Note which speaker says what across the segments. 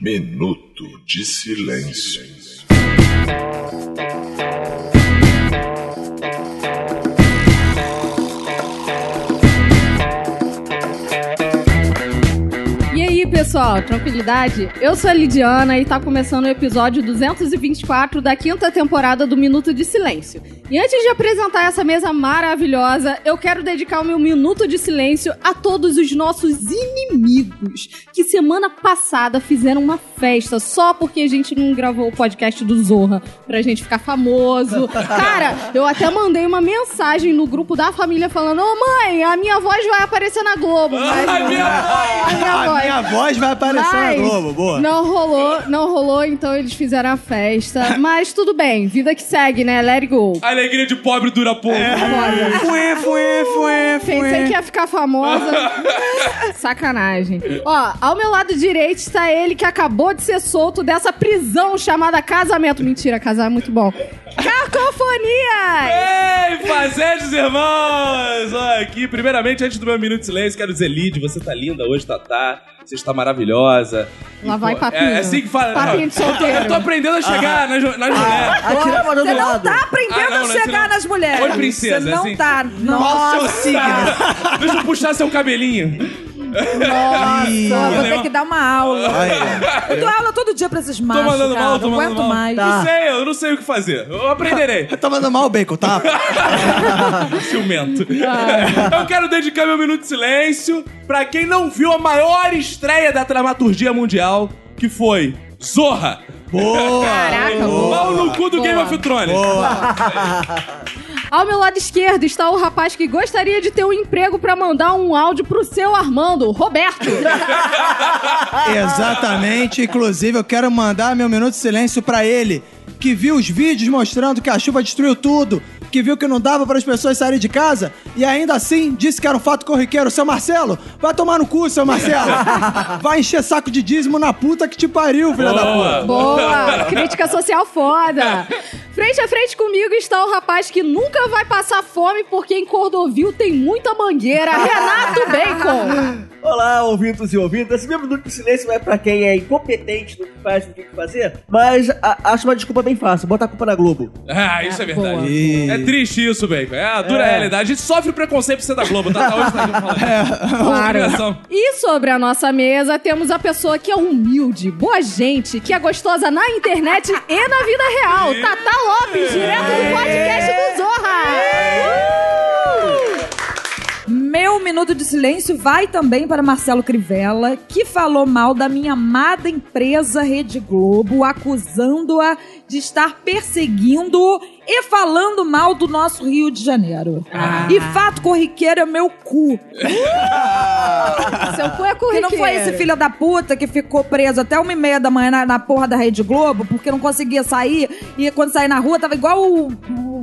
Speaker 1: Minuto de Silêncio.
Speaker 2: E aí, pessoal, tranquilidade? Eu sou a Lidiana e tá começando o episódio 224 da quinta temporada do Minuto de Silêncio. E antes de apresentar essa mesa maravilhosa, eu quero dedicar o meu minuto de silêncio a todos os nossos inimigos que semana passada fizeram uma festa só porque a gente não gravou o podcast do Zorra pra gente ficar famoso. Cara, eu até mandei uma mensagem no grupo da família falando: Ô mãe, a minha voz vai aparecer na Globo. Mas,
Speaker 3: Ai, minha
Speaker 2: a minha
Speaker 3: A
Speaker 2: voz.
Speaker 3: minha voz vai aparecer na
Speaker 2: Mas
Speaker 3: Globo, boa.
Speaker 2: Não rolou, não rolou, então eles fizeram a festa. Mas tudo bem, vida que segue, né? Let it go.
Speaker 4: A alegria de pobre dura pouco.
Speaker 3: É.
Speaker 2: Bora.
Speaker 3: Fuê, fuê, fuê,
Speaker 2: Pensei que ia ficar famosa. Sacanagem. Ó, ao meu lado direito está ele que acabou de ser solto dessa prisão chamada casamento. Mentira, casar é muito bom. Cacofonias!
Speaker 4: Ei, fazeres, irmãos! Olha aqui, primeiramente, antes do meu minuto de silêncio, quero dizer, Lid, você tá linda hoje, Tatá. Você está maravilhosa.
Speaker 2: Lá vai papinho.
Speaker 4: É, é assim que fala.
Speaker 2: Papinho de solteiro.
Speaker 4: Eu tô aprendendo a chegar nas, nas mulheres.
Speaker 3: Atira pra
Speaker 5: Você
Speaker 3: todo
Speaker 5: não
Speaker 3: lado.
Speaker 5: tá aprendendo
Speaker 4: Ah, não, né,
Speaker 5: a chegar
Speaker 4: você não-
Speaker 5: nas mulheres.
Speaker 4: Oi, princesa,
Speaker 5: Você não
Speaker 4: assim.
Speaker 5: tá.
Speaker 2: Ah,
Speaker 3: Qual o
Speaker 5: Nossa,
Speaker 3: seu signo?
Speaker 4: Deixa eu puxar seu cabelinho.
Speaker 5: nossa, vou ter que dar uma aula.
Speaker 3: Ai,
Speaker 5: Eu dou aula todo dia pra esses machos,
Speaker 4: mandando
Speaker 5: cara.
Speaker 4: mal, tô
Speaker 5: não
Speaker 4: mandando
Speaker 5: aguento
Speaker 4: mal.
Speaker 5: mais.
Speaker 3: Tá.
Speaker 4: Não sei, eu não sei o que fazer. Eu aprenderei.
Speaker 3: eu tô mandando mal o bacon, tá?
Speaker 4: Ciumento. Eu quero dedicar meu minuto de silêncio pra quem não viu a maior estreia da dramaturgia mundial, que foi Zorra.
Speaker 3: Boa!
Speaker 2: Caraca,
Speaker 4: é Pau no cu do
Speaker 2: Boa.
Speaker 4: Game of Thrones.
Speaker 2: Ao meu lado esquerdo está o rapaz que gostaria de ter um emprego pra mandar um áudio pro seu Armando, Roberto. ah,
Speaker 3: Exatamente. Inclusive, eu quero mandar meu minuto de silêncio pra ele, que viu os vídeos mostrando que a chuva destruiu tudo, que viu que não dava para as pessoas saírem de casa e ainda assim disse que era um fato corriqueiro. Seu Marcelo, vai tomar no cu, seu Marcelo. Vai encher saco de dízimo na puta que te pariu, filha da puta.
Speaker 2: Boa! Crítica social foda! Frente a frente comigo está o rapaz que nunca vai passar fome porque em Cordovil tem muita mangueira, Renato Bacon!
Speaker 6: Olá, ouvintos e ouvintas. Esse meu minuto de silêncio é pra quem é incompetente no que faz, no que tem que fazer, mas a- acho uma desculpa bem fácil, bota a culpa na Globo.
Speaker 4: Ah, isso é verdade.
Speaker 2: boa.
Speaker 3: E-
Speaker 4: É triste isso, Bacon. É a dura
Speaker 6: É.
Speaker 4: realidade. A gente sofre preconceito por ser da Globo, tá? Tá hoje tá aqui falando.
Speaker 3: É.
Speaker 4: Humilhação.
Speaker 2: E sobre a nossa mesa temos a pessoa que é humilde, boa gente, que é gostosa na internet e na vida real, Tata
Speaker 5: É.
Speaker 2: Lopes, direto do podcast do Zorra!
Speaker 5: Meu minuto de silêncio vai também para Marcelo Crivella, que falou mal da minha amada empresa Rede Globo, acusando-a de estar perseguindo e falando mal do nosso Rio de Janeiro. E fato corriqueiro é meu cu.
Speaker 2: Uh! Seu cu é
Speaker 5: Que
Speaker 2: corriqueiro.
Speaker 5: não foi esse filho da puta que ficou preso até uma e meia da manhã na, na porra da Rede Globo, porque não conseguia sair. E quando saía na rua, tava igual o,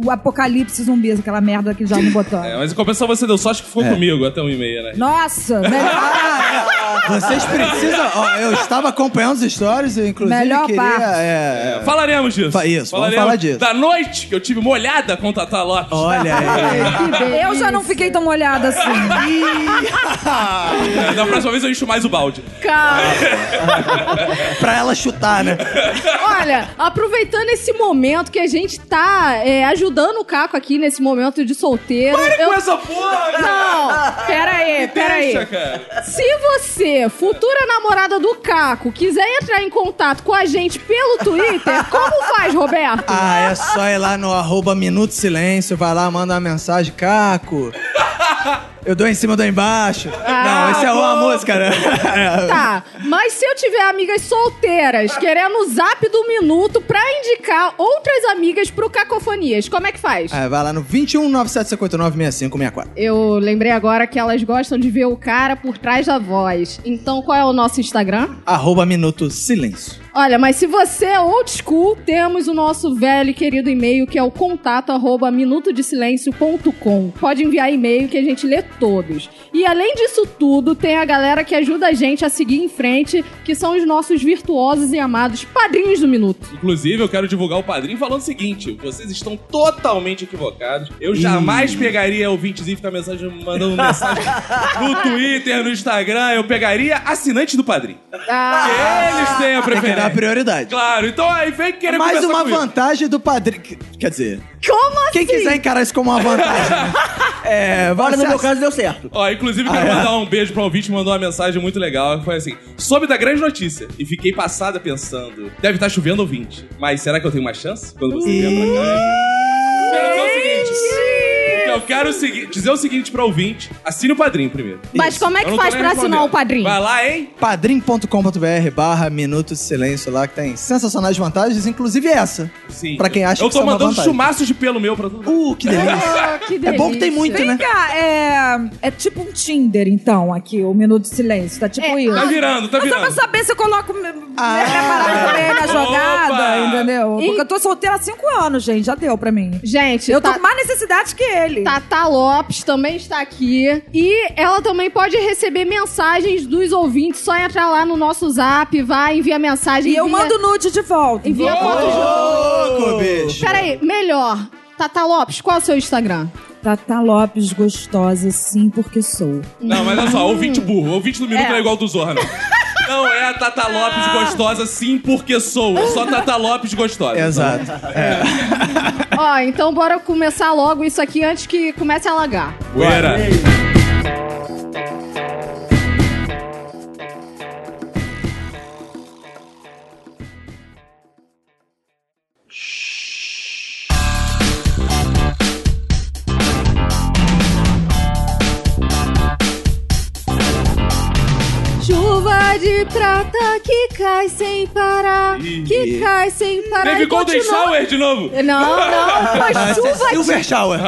Speaker 5: o apocalipse zumbis, aquela merda que já não botou.
Speaker 4: É, mas em compensação você deu sorte que
Speaker 3: É.
Speaker 4: ficou comigo até um e meia, né?
Speaker 5: Nossa, melhor,
Speaker 3: Vocês precisam. ó, eu estava acompanhando os stories, eu inclusive
Speaker 5: Melhor
Speaker 3: queria.
Speaker 5: parte.
Speaker 3: é, é,
Speaker 4: Falaremos disso.
Speaker 3: Fa- isso, vamos falar disso.
Speaker 4: Da noite que eu tive molhada com o Tata Lopes.
Speaker 3: olha aí.
Speaker 5: eu já não fiquei tão molhada assim.
Speaker 4: É, Da próxima vez eu encho mais o balde.
Speaker 2: Calma.
Speaker 3: pra ela chutar, né?
Speaker 2: Olha, aproveitando esse momento que a gente tá é, ajudando o Caco aqui nesse momento de solteiro. eu-
Speaker 4: Com essa porra, cara.
Speaker 2: Não, pera aí, pera aí.
Speaker 4: Deixa, cara.
Speaker 2: Se você, futura namorada do Caco, quiser entrar em contato com a gente pelo Twitter, como faz, Roberto?
Speaker 3: Ah, é só ir lá no arroba Minuto Silêncio, vai lá, manda uma mensagem, Caco. Eu dou em cima, eu dou embaixo. Não, esse é
Speaker 5: Ah,
Speaker 3: uma música, né?
Speaker 2: Tá, mas se eu tiver amigas solteiras querendo o zap do minuto pra indicar outras amigas pro Cacofonias, como é que faz?
Speaker 3: É, vai lá no 21975896564.
Speaker 2: Eu lembrei agora que elas gostam de ver o cara por trás da voz. Então, qual é o nosso Instagram?
Speaker 3: Arroba Minuto Silêncio.
Speaker 2: Olha, mas se você é old school, temos o nosso velho e querido e-mail, que é o contato arroba minutodesilencio.com. Pode enviar e-mail que a gente lê todos. E além disso tudo, tem a galera que ajuda a gente a seguir em frente, que são os nossos virtuosos e amados padrinhos do Minuto.
Speaker 4: Inclusive, eu quero divulgar o padrinho falando o seguinte: vocês estão totalmente equivocados. Eu jamais pegaria ouvintes e ficar mensagem, mandando mensagem no Twitter, no Instagram. Eu pegaria assinante do padrinho.
Speaker 2: Ah,
Speaker 4: Eles têm a
Speaker 3: Ah, Tem que dar
Speaker 4: preferência.
Speaker 3: é prioridade. É
Speaker 4: Claro, então aí vem querer
Speaker 3: Mais
Speaker 4: conversar
Speaker 3: uma
Speaker 4: comigo.
Speaker 3: vantagem do padrinho. Quer dizer,
Speaker 2: Como assim?
Speaker 3: quem quiser encarar isso como uma vantagem. né? É,
Speaker 6: Olha,
Speaker 3: vale
Speaker 6: no meu caso deu certo.
Speaker 4: Ó, inclusive, quero
Speaker 3: Ah, é?
Speaker 4: mandar um beijo pra um ouvinte que mandou uma mensagem muito legal. que Foi assim: soube da grande notícia e fiquei passada pensando. Deve estar chovendo ouvinte, mas será que eu tenho uma chance quando você vier pra cá? Quero dizer o seguinte, Eu quero segui- dizer o seguinte pra ouvinte: assine o padrinho primeiro.
Speaker 2: Mas como é
Speaker 4: Eu
Speaker 2: que
Speaker 4: não tô
Speaker 2: faz
Speaker 4: nem
Speaker 2: pra
Speaker 4: respondendo.
Speaker 2: assinar o padrinho?
Speaker 4: Vai lá, hein?
Speaker 3: padrim.com.br barra Minuto de Silêncio lá, que tem sensacionais vantagens, inclusive essa.
Speaker 4: Sim.
Speaker 3: Pra quem acha
Speaker 4: Eu
Speaker 3: que isso
Speaker 4: tô
Speaker 3: é uma
Speaker 4: mandando
Speaker 3: vantagem.
Speaker 4: chumaços de pelo meu pra todo mundo.
Speaker 3: Uh, que delícia.
Speaker 2: Ah, que
Speaker 3: É bom que
Speaker 2: delícia.
Speaker 3: tem muito,
Speaker 5: Vem
Speaker 3: né?
Speaker 5: cá, é, é tipo um Tinder, então, aqui, o Minuto de Silêncio. Tá tipo
Speaker 2: É,
Speaker 5: isso.
Speaker 4: Tá virando, tá
Speaker 5: Mas só pra
Speaker 4: virando.
Speaker 5: saber se eu coloco me-
Speaker 3: Ah.
Speaker 5: minha parada também na jogada,
Speaker 4: Opa.
Speaker 5: entendeu?
Speaker 2: E-
Speaker 5: Porque eu tô solteira há cinco anos, gente. Já deu pra mim.
Speaker 2: Gente,
Speaker 5: Eu tô
Speaker 2: tá...
Speaker 5: com mais necessidade que ele.
Speaker 2: Tata Lopes também está aqui. E ela também pode receber mensagens dos ouvintes. Só entrar lá no nosso zap, vai, envia mensagem.
Speaker 5: E eu
Speaker 2: envia-
Speaker 5: mando nude de volta.
Speaker 2: Envia foto de.
Speaker 3: Louco, bicho.
Speaker 2: Peraí, melhor. Tata Lopes, qual é o seu Instagram?
Speaker 5: Tata Lopes gostosa, sim, porque sou.
Speaker 4: Não, mas olha
Speaker 2: Hum.
Speaker 4: só, ouvinte burro. Ouvinte do minuto
Speaker 5: É.
Speaker 4: não é igual ao do Zorra, não. Não é a
Speaker 2: Ah.
Speaker 4: Tata Lopes gostosa, sim, porque sou. É só Tata Lopes gostosa.
Speaker 3: Exato.
Speaker 2: Ó, então bora começar logo isso aqui antes que comece a alagar.
Speaker 4: Poeira.
Speaker 2: Chuva de prata que cai sem parar, que cai sem parar.
Speaker 4: Teve
Speaker 2: e
Speaker 4: Golden
Speaker 2: continua-
Speaker 4: Shower de novo. Ah.
Speaker 2: Não, não, foi
Speaker 3: Ah, esse é
Speaker 2: chuva
Speaker 3: Silver Shower.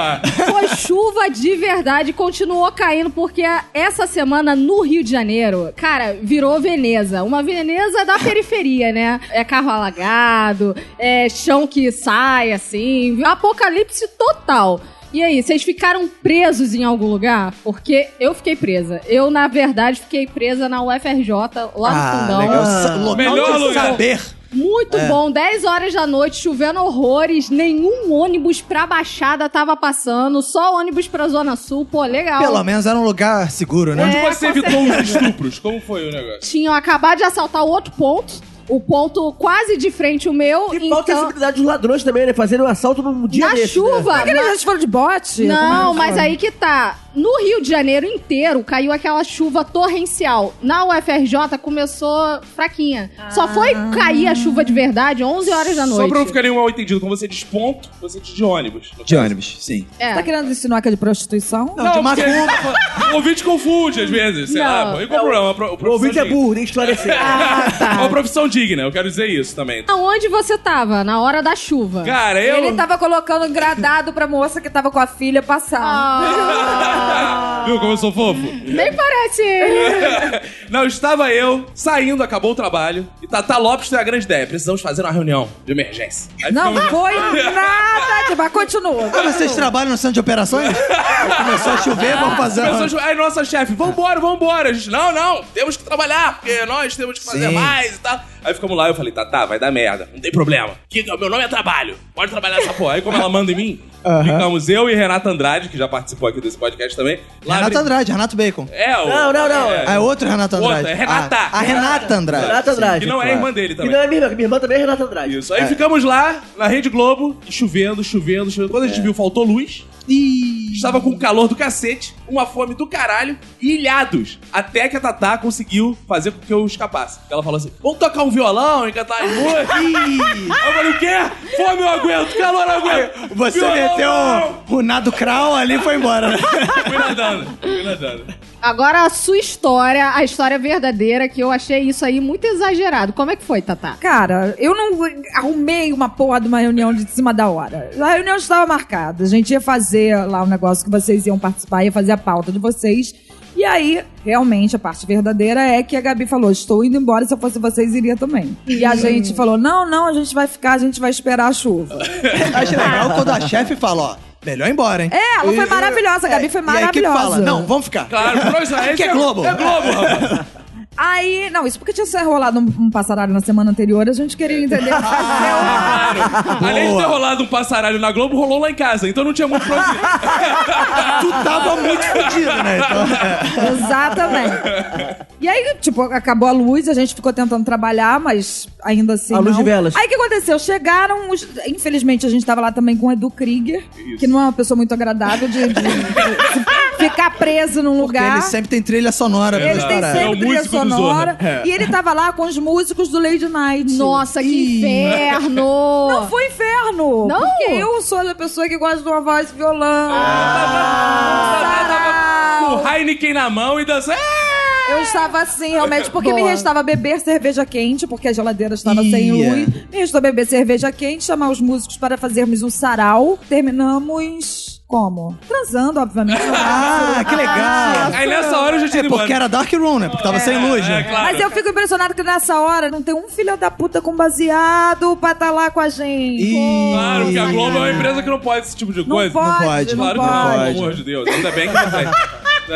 Speaker 2: Foi chuva de verdade, continuou caindo, porque essa semana no Rio de Janeiro, cara, virou Veneza. Uma Veneza da periferia, né? É carro alagado, é chão que sai, assim, apocalipse total. E aí, vocês ficaram presos em algum lugar? Porque eu fiquei presa. Eu, na verdade, fiquei presa na UFRJ, lá no
Speaker 3: Ah,
Speaker 2: fundão.
Speaker 3: legal. Sa- Local
Speaker 4: Melhor
Speaker 3: de
Speaker 4: lugar.
Speaker 3: saber.
Speaker 2: Muito bom, 10 horas da noite, chovendo horrores, nenhum ônibus pra Baixada tava passando, só ônibus pra Zona Sul, pô, legal.
Speaker 3: Pelo menos era um lugar seguro, né?
Speaker 4: Onde
Speaker 2: É,
Speaker 4: você
Speaker 2: com
Speaker 4: evitou os estupros? Como foi o negócio?
Speaker 2: Tinham acabado de assaltar o outro ponto, o ponto quase de frente o meu,
Speaker 6: E
Speaker 3: é
Speaker 6: falta a
Speaker 2: então...
Speaker 6: sensibilidade dos ladrões também, né? Fazendo um assalto num dia
Speaker 2: Na
Speaker 6: desse, né?
Speaker 2: chuva,
Speaker 5: Aqueles
Speaker 2: mas-
Speaker 5: dias foram de bote?
Speaker 2: Não,
Speaker 5: Como é que
Speaker 2: mas
Speaker 5: foi?
Speaker 2: aí que tá. No Rio de Janeiro inteiro caiu aquela chuva torrencial. Na UFRJ começou fraquinha. Só foi cair a chuva de verdade 11 horas da noite.
Speaker 4: Só pra não ficar nenhum mal entendido, quando você diz ponto, você diz de ônibus.
Speaker 3: De ônibus, sim.
Speaker 2: É.
Speaker 5: Tá querendo insinuar que é de prostituição?
Speaker 3: Não, de
Speaker 4: porque-
Speaker 3: macumba.
Speaker 4: O ouvinte confunde às vezes, sei
Speaker 2: Não.
Speaker 4: lá. pô. E qual o problema? A pro-
Speaker 6: O
Speaker 4: profissão
Speaker 6: ouvinte é
Speaker 4: digna.
Speaker 6: burro, tem que esclarecer.
Speaker 2: Ah,
Speaker 4: É
Speaker 2: tá.
Speaker 4: uma profissão digna, eu quero dizer isso também.
Speaker 2: Aonde você tava na hora da chuva?
Speaker 4: Cara, eu.
Speaker 5: Ele tava colocando gradado pra moça que tava com a filha passar.
Speaker 2: Ah,
Speaker 4: Viu como eu sou fofo?
Speaker 2: nem parece ele.
Speaker 4: Não, estava eu saindo, acabou o trabalho. E Tata Lopes tem a grande ideia. Precisamos fazer uma reunião de emergência. Aí
Speaker 5: Não
Speaker 4: ficamos-
Speaker 5: foi nada de... Mas continua.
Speaker 3: Ah, vocês trabalham no centro de operações? Começou a chover,
Speaker 5: Ah,
Speaker 3: vamos fazer.
Speaker 4: Pessoas, aí nossa chefe, vambora, vambora. A gente, não, não, temos que trabalhar, porque nós temos que fazer
Speaker 3: Sim.
Speaker 4: mais e tal. Aí ficamos lá, eu falei, tá, tá, vai dar merda, não tem problema. Que, meu nome é trabalho, pode trabalhar essa porra. Aí como ela manda em mim,
Speaker 3: Aham.
Speaker 4: ficamos eu e Renata Andrade, que já participou aqui desse podcast também. Lá
Speaker 3: Renato
Speaker 4: brin-
Speaker 3: Andrade, Renato Bacon.
Speaker 4: É, o...
Speaker 6: Não, não, não.
Speaker 3: Ah, é outro Renato
Speaker 4: Outra,
Speaker 3: Andrade.
Speaker 4: é Renata.
Speaker 3: Ah, a Renata Andrade.
Speaker 6: Renata Andrade.
Speaker 4: Que não é
Speaker 3: claro.
Speaker 4: irmã dele
Speaker 6: E
Speaker 4: também.
Speaker 6: não é minha irmã, minha irmã também é Renata Andrade.
Speaker 4: Isso. Aí ficamos lá, na Rede Globo, e chovendo, chovendo, chovendo. Quando a gente viu, faltou luz.
Speaker 3: É. Ih,
Speaker 4: Estava com calor do cacete, uma fome do caralho e ilhados. Até que a Tatá conseguiu fazer com que eu escapasse. Ela falou assim: vamos tocar um violão e cantar as músicas.
Speaker 3: ih.
Speaker 4: Aí eu falei: o quê? Fome eu aguento, calor eu aguento.
Speaker 3: Você
Speaker 4: Violão,
Speaker 3: meteu um-
Speaker 4: não."
Speaker 3: o Nado Krau ali e foi embora. né?
Speaker 4: Fui nadando, fui nadando.
Speaker 2: Agora a sua história, a história verdadeira, que eu achei isso aí muito exagerado. Como é que foi, Tatá?
Speaker 5: Cara, eu não arrumei uma porra de uma reunião de cima da hora. A reunião estava marcada. A gente ia fazer lá um negócio que vocês iam participar, ia fazer a pauta de vocês. E aí, realmente, a parte verdadeira é que a Gabi falou: estou indo embora, se eu fosse vocês, iria também. E a gente falou: não, não, a gente vai ficar, a gente vai esperar a chuva.
Speaker 3: Acho legal quando a chefe fala, ó, melhor ir embora, hein?
Speaker 5: É, ela foi maravilhosa, a Gabi foi
Speaker 3: E a equipe
Speaker 5: maravilhosa.
Speaker 3: fala, não, vamos ficar.
Speaker 4: Claro, pra nós é,
Speaker 3: Que é Globo.
Speaker 4: É Globo, rapaz.
Speaker 5: Aí, não, isso porque tinha se rolado um, um passaralho na semana anterior, a gente queria entender.
Speaker 4: Claro. Além de ter rolado um passaralho na Globo, rolou lá em casa, então não tinha muito pra onde ir.
Speaker 3: Tu tava muito fodido, né? Então,
Speaker 5: Exatamente. E aí, tipo, acabou a luz, a gente ficou tentando trabalhar, mas ainda assim.
Speaker 6: A luz
Speaker 5: não.
Speaker 6: de velas.
Speaker 5: Aí o que aconteceu? Chegaram os. Infelizmente, a gente tava lá também com o Edu Krieger, que não é uma pessoa muito agradável de, de- de ficar preso num
Speaker 3: porque
Speaker 5: lugar.
Speaker 3: ele sempre tem trilha sonora. pra
Speaker 5: Eles
Speaker 3: essas
Speaker 5: têm
Speaker 3: paradas.
Speaker 4: É o
Speaker 5: sempre trilha
Speaker 4: músico do Zorra.
Speaker 5: sonora.
Speaker 4: É.
Speaker 5: E ele tava lá com os músicos do Lady Night.
Speaker 2: Nossa, que
Speaker 3: Ih.
Speaker 2: inferno!
Speaker 5: Não foi inferno!
Speaker 2: Não?
Speaker 5: Porque eu sou a pessoa que gosta de uma voz e violão. Ah.
Speaker 4: Com
Speaker 5: sarau.
Speaker 4: o Heineken na mão e "Ah!" dançando.
Speaker 5: Eu estava assim, realmente, porque
Speaker 2: Boa.
Speaker 5: me restava beber cerveja quente, porque a geladeira estava sem
Speaker 3: Ia.
Speaker 5: luz. Me restou beber cerveja quente, chamar os músicos para fazermos um sarau. Terminamos como? Transando, obviamente.
Speaker 3: Ah, que legal.
Speaker 4: Aí nessa hora eu já tinha
Speaker 3: É
Speaker 4: ido
Speaker 3: porque
Speaker 4: embora.
Speaker 3: era Dark Room, né? Porque tava sem luz,
Speaker 4: É,
Speaker 3: né?
Speaker 4: claro.
Speaker 5: Mas eu fico impressionado que nessa hora não tem um filho da puta com baseado pra estar lá com a gente.
Speaker 3: Ih.
Speaker 4: Claro, porque a Globo é uma empresa que não pode esse tipo de
Speaker 5: Não
Speaker 4: coisa.
Speaker 5: pode,
Speaker 3: pode,
Speaker 5: não
Speaker 4: Claro que
Speaker 5: pode.
Speaker 4: não, pelo amor de Deus. Ainda bem que não tem. Ainda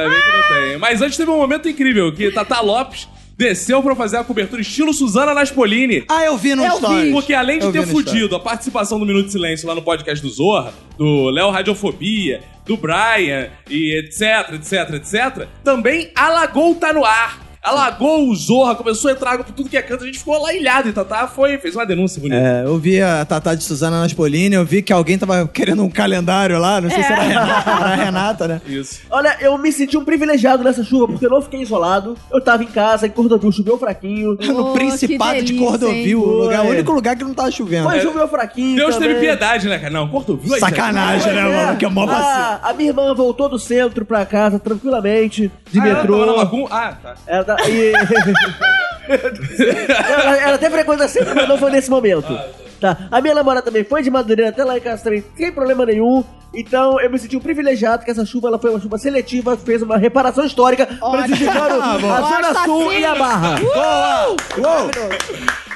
Speaker 4: bem que não tem. Mas antes teve um momento incrível que Tata Lopes desceu pra fazer a cobertura estilo Suzana Naspolini.
Speaker 3: Ah, eu vi no
Speaker 2: Eu vi.
Speaker 3: story.
Speaker 4: Porque além de
Speaker 3: Eu
Speaker 4: ter
Speaker 3: vi no story.
Speaker 4: fudido a participação do Minuto de Silêncio lá no podcast do Zorra, do Léo Radiofobia, do Brian e etc, etc, etc, também alagou o Tá No Ar. Alagou o Zorra, começou a entrar água por tudo que é canto, a gente ficou lá ilhado e Tatá foi, fez uma denúncia bonita.
Speaker 3: É, eu vi a Tatá de Suzana Naspolini, eu vi que alguém tava querendo um calendário lá, não sei
Speaker 2: É.
Speaker 3: se era a Renata, era a Renata, né?
Speaker 4: Isso.
Speaker 6: Olha, eu me senti um privilegiado nessa chuva, porque eu não fiquei isolado. Eu tava em casa, em Cordovil, choveu um fraquinho.
Speaker 3: no
Speaker 2: Oh,
Speaker 3: Principado
Speaker 2: que
Speaker 3: de
Speaker 2: delícia, hein?
Speaker 3: Cordovil, o, lugar- o
Speaker 6: Foi.
Speaker 3: único lugar que não tava chovendo.
Speaker 6: Foi, choveu fraquinho
Speaker 4: Deus
Speaker 6: também. Ah,
Speaker 4: teve piedade, né, cara? Não, Cordovil aí,
Speaker 3: Sacanagem, né, mano? Que é mó vacilo.
Speaker 6: a, a minha irmã voltou do centro pra casa tranquilamente, de
Speaker 4: Ah, ela tava na
Speaker 6: metrô.
Speaker 4: Laguna? Ah, tá.
Speaker 6: Ela, tá- e- ela, ela até frequenta sempre, mas não foi nesse momento. Tá. A minha namorada também foi de Madureira até lá em casa também, sem problema nenhum. Então eu me senti um privilegiado que essa chuva ela foi uma chuva seletiva, fez uma reparação histórica prejudicando
Speaker 3: Ah,
Speaker 6: a
Speaker 3: bom.
Speaker 6: Zona
Speaker 2: Gosta
Speaker 6: Sul
Speaker 2: sim.
Speaker 6: e a Barra.
Speaker 4: Uh!
Speaker 3: Boa! Uou!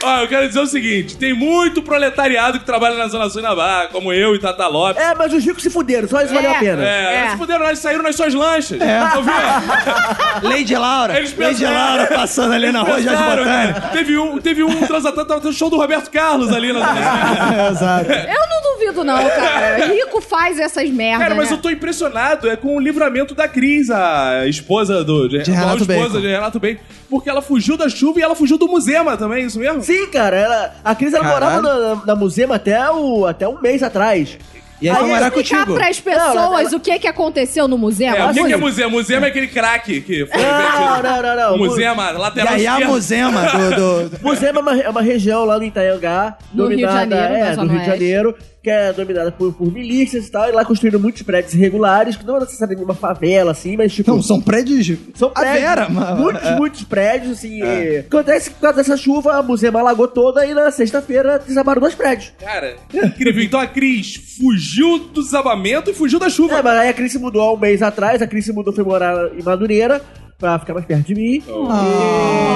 Speaker 4: Ó, eu quero dizer o seguinte: tem muito proletariado que trabalha na Zona Sul e na Barra, como eu e Tata Lopes.
Speaker 6: É, mas os ricos se fuderam, só isso valeu a pena.
Speaker 4: É,
Speaker 2: É.
Speaker 4: eles puderam, eles saíram nas suas lanchas.
Speaker 3: É. Lady Laura!
Speaker 4: Eles
Speaker 3: Lady
Speaker 4: pensaram-
Speaker 3: Laura passando ali na rua Jardim
Speaker 4: Pensaram,
Speaker 3: Botânico.
Speaker 4: cara. Teve um, teve um transatlântico, tava tendo show do Roberto Carlos ali na Zona Sul.
Speaker 3: É, Exato.
Speaker 2: Eu não duvido, não, cara. Rico faz essas merdas.
Speaker 4: Cara, mas
Speaker 2: né?
Speaker 4: eu tô impressionado é com o livramento da Cris, a esposa do de,
Speaker 3: De
Speaker 4: atual
Speaker 3: Renato
Speaker 4: esposa
Speaker 3: Bacon.
Speaker 4: de Renato Bacon, porque ela fugiu da chuva e ela fugiu do Musema também, é isso mesmo?
Speaker 6: Sim, cara, ela- a Cris ela
Speaker 3: Caralho.
Speaker 6: morava na, na, na Musema até, o, até um mês atrás.
Speaker 3: E aí,
Speaker 6: Aí
Speaker 3: vamos morar
Speaker 2: explicar
Speaker 3: contigo.
Speaker 2: pras pessoas o que que aconteceu no museu.
Speaker 4: É, o que,
Speaker 6: assim-
Speaker 4: que é Musema? Musema é aquele craque que foi
Speaker 6: Não,
Speaker 4: vendido.
Speaker 6: não, não, não.
Speaker 4: Musema,
Speaker 3: E
Speaker 4: lateral
Speaker 3: aí a
Speaker 4: esquerdo.
Speaker 3: Muzema do... do...
Speaker 6: Musema é uma, é uma região lá no Itanhangá,
Speaker 2: No Rio de
Speaker 6: dominada,
Speaker 2: Janeiro, na
Speaker 6: é, do
Speaker 2: Zona
Speaker 6: Rio de
Speaker 2: Oeste.
Speaker 6: Janeiro, que é dominada por, por milícias e tal, e lá construíram muitos prédios irregulares, que não é necessariamente uma favela, assim, mas tipo...
Speaker 3: Não, são prédios...
Speaker 6: São
Speaker 3: A
Speaker 6: prédios,
Speaker 3: Vera, mano. É.
Speaker 6: muitos, muitos prédios, assim. e- Acontece que por causa dessa chuva, a Musema alagou toda e na sexta-feira desabaram dois prédios.
Speaker 4: Cara, incrível. Então a Cris fugiu do desabamento e fugiu da chuva.
Speaker 6: É, mas aí a Cris se mudou há um mês atrás, a Cris se mudou, foi morar em Madureira, pra ficar mais perto de mim.
Speaker 2: Ah.
Speaker 3: Ah.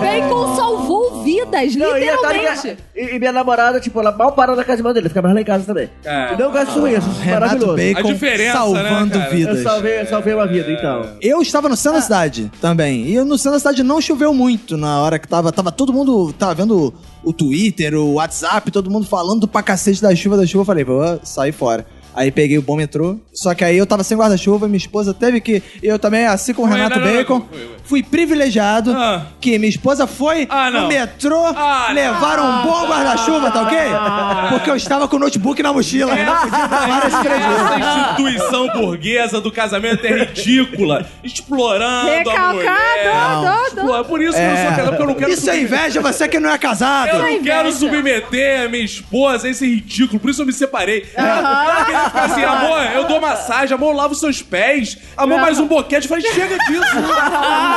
Speaker 2: Bacon salvou vidas,
Speaker 6: Não, e a Tari-
Speaker 2: literalmente.
Speaker 6: e, e minha namorada, tipo, ela mal parou na casa de mãe dele, fica mais lá em casa também.
Speaker 4: É.
Speaker 6: E não gasto isso, isso é
Speaker 3: Renato
Speaker 6: maravilhoso.
Speaker 4: A
Speaker 3: Bacon
Speaker 4: diferença,
Speaker 3: salvando
Speaker 4: né, cara?
Speaker 6: Eu
Speaker 3: vidas.
Speaker 6: salvei, eu salvei uma vida, então.
Speaker 3: Eu estava no Centro da Cidade também. E no Centro da Cidade não choveu muito na hora que tava. Tava todo mundo. Tava vendo o Twitter, o WhatsApp, todo mundo falando pra cacete da chuva, da chuva. Eu falei, vou sair fora. Aí peguei o bom metrô. Só que aí eu tava sem guarda-chuva, minha esposa teve que. Eu também, assim como o
Speaker 4: Ué,
Speaker 3: Renato
Speaker 4: não, não, não,
Speaker 3: Bacon,
Speaker 4: não, não, não.
Speaker 3: fui privilegiado
Speaker 4: Ah.
Speaker 3: que minha esposa foi
Speaker 4: Ah, não.
Speaker 3: no metrô,
Speaker 4: Ah,
Speaker 3: levaram um bom guarda-chuva, tá ok? Porque eu estava com o notebook na mochila.
Speaker 4: É,
Speaker 3: Não podia levar esse crédito.
Speaker 4: Essa instituição burguesa do casamento é ridícula. Explorando a
Speaker 2: Recalcado,
Speaker 4: mulher.
Speaker 2: dó, dó.
Speaker 4: Explora- Por isso que eu sou casado, porque eu não quero
Speaker 3: Isso é inveja, você que não é casado.
Speaker 4: Eu não
Speaker 2: inveja.
Speaker 4: quero submeter a minha esposa a esse ridículo, por isso eu me separei. Ela- ela queria ia ficar assim, amor, eu dou massagem, amor, eu lavo seus pés, amor, mais um boquete. Eu falei, chega disso.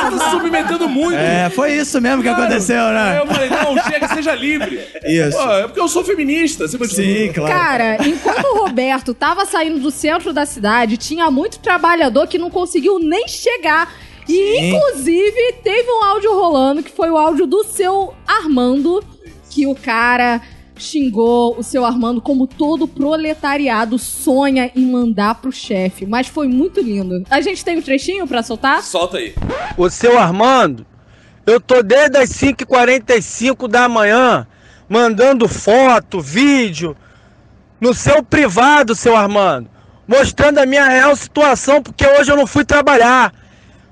Speaker 4: Você tá se submetendo muito.
Speaker 3: É, foi isso mesmo que aconteceu,
Speaker 4: Aí
Speaker 3: né?
Speaker 4: eu falei, não, chega, seja livre.
Speaker 3: Isso.
Speaker 4: Pô, é porque eu sou feminista. acima de
Speaker 3: Sim,
Speaker 4: tudo.
Speaker 3: claro.
Speaker 2: Cara, enquanto o Roberto tava saindo do centro da cidade, tinha muito trabalhador que não conseguiu nem chegar. E,
Speaker 3: Sim.
Speaker 2: inclusive, teve um áudio rolando que foi o áudio do seu Armando, que o cara xingou o seu Armando como todo proletariado sonha em mandar pro chefe. Mas foi muito lindo. A gente tem um trechinho pra soltar?
Speaker 4: Solta aí.
Speaker 1: O seu Armando, eu tô desde as 5h45 da manhã mandando foto, vídeo no seu privado, seu Armando, mostrando a minha real situação, porque hoje eu não fui trabalhar.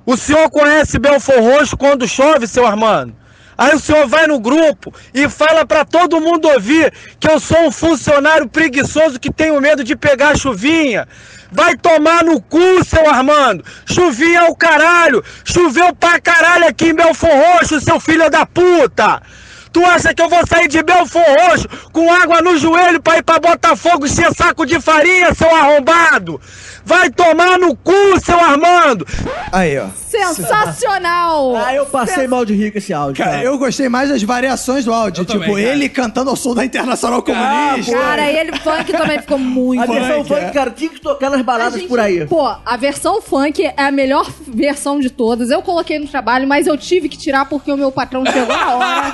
Speaker 1: O senhor conhece Belfor Roxo quando chove, seu Armando? Aí o senhor vai no grupo e fala pra todo mundo ouvir que eu sou um funcionário preguiçoso que tenho medo de pegar chuvinha. Vai tomar no cu, seu Armando. Chuvinha é o caralho. Choveu pra caralho aqui em Belfor Roxo, seu filho da puta. Tu acha que eu vou sair de Belfor Roxo com água no joelho pra ir pra Botafogo encher saco de farinha, seu arrombado? Vai tomar no cu, seu Armando.
Speaker 3: Aí, ó.
Speaker 2: Sensacional!
Speaker 6: Ah, eu passei mal de rico esse áudio. tá?
Speaker 3: Cara, eu gostei mais das variações do áudio.
Speaker 4: Eu
Speaker 3: tipo,
Speaker 4: também, cara.
Speaker 3: ele cantando ao som da Internacional Comunista.
Speaker 5: Cara, ele funk também ficou muito.
Speaker 6: A versão
Speaker 3: funk,
Speaker 6: funk,
Speaker 3: é.
Speaker 6: cara, tinha que tocar nas
Speaker 2: A
Speaker 6: baladas
Speaker 2: gente-
Speaker 6: por aí.
Speaker 2: Pô, a versão funk é a melhor versão de todas. Eu coloquei no trabalho, mas eu tive que tirar porque o meu patrão chegou na hora.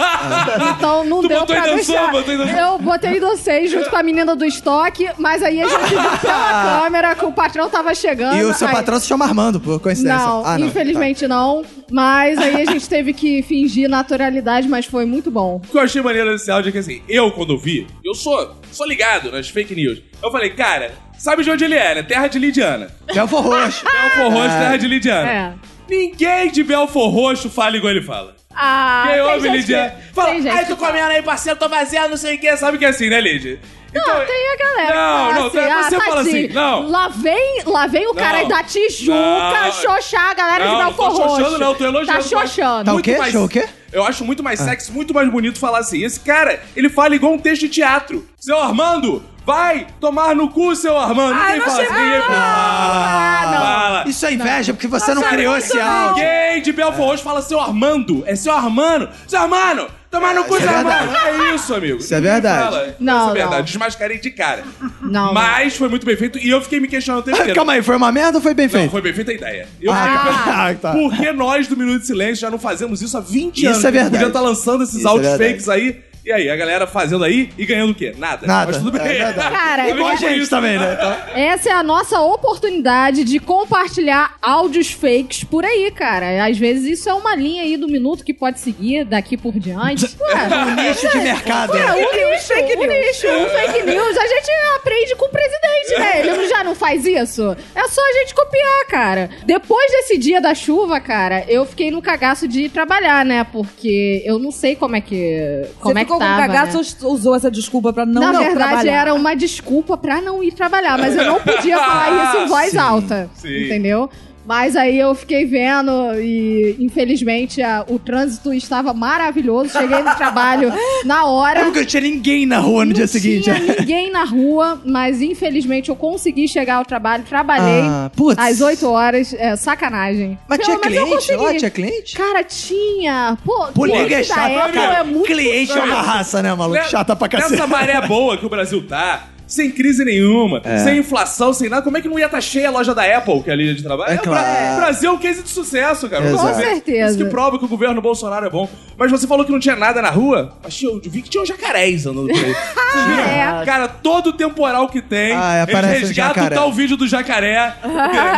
Speaker 2: então não
Speaker 4: Tu
Speaker 2: deu
Speaker 4: botou
Speaker 2: pra
Speaker 4: e dançou,
Speaker 2: deixar.
Speaker 4: botou e dançou.
Speaker 2: Eu botei e dancei junto com a menina do estoque, mas aí a gente viu pela câmera que o patrão tava chegando.
Speaker 3: E o seu
Speaker 2: aí-
Speaker 3: patrão se chama Armando, por coincidência.
Speaker 2: Não,
Speaker 3: Ah,
Speaker 2: infelizmente não. Mas aí a gente teve que fingir naturalidade, mas foi muito bom.
Speaker 4: O que eu achei maneiro nesse áudio é que assim, eu quando vi, eu sou, sou ligado nas fake news. Eu falei, cara, sabe de onde ele é, né? Terra de Lidiana.
Speaker 3: Tá. Belfor Roxo.
Speaker 4: Belfor Roxo, terra de Lidiana.
Speaker 2: Ah! É.
Speaker 4: Ninguém de Belfor Roxo fala igual ele fala.
Speaker 2: Ah,
Speaker 4: Quem
Speaker 2: tem
Speaker 4: ouve,
Speaker 2: gente
Speaker 4: Lidiana?
Speaker 2: que- é.
Speaker 4: Fala,
Speaker 2: tem gente
Speaker 4: ai, tô
Speaker 2: que fala.
Speaker 4: comendo aí, parceiro, tô vazia, não sei o que. Sabe que é assim, né, Lid?
Speaker 2: Não, Então, tem a galera. que
Speaker 4: Não,
Speaker 2: fala
Speaker 4: não,
Speaker 2: assim,
Speaker 4: tem- você
Speaker 2: ah,
Speaker 4: fala assim, não.
Speaker 2: Lá vem, lá vem o cara
Speaker 4: Não.
Speaker 2: da Tijuca
Speaker 4: Não.
Speaker 2: xoxar a galera
Speaker 4: Não,
Speaker 2: É de
Speaker 4: não
Speaker 2: Belfor
Speaker 4: tô
Speaker 2: Roxo.
Speaker 4: xoxando, não, tô elogiando.
Speaker 2: Tá xoxando.
Speaker 3: Tá o
Speaker 4: Muito
Speaker 3: quê?
Speaker 4: mais-
Speaker 3: Show o quê? Ah.
Speaker 4: Eu acho muito mais sexy, muito mais bonito falar assim. Esse cara, ele fala igual um texto de teatro. Seu Armando, vai tomar no cu, seu Armando.
Speaker 5: Ah,
Speaker 4: Ninguém
Speaker 5: eu não
Speaker 4: fala
Speaker 5: achei
Speaker 4: assim. ninguém fala.
Speaker 2: Ah, não.
Speaker 4: Fala.
Speaker 3: Isso é inveja, porque você não, criou esse áudio.
Speaker 4: Ninguém de Belfort Roxo fala seu Armando. É seu Armando. Seu Armando, tomar no cu,
Speaker 3: isso é
Speaker 4: seu
Speaker 3: verdade.
Speaker 4: Armando. É isso, amigo.
Speaker 3: Isso é
Speaker 4: Ninguém
Speaker 3: verdade.
Speaker 4: fala.
Speaker 2: Não,
Speaker 4: Isso é
Speaker 2: não.
Speaker 4: verdade. Desmascarei de cara.
Speaker 2: Não.
Speaker 4: Mas foi muito bem feito e eu fiquei me questionando o tempo inteiro.
Speaker 3: Ah, Calma aí, foi uma merda ou foi bem
Speaker 4: Não,
Speaker 3: feito?
Speaker 4: foi bem feita a ideia. Eu
Speaker 3: Ah,
Speaker 4: fiquei
Speaker 3: tá.
Speaker 4: pensando,
Speaker 3: Ah, tá.
Speaker 4: Por que nós do Minuto de Silêncio já não fazemos isso há 20
Speaker 3: Isso
Speaker 4: anos?
Speaker 3: é verdade.
Speaker 4: Podia estar lançando esses
Speaker 3: Isso é
Speaker 4: áudios
Speaker 3: verdade.
Speaker 4: fakes aí. E aí, a galera fazendo aí e ganhando o quê? Nada.
Speaker 3: Nada.
Speaker 4: Mas tudo bem.
Speaker 3: É verdade.
Speaker 2: Cara,
Speaker 4: Tudo bem
Speaker 3: Igual a
Speaker 4: com
Speaker 3: gente
Speaker 4: isso.
Speaker 3: também, né? Então-
Speaker 2: Essa é a nossa oportunidade de compartilhar áudios fakes por aí, cara. Às vezes isso é uma linha aí do minuto que pode seguir daqui por diante. Ué,
Speaker 3: Nicho de mercado.
Speaker 2: É,
Speaker 3: né?
Speaker 2: um lixo, um lixo, um fake news. A gente aprende com o presidente, né? Ele já não faz isso. É só a gente copiar, cara. Depois desse dia da chuva, cara, eu fiquei no cagaço de trabalhar, né? Porque eu não sei como é que. Como
Speaker 5: Você
Speaker 2: é
Speaker 5: ficou
Speaker 2: que tava,
Speaker 5: com cagaço
Speaker 2: né?
Speaker 5: ou usou essa desculpa pra não
Speaker 2: Na
Speaker 5: não
Speaker 2: verdade,
Speaker 5: trabalhar?
Speaker 2: era uma desculpa pra não ir trabalhar, mas eu não podia falar isso em voz
Speaker 3: Sim,
Speaker 2: alta.
Speaker 4: sim.
Speaker 2: Entendeu? Mas aí eu fiquei vendo e, infelizmente, a- o trânsito estava maravilhoso. Cheguei no trabalho na hora.
Speaker 3: Nunca tinha ninguém na rua no dia seguinte. né?
Speaker 2: Não tinha ninguém na rua, mas infelizmente eu consegui chegar ao trabalho. Trabalhei
Speaker 3: Ah, putz.
Speaker 2: às 8 horas. É, sacanagem.
Speaker 3: Mas
Speaker 2: Pelo
Speaker 3: tinha
Speaker 2: menos eu
Speaker 3: cliente lá?
Speaker 2: consegui.
Speaker 3: Tinha cliente?
Speaker 2: Cara, tinha. Pô,
Speaker 3: Polícia é
Speaker 2: cliente da
Speaker 3: chata,
Speaker 2: Apple
Speaker 3: cara.
Speaker 2: é muito...
Speaker 3: cliente é uma raça, né, maluco?
Speaker 4: Ne-
Speaker 3: Chata pra cacete.
Speaker 4: Nessa maré boa que o Brasil tá, sem crise nenhuma,
Speaker 3: É.
Speaker 4: sem inflação, sem nada, como é que não ia estar cheia a loja da Apple, que é a linha de trabalho?
Speaker 3: É
Speaker 4: o
Speaker 3: claro.
Speaker 4: Bra- o Brasil é um case de sucesso, cara.
Speaker 3: Exato.
Speaker 4: Você vê.
Speaker 2: Com certeza.
Speaker 4: Isso que prova que o governo Bolsonaro é bom. Mas você falou que não tinha nada na rua? Achei, eu vi que tinha um jacarés andando por aí. Vocês viram?
Speaker 2: É.
Speaker 4: Cara, todo temporal que tem,
Speaker 3: Ah, aparece um
Speaker 4: eles resgatam
Speaker 3: jacaré.
Speaker 4: tal vídeo do jacaré.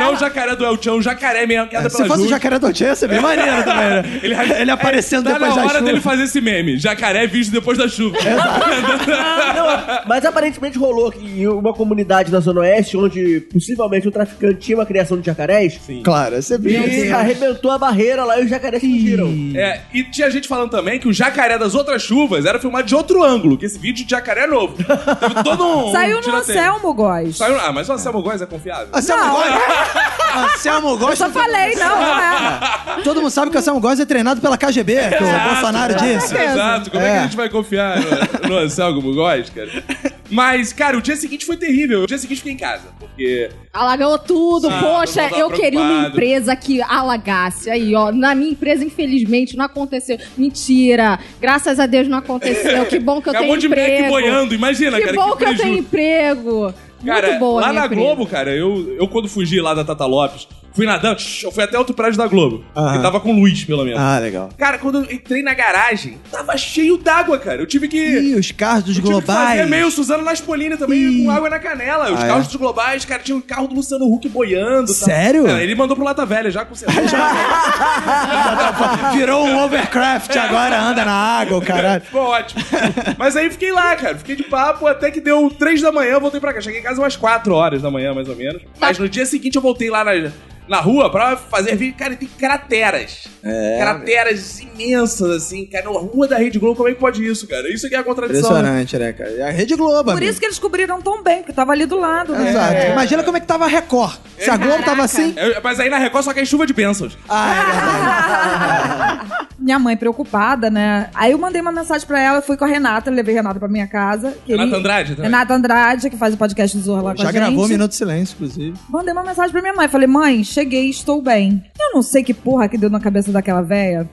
Speaker 4: não o jacaré do El Chan, o jacaré mesmo, que anda
Speaker 3: É, Se
Speaker 4: pela
Speaker 3: fosse o
Speaker 4: Júlia.
Speaker 3: jacaré do Tchê, seria maneiro também, né? Ele, aparecendo
Speaker 4: tá
Speaker 3: depois
Speaker 4: na
Speaker 3: da
Speaker 4: hora
Speaker 3: chuva.
Speaker 4: dele fazer esse meme. Jacaré visto depois da chuva.
Speaker 6: Não, mas aparentemente rolou aqui em uma comunidade na Zona Oeste, onde possivelmente um traficante tinha uma criação de jacarés. Sim.
Speaker 3: Claro, é sempre
Speaker 6: E arrebentou a barreira lá e os jacarés fugiram.
Speaker 4: É, e tinha gente falando também que o jacaré das outras chuvas era filmado de outro ângulo, que esse vídeo de jacaré é novo. Teve todo um.
Speaker 5: Saiu
Speaker 4: um
Speaker 5: no
Speaker 4: tiroteio.
Speaker 5: Anselmo Góes.
Speaker 4: Saiu, ah, mas o Anselmo Góes é confiável.
Speaker 3: Anselmo
Speaker 5: Não.
Speaker 3: Góes. Anselmo Góes.
Speaker 5: Eu só falei, não, não é.
Speaker 3: Todo mundo sabe que o Anselmo Góes é treinado pela KGB, que o Bolsonaro disse.
Speaker 4: Exato, como é que
Speaker 3: É.
Speaker 4: a gente vai confiar no, no Anselmo Góes, cara? Mas, cara, o dia seguinte foi terrível. O dia seguinte eu fiquei em casa, porque.
Speaker 2: Alagou tudo.
Speaker 4: Ah,
Speaker 2: Poxa,
Speaker 4: todo mundo
Speaker 2: eu
Speaker 4: tá
Speaker 2: queria uma
Speaker 4: preocupado.
Speaker 2: empresa que alagasse. Aí, ó, na minha empresa, infelizmente, não aconteceu. Mentira. Graças a Deus não aconteceu. Que bom que eu
Speaker 4: acabou
Speaker 2: tenho
Speaker 4: É um de
Speaker 2: emprego.
Speaker 4: moleque boiando, imagina,
Speaker 2: que
Speaker 4: cara.
Speaker 2: bom que, eu
Speaker 4: preju-
Speaker 2: tenho emprego.
Speaker 4: Cara,
Speaker 2: Muito boa a
Speaker 4: lá
Speaker 2: minha
Speaker 4: na
Speaker 2: empresa.
Speaker 4: Globo, cara, eu, eu quando fugi lá da Tata Lopes, fui nadando, tsh, eu fui até outro prédio da Globo.
Speaker 3: Aham.
Speaker 4: Que tava com luz, pelo menos.
Speaker 3: Ah, legal.
Speaker 4: Cara, quando eu entrei na garagem, tava cheio d'água, cara. Eu tive que.
Speaker 3: Ih, os carros dos
Speaker 4: eu tive que
Speaker 3: globais.
Speaker 4: fazer meio Suzano Naspolini também,
Speaker 3: Ih.
Speaker 4: com água na canela. Os
Speaker 3: Ah,
Speaker 4: carros
Speaker 3: é?
Speaker 4: dos globais, cara, tinha o carro do Luciano Huck boiando. tá?
Speaker 3: Sério?
Speaker 4: É, ele mandou pro Lata Velha já com certeza.
Speaker 3: Virou um overcraft, agora anda na água, o caralho.
Speaker 4: Ficou ótimo. Mas aí fiquei lá, cara. Fiquei de papo até que deu três da manhã, eu voltei pra cá. Cheguei em casa umas quatro horas da manhã, mais ou menos. Mas no dia seguinte eu voltei lá na, na rua pra fazer vídeo. Cara, e tem crateras.
Speaker 3: É,
Speaker 4: crateras imensas, assim, cara. Na rua da Rede Globo, como é que pode isso, cara? Isso aqui é a contradição. né?
Speaker 3: Impressionante, né, cara? E a Rede Globo,
Speaker 5: Por
Speaker 3: amigo.
Speaker 5: isso que eles cobriram tão bem, porque tava ali do lado, né?
Speaker 3: Exato. Imagina como é que tava a Record. Se a Globo tava assim...
Speaker 4: É, mas aí na Record só que é chuva de bênçãos.
Speaker 3: Ah, é verdade.
Speaker 5: Minha mãe preocupada, né? Aí eu mandei uma mensagem pra ela, fui com a Renata, levei a Renata pra minha casa. Queria-
Speaker 4: Renata Andrade também.
Speaker 5: Renata Andrade, que faz o podcast do Zorra lá com
Speaker 3: Já
Speaker 5: a gente.
Speaker 3: gravou Minuto de Silêncio, inclusive.
Speaker 5: Mandei uma mensagem pra minha mãe. Falei, mãe, cheguei, estou bem. Eu não sei que porra que deu na cabeça daquela véia.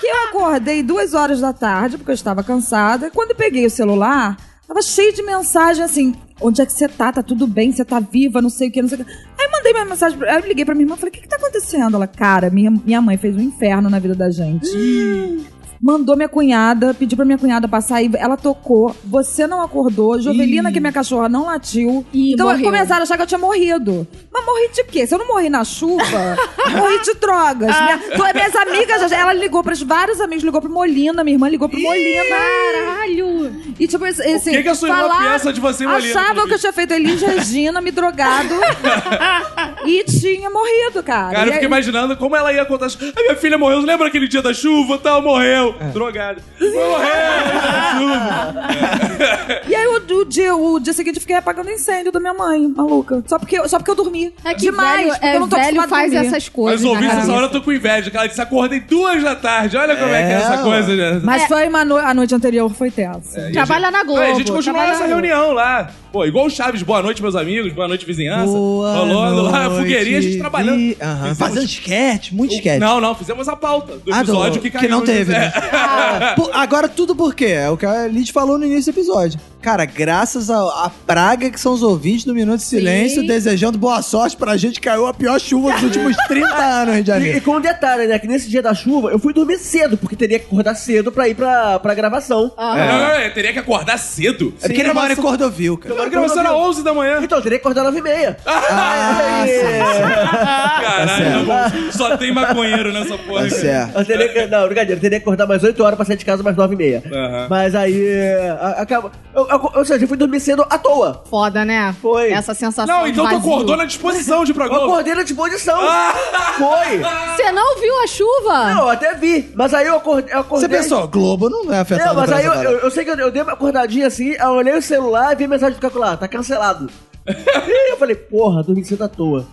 Speaker 5: que eu acordei duas horas da tarde, porque eu estava cansada. E Quando eu peguei o celular, tava cheio de mensagem assim: onde é que você tá? Tá tudo bem? Você tá viva? Não sei o que, não sei o que. Aí mandei uma mensagem, pra- aí eu liguei pra minha irmã falei: o que, que tá acontecendo? Ela, cara, minha, minha mãe fez um inferno na vida da gente. Mandou minha cunhada, pediu pra minha cunhada passar e ela tocou. Você não acordou, Jovelina, que é minha cachorra, não latiu.
Speaker 2: Ih,
Speaker 5: então
Speaker 2: morreu.
Speaker 5: começaram a achar que eu tinha morrido. Mas morri de quê? Se eu não morri na chuva, eu morri de drogas. Minha- to- minhas amigas, já- ela ligou pras vários amigos, ligou pro Molina, minha irmã ligou pro Molina.
Speaker 2: Caralho.
Speaker 5: E tipo, esse.
Speaker 4: Por que, que a sua irmã pensa de você, Molina?
Speaker 5: Achava que eu tinha feito Elis Regina, me drogado. e tinha morrido, cara.
Speaker 4: Cara,
Speaker 5: E
Speaker 4: eu fiquei
Speaker 5: aí-
Speaker 4: imaginando como ela ia contar. A minha filha morreu, lembra aquele dia da chuva? Tal, morreu. Drogada. Morreu!
Speaker 5: E aí, o, o dia, o dia seguinte, eu fiquei apagando incêndio da minha mãe, maluca. Só porque, eu- só porque eu dormi.
Speaker 2: É que
Speaker 5: Demais,
Speaker 2: velho,
Speaker 5: porque
Speaker 2: é,
Speaker 5: eu não tô
Speaker 2: velho
Speaker 5: acostumada
Speaker 2: faz
Speaker 5: a dormir.
Speaker 2: essas coisas. né,
Speaker 4: Mas ouvi
Speaker 2: na
Speaker 4: essa
Speaker 2: cabeça.
Speaker 4: hora, eu tô com inveja. que Ela disse, acordei duas da tarde. Olha como é, que
Speaker 3: É,
Speaker 4: é essa coisa, né?
Speaker 5: Mas foi uma no- a noite anterior, foi tensa.
Speaker 2: Trabalha na Globo.
Speaker 4: Aí a gente continuou
Speaker 2: trabalha
Speaker 4: essa
Speaker 2: na Globo.
Speaker 4: reunião lá. Pô, igual o Chaves, boa noite, meus amigos, boa noite, vizinhança.
Speaker 3: Boa
Speaker 4: Rolando lá,
Speaker 3: noite,
Speaker 4: fogueirinha, a gente trabalhando. um
Speaker 3: vi- Aham.
Speaker 4: Fizemos-
Speaker 3: Fazendo esquete, muito esquete.
Speaker 4: Não, não, fizemos a pauta do
Speaker 3: Ah, do-
Speaker 4: episódio que caiu.
Speaker 3: não
Speaker 4: no-
Speaker 3: teve,
Speaker 4: É.
Speaker 3: né? Pô, agora tudo por quê? É o que a Lid falou no início do episódio. Cara, graças à à praga que são os ouvintes do Minuto de Silêncio,
Speaker 2: Sim.
Speaker 3: desejando boa sorte pra gente, caiu a pior chuva dos últimos 30 anos, Rio de
Speaker 6: E, e
Speaker 3: Janeiro.
Speaker 6: com um detalhe, né? Que nesse dia da chuva eu fui dormir cedo, porque teria que acordar cedo pra ir pra, pra gravação.
Speaker 4: Não,
Speaker 2: Aham.
Speaker 4: não, não, teria que acordar cedo.
Speaker 3: É porque ele mora em Cordovil, cara.
Speaker 4: A gravação era 11 da
Speaker 3: Tá
Speaker 4: manhã.
Speaker 6: Então, eu teria que acordar às 9h30.
Speaker 3: Ah,
Speaker 4: Caralho, irmão, só tem maconheiro nessa porra.
Speaker 3: Tá
Speaker 4: cara.
Speaker 3: certo.
Speaker 6: Eu teria que, não, brincadeira, eu teria que acordar mais 8 horas pra sair de casa mais 9 e meia.
Speaker 4: Aham.
Speaker 6: Mas aí. a- Acaba. Eu, eu, ou seja, eu fui dormir cedo à toa.
Speaker 2: Foda, né?
Speaker 6: Foi.
Speaker 2: Essa sensação
Speaker 4: Não, então
Speaker 2: de
Speaker 4: tu
Speaker 2: vazio.
Speaker 4: acordou na disposição de ir pra
Speaker 6: Eu
Speaker 4: Globo.
Speaker 6: acordei na disposição.
Speaker 4: Ah!
Speaker 6: Foi.
Speaker 2: Você não viu a chuva?
Speaker 6: Não, eu até vi. Mas aí eu acordei. Eu
Speaker 3: Você
Speaker 6: acordei
Speaker 3: pensou, Globo não é afetado
Speaker 6: Não, mas
Speaker 3: pela
Speaker 6: aí eu,
Speaker 3: essa parada.
Speaker 6: eu, eu sei que eu, eu dei uma acordadinha assim, aí eu olhei o celular e vi a mensagem do calcular, tá cancelado. e eu falei, porra, dormi cedo à toa.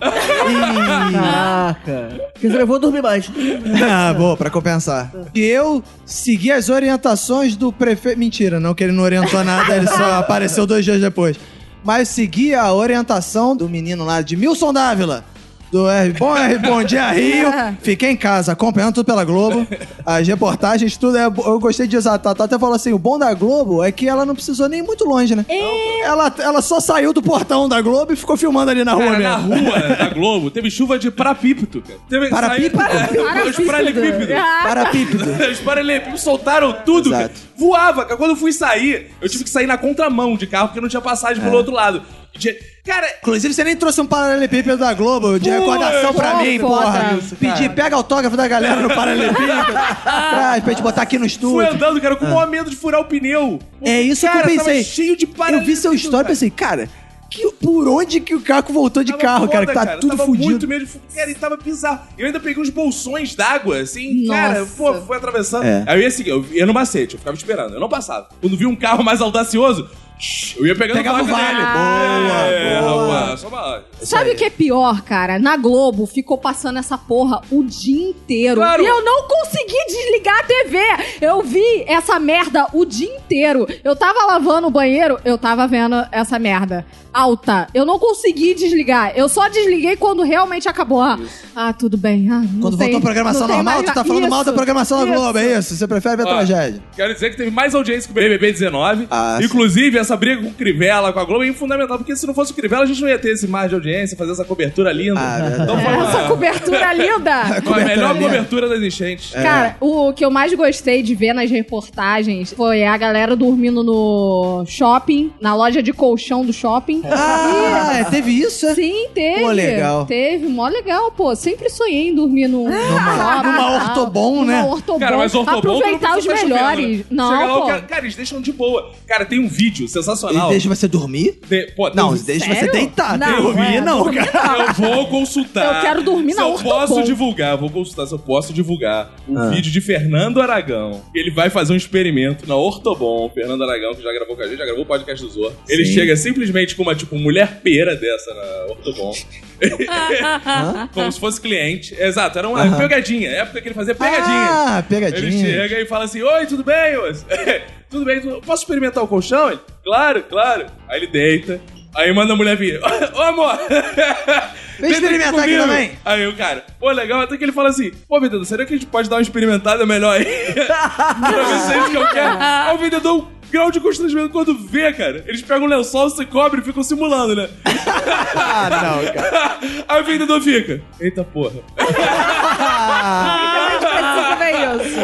Speaker 6: Caraca. Quer dizer, eu vou dormir mais.
Speaker 3: Ah, boa, pra compensar. E eu segui as orientações do prefeito. Mentira, não, que ele não orientou nada, ele só apareceu dois dias depois. Mas segui a orientação do menino lá de Milson Dávila. Do R. Bom, R. Bom Dia Rio. Fiquei em casa, acompanhando tudo pela Globo. As reportagens, tudo. é bo- Eu gostei de usar. A Tata até falou assim: o bom da Globo é que ela não precisou nem ir muito longe, né? Ela, ela só saiu do portão da Globo e ficou filmando ali É, na rua
Speaker 4: Cara,
Speaker 3: mesmo.
Speaker 4: na rua da Globo teve chuva de parapípto, cara. Teve
Speaker 3: Parapípedo?
Speaker 4: Saiu... Os paralelepípedos.
Speaker 3: Parapípedo.
Speaker 4: Os paralelepípedos soltaram tudo, cara.
Speaker 3: Exato.
Speaker 4: Voava, cara. Quando eu fui sair, eu tive que sair na contramão de carro, porque não tinha passagem
Speaker 3: Ah.
Speaker 4: pelo outro lado. E tinha- Cara,
Speaker 3: Inclusive, você nem trouxe um paralelepípedo da Globo de
Speaker 4: Pô, é
Speaker 3: recordação pra
Speaker 2: pô,
Speaker 3: mim,
Speaker 2: foda.
Speaker 3: porra. Pedi, pega autógrafo da galera no paralelepípedo. traz pra gente botar aqui no
Speaker 4: fui
Speaker 3: estúdio.
Speaker 4: andando, cara, com o maior medo de furar o pneu.
Speaker 3: Ah. É isso
Speaker 4: cara,
Speaker 3: que eu
Speaker 4: Tava
Speaker 3: pensei.
Speaker 4: cheio de
Speaker 3: eu
Speaker 4: paralelepípedo.
Speaker 3: vi seu story e pensei, cara, que, por onde que o Caco voltou de
Speaker 4: Tava
Speaker 3: carro,
Speaker 4: foda,
Speaker 3: cara? Que tá tudo
Speaker 4: tava
Speaker 3: fudido.
Speaker 4: muito medo de fu- Cara, e tava bizarro. Eu ainda peguei uns bolsões d'água, assim.
Speaker 2: Nossa.
Speaker 4: Cara, pô, fui atravessando.
Speaker 3: É.
Speaker 4: Aí eu ia seguir, eu ia no macete, eu ficava esperando. Eu não passava. Quando vi um carro mais audacioso, Eu ia pegando
Speaker 3: Pegava
Speaker 4: o barco
Speaker 3: o vale.
Speaker 4: dele.
Speaker 3: Boa,
Speaker 4: é,
Speaker 3: boa.
Speaker 4: rapaz, só uma...
Speaker 2: Sabe o que é pior, cara? Na Globo ficou passando essa porra o dia inteiro.
Speaker 4: Claro.
Speaker 2: E eu não consegui desligar a TV. Eu vi essa merda o dia inteiro. Eu tava lavando o banheiro, eu tava vendo essa merda. Alta. Eu não consegui desligar. Eu só desliguei quando realmente acabou. Ah, ah, tudo bem. Ah, não
Speaker 3: Quando
Speaker 2: tem-
Speaker 3: voltou a programação
Speaker 2: não tem
Speaker 3: normal,
Speaker 2: mais-
Speaker 3: tu tá falando mal da
Speaker 2: Isso,
Speaker 3: programação da
Speaker 2: isso.
Speaker 3: Globo, é isso? Você prefere ver
Speaker 4: Ó,
Speaker 3: tragédia.
Speaker 4: Quero dizer que teve mais audiência que o BBB 19.
Speaker 3: Ah,
Speaker 4: Inclusive, essa briga com o Crivella, com a Globo, é fundamental, porque se não fosse o Crivella, a gente não ia ter esse mar de audiência, fazer essa cobertura linda.
Speaker 3: Ah, verdade.
Speaker 4: então foi uma,
Speaker 2: É, Essa cobertura
Speaker 3: É
Speaker 2: linda.
Speaker 4: uma melhor
Speaker 3: linda.
Speaker 4: cobertura das enchentes.
Speaker 3: É.
Speaker 2: Cara, o que eu mais gostei de ver nas reportagens foi a galera dormindo no shopping, na loja de colchão do shopping.
Speaker 3: Ah, é, teve isso, é?
Speaker 2: Sim, teve.
Speaker 3: Pô, legal.
Speaker 2: Teve, mó legal, pô. Sempre sonhei em dormir num.
Speaker 3: Numa-
Speaker 2: shopping e
Speaker 3: numa
Speaker 2: tal.
Speaker 3: Ortobon,
Speaker 2: Numa
Speaker 3: né?
Speaker 2: Ortobon.
Speaker 4: Cara, mas o Ortobon, tu não
Speaker 2: Aproveitar os
Speaker 4: precisa estar
Speaker 2: melhores.
Speaker 4: chovendo, né?
Speaker 2: Não,
Speaker 4: Chega lá,
Speaker 2: pô.
Speaker 4: o cara, cara, eles deixam de boa. Cara, tem um vídeo sensacional.
Speaker 3: E deixa você dormir?
Speaker 4: De- pô, tem
Speaker 3: Não,
Speaker 4: um-
Speaker 3: deixa você
Speaker 2: Sério?
Speaker 3: deitar.
Speaker 5: Não,
Speaker 3: dormir
Speaker 5: é,
Speaker 3: não, cara.
Speaker 4: Eu vou consultar.
Speaker 2: Eu quero dormir
Speaker 4: se
Speaker 2: na
Speaker 4: eu
Speaker 2: Ortobon.
Speaker 4: posso divulgar, vou consultar se eu posso divulgar o
Speaker 3: Ah.
Speaker 4: vídeo de Fernando Aragão. Ele vai fazer um experimento na Ortobon. Fernando Aragão, que já gravou com a gente, já gravou o podcast do Zorro. Ele chega simplesmente com uma, tipo, mulher pera dessa na Ortobon. Como se fosse cliente. Exato, era uma
Speaker 3: Aham.
Speaker 4: pegadinha. É Época que ele fazia pegadinha.
Speaker 3: Ah, pegadinha.
Speaker 4: Ele chega e fala assim: Oi, tudo bem? moço? tudo bem? tu- Posso experimentar o colchão? Ele, claro, claro. Aí ele deita. Aí manda a mulher vir: Ô amor! Vem
Speaker 3: experimentar aqui
Speaker 4: comigo."
Speaker 3: também.
Speaker 4: Aí o cara, pô, legal, até que ele fala assim: Pô, vendedor, será que a gente pode dar uma experimentada melhor aí? pra ver se é isso que eu quero. Aí o vendedor, um grau de constrangimento quando vê, cara. Eles pegam um lençol, se cobrem e ficam simulando, né?
Speaker 3: Ah, não, cara.
Speaker 4: aí o vendedor fica: Eita porra.
Speaker 5: A gente precisa ver isso.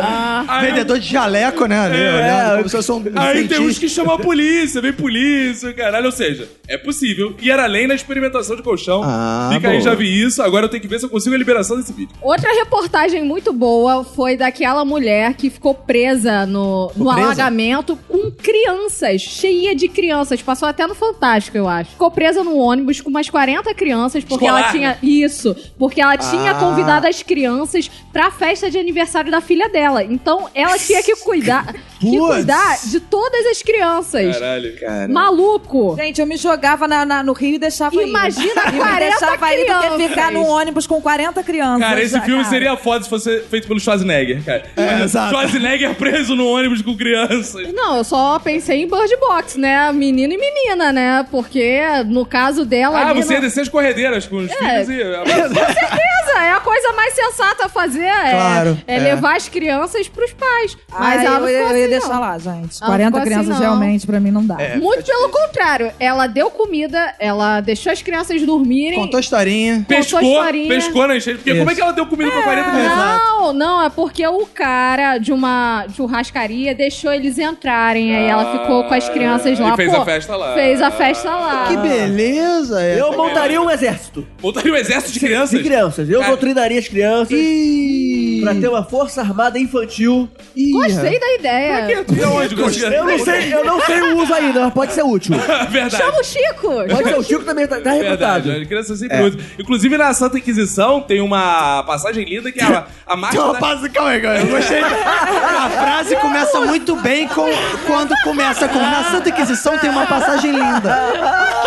Speaker 4: Aí o
Speaker 3: Vendedor de jaleco, né? Ali, olhando, como se fosse um um
Speaker 4: É, Aí tem uns
Speaker 3: cientista.
Speaker 4: que chamam a polícia, vem polícia, caralho. Ou seja, é possível. E era além da experimentação de colchão.
Speaker 3: Ah,
Speaker 4: Fica aí,
Speaker 3: boa.
Speaker 4: já vi isso. Agora eu tenho que ver se eu consigo a liberação desse vídeo.
Speaker 2: Outra reportagem muito boa foi daquela mulher que ficou presa no, no
Speaker 3: presa?
Speaker 2: alagamento com crianças, cheia de crianças. Passou até no Fantástico, eu acho. Ficou presa num ônibus com umas 40 crianças, porque
Speaker 4: Escolar,
Speaker 2: ela tinha. Isso, porque ela tinha
Speaker 3: Ah.
Speaker 2: convidado as crianças pra festa de aniversário da filha dela. Então ela tinha que cuidar. que
Speaker 3: Putz.
Speaker 2: cuidar de todas as crianças.
Speaker 4: Caralho.
Speaker 3: Cara.
Speaker 2: Maluco!
Speaker 5: Gente, eu me jogava na- na- no rio e deixava ir.
Speaker 2: Imagina
Speaker 5: E me
Speaker 2: 40
Speaker 5: deixava ir do que
Speaker 2: crianças.
Speaker 5: ficar num ônibus com 40 crianças.
Speaker 4: Cara, esse filme
Speaker 5: é, cara.
Speaker 4: seria foda se fosse feito pelo Schwarzenegger, cara.
Speaker 3: É, exato.
Speaker 4: Schwarzenegger preso no ônibus com crianças.
Speaker 2: Não, eu só pensei em Bird Box, né? Menino e menina, né? Porque no caso dela.
Speaker 4: Ah,
Speaker 2: ali
Speaker 4: você ia
Speaker 2: não...
Speaker 4: descer as corredeiras com os filhos e. ah,
Speaker 2: Beleza, é a coisa mais sensata a fazer. É,
Speaker 3: Claro,
Speaker 2: é
Speaker 3: é.
Speaker 2: levar as crianças pros pais. Mas
Speaker 5: Ai,
Speaker 2: ela
Speaker 5: Ah, eu,
Speaker 2: não
Speaker 5: eu
Speaker 2: ficou
Speaker 5: ia
Speaker 2: assim,
Speaker 5: deixar É,
Speaker 2: não.
Speaker 5: lá, gente.
Speaker 2: Ela
Speaker 5: 40
Speaker 2: ficou assim,
Speaker 5: crianças
Speaker 2: não.
Speaker 5: realmente pra mim não dá.
Speaker 4: É.
Speaker 2: Muito pelo contrário, ela deu comida, ela deixou as crianças dormirem.
Speaker 3: Contou a historinha.
Speaker 4: Pescou,
Speaker 2: historinha.
Speaker 4: pescou na enchente. Porque
Speaker 3: Isso.
Speaker 4: como é que ela deu comida pra 40 crianças?
Speaker 2: Não, não, é porque o cara de uma churrascaria deixou eles entrarem. aí ela ficou com as crianças lá.
Speaker 4: Ah, E fez
Speaker 2: Pô,
Speaker 4: a festa lá.
Speaker 2: Fez a festa lá.
Speaker 3: Que beleza. É.
Speaker 6: Ah. Eu montaria um exército
Speaker 4: Montaria um exército de crianças.
Speaker 6: de crianças. Eu
Speaker 4: Cara.
Speaker 6: doutrinaria as crianças
Speaker 3: Ih,
Speaker 6: pra ter um uma força armada infantil.
Speaker 3: ih,
Speaker 2: Gostei da
Speaker 4: Pra
Speaker 2: ideia.
Speaker 4: quê? Tu ia onde?
Speaker 6: Eu não sei, eu não sei o uso ainda, mas pode ser útil.
Speaker 4: É Verdade.
Speaker 2: Chama o Chico!
Speaker 6: Pode ser, o Chico também tá, tá
Speaker 3: É
Speaker 4: É Verdade,
Speaker 6: reputado.
Speaker 4: as crianças sempre usam. Inclusive, na Santa Inquisição tem uma passagem linda que é a, a marcha
Speaker 3: Então,
Speaker 4: da...
Speaker 3: rapaz, calma aí, calma aí. Eu gostei. A frase começa muito bem com, quando começa com Na Santa Inquisição tem uma passagem linda.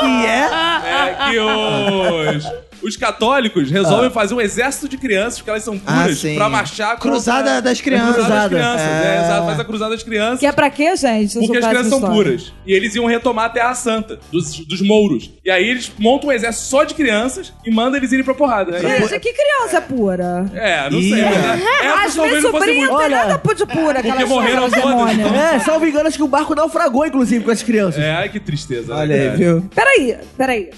Speaker 3: Que é.
Speaker 4: é, que os, os católicos resolvem fazer um exército de crianças, porque elas são puras,
Speaker 3: Ah. sim.
Speaker 4: pra marchar contra-
Speaker 3: Cruzada das crianças.
Speaker 4: Cruzada das
Speaker 3: Cruzada.
Speaker 4: crianças, é,
Speaker 3: É.
Speaker 4: exato. Faz a cruzada das crianças.
Speaker 5: Que é pra quê, gente? Eu sou
Speaker 4: Porque as
Speaker 5: péssima
Speaker 4: crianças são
Speaker 5: história.
Speaker 4: puras. E eles iam retomar a Terra Santa, dos, dos mouros. E aí eles montam um exército só de crianças e mandam eles irem pra porrada. Aí-
Speaker 5: Gente, que criança é pura?
Speaker 4: é, não sei.
Speaker 3: Ih.
Speaker 4: Mas, essas
Speaker 5: Às
Speaker 4: talvez
Speaker 5: vezes
Speaker 4: não fossem
Speaker 5: sobrinho
Speaker 4: muito.
Speaker 5: não tem
Speaker 6: Olha,
Speaker 5: nada pu- de pura. aquelas
Speaker 4: morreram
Speaker 5: coisas,
Speaker 4: todas,
Speaker 5: demônio. né?
Speaker 4: então.
Speaker 6: É, salvo engano, acho que o barco naufragou, inclusive, com as crianças.
Speaker 4: É, ai que tristeza. né,
Speaker 3: Olha aí,
Speaker 4: cara?
Speaker 3: viu?
Speaker 5: Peraí, peraí.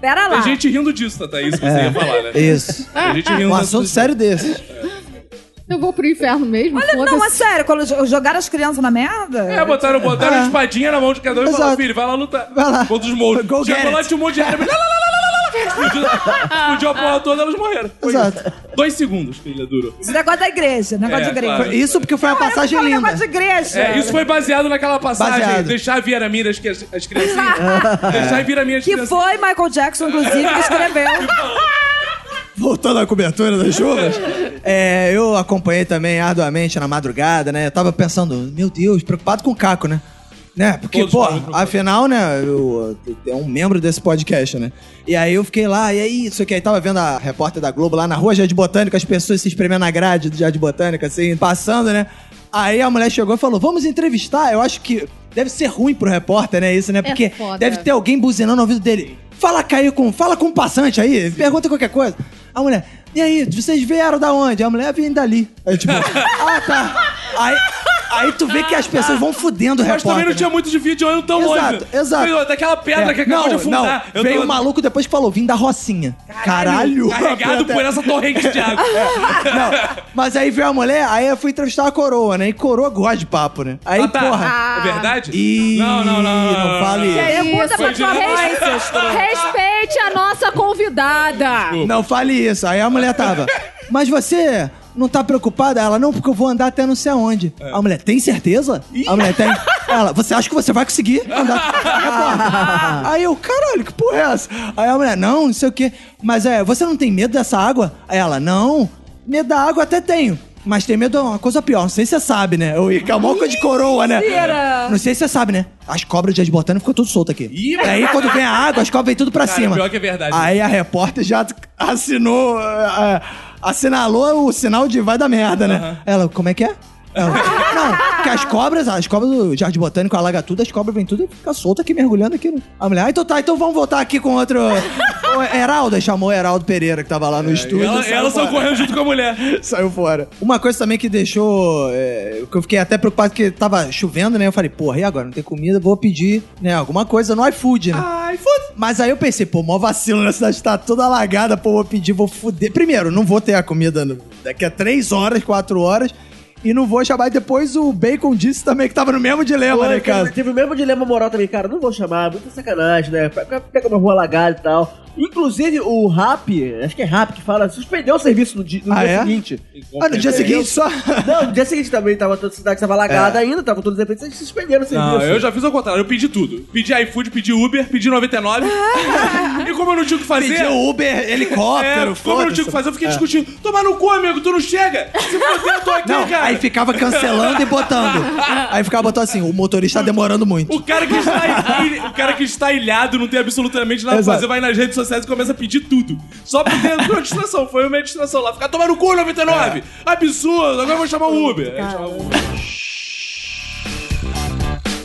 Speaker 5: Pera lá.
Speaker 4: Tem É. gente rindo disso, Tata, isso que você ia falar, né?
Speaker 3: Isso.
Speaker 4: Tem gente rindo
Speaker 3: Um
Speaker 4: disso.
Speaker 3: É. assunto sério desse.
Speaker 2: Eu vou pro inferno mesmo.
Speaker 5: Olha, não, é
Speaker 2: foda-se.
Speaker 5: sério, quando jo- jogaram as crianças na merda?
Speaker 4: É, botaram, botaram
Speaker 3: É.
Speaker 4: uma espadinha na mão de cada um e
Speaker 3: Exato.
Speaker 4: falaram, filho, vai lá lutar.
Speaker 3: Vai lá.
Speaker 4: Contra os mouros.
Speaker 3: Go
Speaker 4: Chegou
Speaker 3: get
Speaker 4: lá,
Speaker 3: it.
Speaker 4: tinha um monte de área. Lá, lá, lá, lá, lá, lá. Explodiu, explodiu a porra toda, elas morreram. Foi
Speaker 3: Exato.
Speaker 4: isso. Dois segundos que ele durou.
Speaker 5: Esse negócio da igreja, negócio
Speaker 4: É,
Speaker 5: de igreja.
Speaker 4: claro.
Speaker 3: Isso porque foi uma passagem
Speaker 5: Fala
Speaker 3: linda.
Speaker 5: negócio de igreja.
Speaker 4: É, isso foi baseado naquela passagem,
Speaker 3: Baseado. É.
Speaker 4: deixar vir a mira as, cri- as criancinhas. deixar vir a mira as
Speaker 5: Que
Speaker 4: criancinhas.
Speaker 5: foi Michael Jackson, inclusive, que escreveu.
Speaker 3: Voltando à cobertura das chuvas, é, eu acompanhei também arduamente na madrugada, né? Eu tava pensando, meu Deus, preocupado com o Caco, né? Né? Porque,
Speaker 4: Todos
Speaker 3: pô,
Speaker 4: ficaram preocupados.
Speaker 3: afinal, né, eu, é um membro desse podcast, né? E aí eu fiquei lá, e aí, isso que aí tava vendo a repórter da Globo lá na rua Jardim Botânica, as pessoas se espremendo na grade do Jardim Botânica, assim, passando, né? Aí a mulher chegou e falou: vamos entrevistar. Eu acho que deve ser ruim pro repórter, né? Isso, né? Porque
Speaker 2: foda.
Speaker 3: deve ter alguém buzinando no ouvido dele. Fala, Caio, com, fala com um passante aí, pergunta qualquer coisa. A mulher, e aí, vocês vieram da onde? A mulher vem dali. Aí, tipo, ah, tá. Aí, aí tu vê que as pessoas vão fudendo o
Speaker 4: Mas
Speaker 3: repórter.
Speaker 4: também não tinha
Speaker 3: né?
Speaker 4: muito de vídeo, eu não tão
Speaker 3: Exato,
Speaker 4: longe.
Speaker 3: exato.
Speaker 4: Foi Daquela pedra
Speaker 3: É,
Speaker 4: que acabou
Speaker 3: não,
Speaker 4: de afundar.
Speaker 3: Não,
Speaker 4: Eu
Speaker 3: veio
Speaker 4: tô
Speaker 3: um maluco depois que falou, vim da Rocinha. Caralho!
Speaker 4: Carregado por essa torrente de água.
Speaker 3: É. Não, mas aí veio a mulher, aí eu fui entrevistar a coroa, né? E coroa gosta de papo, né? Aí,
Speaker 4: Ah, tá.
Speaker 3: porra.
Speaker 4: É verdade?
Speaker 3: Ih,
Speaker 4: não, não, não.
Speaker 3: não fale isso.
Speaker 2: É isso,
Speaker 4: Foi de novo.
Speaker 2: Respeite a nossa convidada.
Speaker 3: Não fale isso. Aí a mulher tava. Mas você não tá preocupada? Ela, não, porque eu vou andar até não sei aonde.
Speaker 4: É.
Speaker 3: A mulher, tem certeza? A mulher tem. Ela, você acha que você vai conseguir andar? É, porra. Aí eu, caralho, que porra é essa? Aí a mulher, não, não sei o quê. Mas é, você não tem medo dessa água? Aí ela, não, medo da água até tenho. Mas tem medo é uma coisa pior, não sei se você sabe, né? Eu ia que é uma coisa de coroa, né? Não sei se você sabe, né? As cobras de Asbotânia ficam tudo soltas aqui.
Speaker 4: Ih,
Speaker 3: E aí, quando vem a água, as cobras vêm tudo pra
Speaker 4: Cara,
Speaker 3: cima.
Speaker 4: pior que é verdade.
Speaker 3: Aí a repórter já assinou, eh, eh, assinalou o sinal de vai dar merda, né? Ela, como é que é? Ela, não, que as cobras, as cobras do Jardim Botânico alaga tudo, as cobras vêm tudo e fica solta aqui, mergulhando aqui. né? A mulher, ah, então tá, então vamos voltar aqui com outro... o Heraldo, chamou o Heraldo Pereira, que tava lá no estúdio.
Speaker 4: É, Ela,
Speaker 3: saiu
Speaker 4: elas
Speaker 3: fora.
Speaker 4: estão correndo junto com a mulher.
Speaker 3: Saiu fora. Uma coisa também que deixou. é, que eu fiquei até preocupado que tava chovendo, né? Eu falei, porra, e agora? Não tem comida, vou pedir, né? Alguma coisa no iFood, né?
Speaker 4: Ah,
Speaker 3: iFood! Mas aí eu pensei, pô, mó vacilo, né? A cidade tá toda alagada, pô, vou pedir, vou fuder. Primeiro, não vou ter a comida no- daqui a três horas, quatro horas. E não vou chamar. E depois o Bacon disse também que tava no mesmo dilema,
Speaker 6: Pô,
Speaker 4: é
Speaker 3: né,
Speaker 6: teve-
Speaker 3: cara?
Speaker 6: Teve o mesmo dilema moral também, cara. Não vou chamar, muita sacanagem, né? Pega pega uma rua alagada e tal. Inclusive, o Rap, acho que é Rap que fala, suspendeu o serviço no, di- no
Speaker 3: Ah,
Speaker 6: dia
Speaker 3: é?
Speaker 6: seguinte.
Speaker 3: Ah, no dia seguinte só.
Speaker 6: Não, no dia seguinte também tava toda a cidade tava alagada ainda, tava todos os eventos, eles suspenderam o serviço.
Speaker 4: É. Não, eu já fiz ao contrário. Eu pedi tudo. Pedi iFood, pedi Uber, pedi 99. e como eu não tinha o que fazer...
Speaker 3: Pediu Uber, helicóptero,
Speaker 4: É, como eu não tinha o
Speaker 3: foda-se.
Speaker 4: que fazer, eu fiquei discutindo. Tomar no cu, amigo, tu não chega! Se fuder, eu tô aqui,
Speaker 3: Não,
Speaker 4: cara!
Speaker 3: aí ficava cancelando e botando. Aí ficava botando assim, o motorista tá demorando muito.
Speaker 4: O cara, que está, il- o cara que está ilhado, não tem absolutamente nada pra
Speaker 3: Exato.
Speaker 4: fazer, vai nas redes sociais e começa a pedir tudo. Só pra ter uma distração. Foi uma distração lá. Ficar tomar no cu
Speaker 3: É.
Speaker 4: 99! Absurdo! Agora eu vou chamar o Uber. Aí eu chamava o Uber.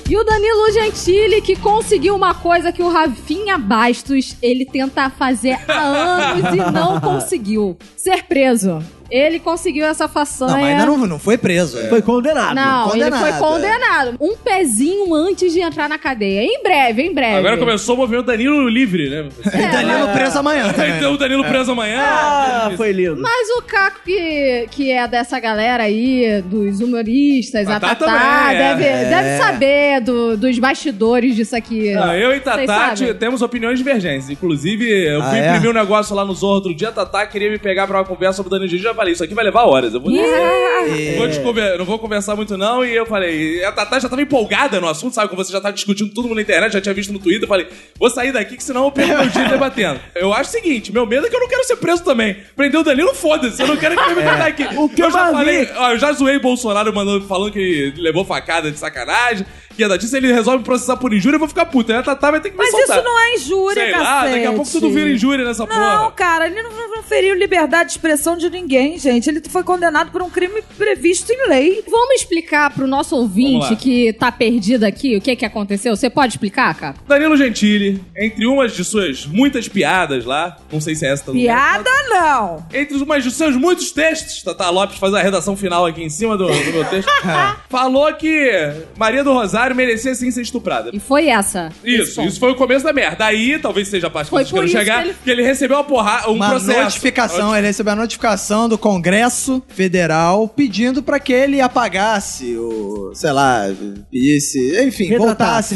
Speaker 2: E o Danilo Gentili, que conseguiu uma coisa que o Rafinha Bastos, ele tenta fazer há anos e não conseguiu. Ser preso. Ele conseguiu essa façanha.
Speaker 3: Não, mas ainda não, não é. foi preso.
Speaker 6: Foi condenado.
Speaker 2: Não, ele
Speaker 3: Condenado, é.
Speaker 2: foi condenado. Um pezinho antes de entrar na cadeia. Em breve, em breve.
Speaker 4: Agora começou o movimento Danilo livre, né?
Speaker 3: E Danilo preso amanhã também.
Speaker 4: Então o Danilo
Speaker 6: É.
Speaker 4: preso amanhã.
Speaker 6: Ah, foi lindo.
Speaker 2: Mas o Caco, que, que é dessa galera aí, dos humoristas,
Speaker 4: A
Speaker 2: a
Speaker 4: Tatá
Speaker 2: Tatá,
Speaker 4: também, é.
Speaker 2: deve, deve saber do- dos bastidores disso aqui.
Speaker 4: Ah, eu e
Speaker 2: Vocês
Speaker 4: Tatá
Speaker 2: sabem?
Speaker 4: te- temos opiniões divergentes. Inclusive, eu
Speaker 3: Ah,
Speaker 4: fui
Speaker 3: é?
Speaker 4: imprimir um negócio lá no Zorro outro dia, a Tatá queria me pegar pra uma conversa sobre o Danilo Gentili. Eu falei, isso aqui vai levar horas. Eu vou
Speaker 6: É.
Speaker 4: Não vou te conver- não vou conversar muito, não. E eu falei, e a Tatá já tava empolgada no assunto, sabe? Como você já tava discutindo todo mundo na internet, já tinha visto no Twitter. Eu falei, vou sair daqui que senão eu perco meu dia debatendo. Eu acho o seguinte: meu medo é que eu não quero ser preso também. Prender o Danilo, foda-se, eu não quero que ele me pegar aqui.
Speaker 6: É. O que
Speaker 4: eu
Speaker 6: eu
Speaker 4: já
Speaker 6: mais
Speaker 4: falei,
Speaker 6: vi-
Speaker 4: ó, eu já zoei Bolsonaro mandando, falando que levou facada de sacanagem. Que é da se ele resolve me processar por injúria, eu vou ficar puta. Aí a Tatá vai ter que me
Speaker 5: Mas
Speaker 4: soltar.
Speaker 5: isso não é injúria,
Speaker 4: tá Sei
Speaker 5: cacete.
Speaker 4: lá, daqui a pouco tudo vira injúria nessa
Speaker 5: Não,
Speaker 4: porra.
Speaker 5: cara, ele não, não feriu liberdade de expressão de ninguém, gente. Ele foi condenado por um crime previsto em lei.
Speaker 2: Vamos explicar pro nosso
Speaker 4: Vamos lá.
Speaker 2: ouvinte que tá perdido aqui o que que aconteceu? Você pode explicar, Caco?
Speaker 4: Danilo Gentili, entre umas de suas muitas piadas lá, não sei se é essa também.
Speaker 5: Piada não.
Speaker 4: entre umas dos seus muitos textos, Tata Lopes faz a redação final aqui em cima do, do meu texto,
Speaker 3: Ah.
Speaker 4: falou que Maria do Rosário merecia sim ser estuprada.
Speaker 2: E foi essa. esse
Speaker 4: Isso,
Speaker 2: ponto.
Speaker 4: isso foi o começo da merda. Aí, talvez seja a parte que
Speaker 2: Foi
Speaker 4: vocês queiram
Speaker 2: por isso
Speaker 4: chegar,
Speaker 2: que ele-
Speaker 4: que ele recebeu uma porra, um
Speaker 3: Uma
Speaker 4: processo.
Speaker 3: notificação, ele recebeu a notificação do Congresso Federal pedindo pra que ele apagasse, ou sei lá, pedisse, enfim,
Speaker 6: Retratasse.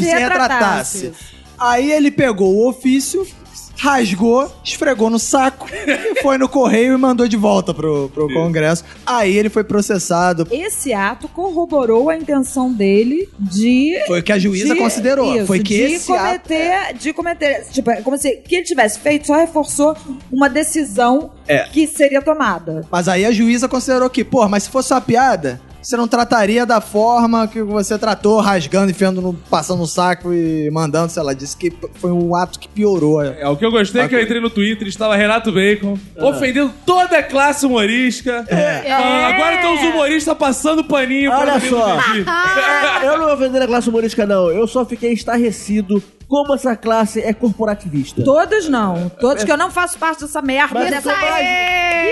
Speaker 3: voltasse, se
Speaker 5: Se retratasse.
Speaker 3: retratasse. Aí ele pegou o ofício, rasgou, esfregou no saco e foi no correio e mandou de volta pro, pro Congresso. Aí ele foi processado.
Speaker 5: Esse ato corroborou a intenção dele de
Speaker 3: Foi o que a juíza
Speaker 5: de-
Speaker 3: considerou.
Speaker 5: isso,
Speaker 3: foi que
Speaker 5: de
Speaker 3: esse ato...
Speaker 5: cometer, de cometer, tipo, é como se o que ele tivesse feito só reforçou uma decisão
Speaker 4: É.
Speaker 5: que seria tomada.
Speaker 3: Mas aí a juíza considerou que, pô, mas se fosse uma piada, você não trataria da forma que você tratou, rasgando, enfiando, no, passando no saco e mandando, sei lá, disse que p- foi um ato que piorou.
Speaker 4: É, o que eu gostei é que eu entrei no Twitter e estava Renato Bacon ofendendo toda a classe humorística.
Speaker 5: É.
Speaker 4: Ah, agora estão os humoristas passando paninho
Speaker 6: Olha
Speaker 4: pra
Speaker 6: só.
Speaker 4: Vivi.
Speaker 6: Eu não vou vender a classe humorística, não. Eu só fiquei estarrecido como essa classe é corporativista.
Speaker 5: Todos não. Todos que eu não faço parte dessa merda.
Speaker 6: Mas
Speaker 5: dessa
Speaker 6: isso aí!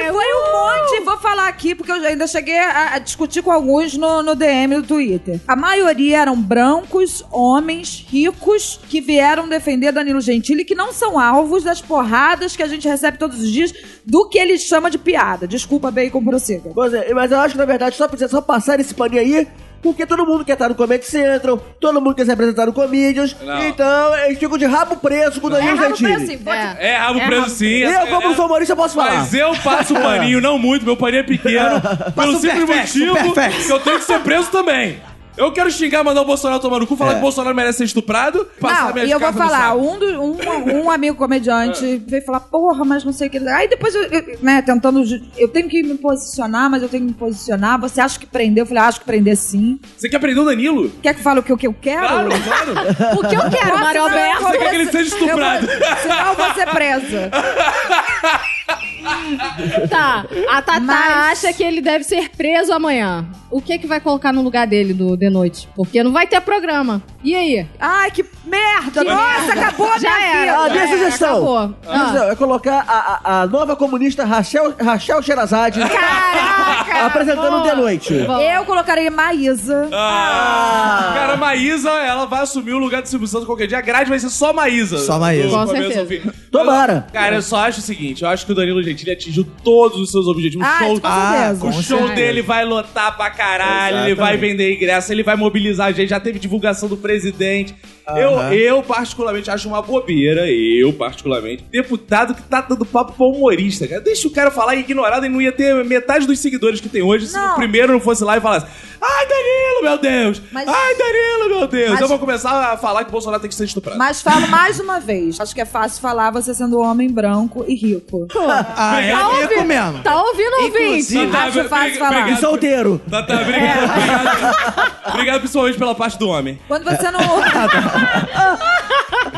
Speaker 5: E foi um monte, vou falar aqui, porque eu ainda cheguei a, a discutir com alguns no, no DM do Twitter. A maioria eram brancos, homens, ricos, que vieram defender Danilo Gentili, que não são alvos das porradas que a gente recebe todos os dias do que ele chama de piada. Desculpa, Bacon, prossiga.
Speaker 6: Pois é, mas eu acho que na verdade só precisa só passar esse paninho aí, porque todo mundo quer estar no Comedy Central, todo mundo quer se apresentar no Comedians,
Speaker 4: Não.
Speaker 6: então eles ficam de rabo preso com o Danilo
Speaker 5: Errado pra
Speaker 6: Gentili.
Speaker 5: assim, pode-
Speaker 4: É, rabo
Speaker 2: É,
Speaker 4: preso
Speaker 2: rabo
Speaker 4: sim.
Speaker 6: E
Speaker 4: essa
Speaker 6: eu, como
Speaker 4: galera-
Speaker 6: sou humorista, posso falar.
Speaker 4: Mas eu passo paninho, não muito, meu paninho é pequeno, pelo
Speaker 3: um
Speaker 4: simples
Speaker 3: perfex, um
Speaker 4: motivo
Speaker 3: perfex.
Speaker 4: que eu tenho que ser preso também. Eu quero xingar, mandar o Bolsonaro tomar no cu, falar que o Bolsonaro merece ser estuprado, passar
Speaker 5: Não,
Speaker 4: minhas
Speaker 5: e eu vou
Speaker 4: cartas no
Speaker 5: falar,
Speaker 4: saco.
Speaker 5: um, do- um, um amigo comediante veio falar, porra, mas não sei o que. Aí depois, eu, eu, né, tentando. ju- Eu tenho que me posicionar, mas eu tenho que me posicionar. Você acha que prendeu? Eu falei, acho que prender sim.
Speaker 4: Você quer prender o Danilo?
Speaker 5: Quer que fale o que, o que eu quero?
Speaker 4: Claro, claro.
Speaker 2: O que eu quero, Mário
Speaker 5: Senão eu
Speaker 2: Alberto?
Speaker 5: vou-
Speaker 4: Você quer que ele seja estuprado.
Speaker 5: Eu vou- Senão eu vou ser presa.
Speaker 2: Tá. A Tatá
Speaker 5: Mas-
Speaker 2: acha que ele deve ser preso amanhã. O que que vai colocar no lugar dele do de noite? Porque não vai ter programa. E aí?
Speaker 5: Ai, que merda! Nossa, acabou a
Speaker 2: Já
Speaker 5: minha
Speaker 2: era.
Speaker 6: Ah,
Speaker 5: vida.
Speaker 6: minha
Speaker 2: É,
Speaker 6: sugestão.
Speaker 2: acabou.
Speaker 6: Minha
Speaker 2: Ah.
Speaker 6: sugestão é colocar a, a- a nova comunista Rachel, Rachel Sherazade
Speaker 5: Caraca!
Speaker 6: apresentando
Speaker 2: boa.
Speaker 6: de noite.
Speaker 2: Bom,
Speaker 5: Ah, Eu colocarei Maísa.
Speaker 4: Ah, Cara, a Maísa, ela vai assumir o lugar do Silvio Santos qualquer dia. A grade vai ser só Maísa.
Speaker 3: Só Maísa.
Speaker 4: Do
Speaker 2: Com
Speaker 4: começo ao
Speaker 2: certeza.
Speaker 4: fim.
Speaker 6: Tomara.
Speaker 4: Cara, eu só acho o seguinte: eu acho que o Danilo Gentili atingiu todos os seus objetivos.
Speaker 5: Ah,
Speaker 4: o show,
Speaker 5: isso com certeza.
Speaker 4: o show dele vai lotar pra caralho, ele vai vender ingresso, ele vai mobilizar a gente. Já teve divulgação do presidente. Eu, eu, particularmente, acho uma bobeira. Eu, particularmente. Deputado que tá dando papo pra humorista, cara. Deixa o cara falar ignorado e não ia ter metade dos seguidores que tem hoje se
Speaker 5: Não.
Speaker 4: o primeiro não fosse lá e falasse: Ai, Danilo, meu Deus!
Speaker 5: Mas-
Speaker 4: Ai, Danilo, meu Deus!
Speaker 5: Mas-
Speaker 4: Eu vou começar a falar que o Bolsonaro tem que ser estuprado.
Speaker 5: Mas falo mais uma vez. Acho que é fácil falar você sendo homem branco e rico.
Speaker 3: Ah, é
Speaker 2: Tá
Speaker 3: rico
Speaker 2: ouvindo?
Speaker 3: mesmo.
Speaker 2: Tá ouvindo, ouvinte?
Speaker 3: Inclusive-
Speaker 5: acho
Speaker 4: obri-
Speaker 5: tá fácil falar.
Speaker 6: E solteiro.
Speaker 4: Tá, tá, obrigado. Obrigado, obrigado principalmente pela parte do homem.
Speaker 5: Quando você não.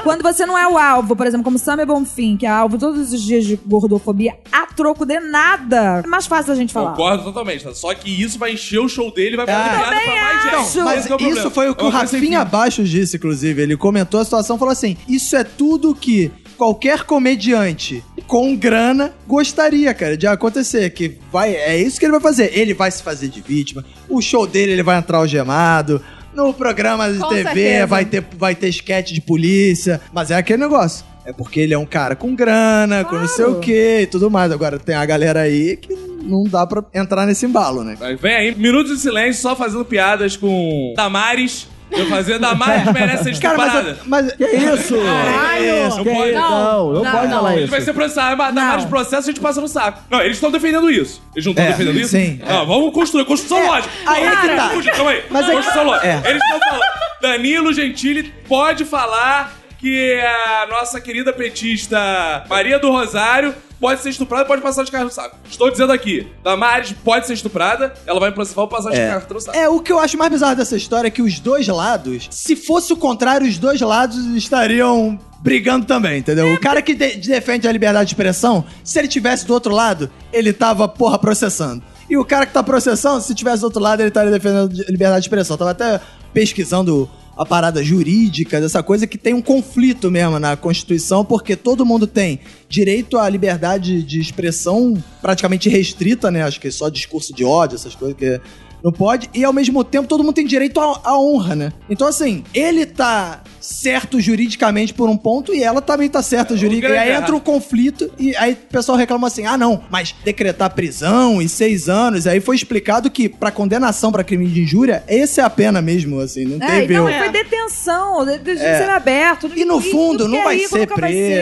Speaker 5: Quando você não é o alvo, por exemplo, como Samia Bonfim, que é alvo todos os dias de gordofobia, a troco de nada. É mais fácil a gente falar.
Speaker 4: Concordo totalmente. tá? Só que isso vai encher o show dele, vai
Speaker 3: Ah.
Speaker 4: ficar ligado pra mais gente.
Speaker 5: Então,
Speaker 4: Esse
Speaker 3: Mas
Speaker 4: que é problema.
Speaker 3: isso foi o que
Speaker 4: É
Speaker 3: o
Speaker 4: uma coisa sem
Speaker 3: Rafinha
Speaker 4: fim.
Speaker 3: Baixos disse, inclusive. Ele comentou a situação e falou assim: Isso é tudo que qualquer comediante com grana gostaria, cara, de acontecer. Que vai, é isso que ele vai fazer. Ele vai se fazer de vítima, o show dele ele vai entrar algemado. No programa de
Speaker 2: Com
Speaker 3: TV
Speaker 2: certeza.
Speaker 3: vai ter vai ter sketch de polícia, mas é aquele negócio. É porque ele é um cara com grana, com não sei o
Speaker 5: Claro.
Speaker 3: quê e tudo mais. Agora tem a galera aí que não dá pra entrar nesse embalo, né?
Speaker 4: Mas Vem aí, minutos de silêncio, só fazendo piadas com Damares. Eu fazia Damares merece tipo ser
Speaker 3: Cara, mas,
Speaker 4: estuprada.
Speaker 3: a- mas
Speaker 6: Que é isso?
Speaker 4: Não
Speaker 6: Que
Speaker 4: pode.
Speaker 6: isso? Não, não
Speaker 2: Não,
Speaker 6: pode
Speaker 2: não.
Speaker 6: falar
Speaker 4: A gente
Speaker 6: isso.
Speaker 4: vai ser processado, mas Damares
Speaker 5: Não.
Speaker 4: processo a gente passa no saco. Não, eles estão defendendo isso. Eles não estão
Speaker 3: É,
Speaker 4: defendendo isso?
Speaker 3: sim, é.
Speaker 4: Não, vamos construir. Construção lógica.
Speaker 3: aí
Speaker 4: Vamos
Speaker 3: é que
Speaker 4: ter-
Speaker 3: tá.
Speaker 4: Puxa, Calma aí.
Speaker 3: Mas aí-
Speaker 4: construção lógica.
Speaker 3: É.
Speaker 4: Eles estão falando. Danilo Gentili pode falar que a nossa querida petista Maria do Rosário pode ser estuprada e pode passar de carro no saco. Estou dizendo aqui. Damares pode ser estuprada, ela vai me processar ou passar de carro no saco.
Speaker 3: É, o que eu acho mais bizarro dessa história é que os dois lados, se fosse o contrário, os dois lados estariam brigando também, entendeu? O cara que de- defende a liberdade de expressão, se ele tivesse do outro lado, ele tava, porra, processando. E o cara que tá processando, se tivesse do outro lado, ele estaria defendendo de- liberdade de expressão. Tava até pesquisando a parada jurídica dessa coisa que tem um conflito mesmo na Constituição, porque todo mundo tem direito à liberdade de expressão praticamente restrita, né? Acho que é só discurso de ódio, essas coisas que não pode, e ao mesmo tempo todo mundo tem direito à, à honra, né? Então, assim, ele tá certo juridicamente por um ponto e ela também tá certa jurídica. E
Speaker 4: É, grande
Speaker 3: aí entra
Speaker 4: errado.
Speaker 3: o conflito e aí o pessoal reclama assim: ah, não, mas decretar prisão e seis anos. Aí foi explicado que pra condenação pra crime de injúria, essa é a pena mesmo, assim, não
Speaker 5: É,
Speaker 3: tem
Speaker 5: então
Speaker 3: meu.
Speaker 5: foi detenção, de- de ser aberto.
Speaker 3: É. E no fundo,
Speaker 5: tudo
Speaker 3: não
Speaker 5: que é
Speaker 3: vai
Speaker 5: rico
Speaker 3: ser
Speaker 5: nunca vai
Speaker 3: presa.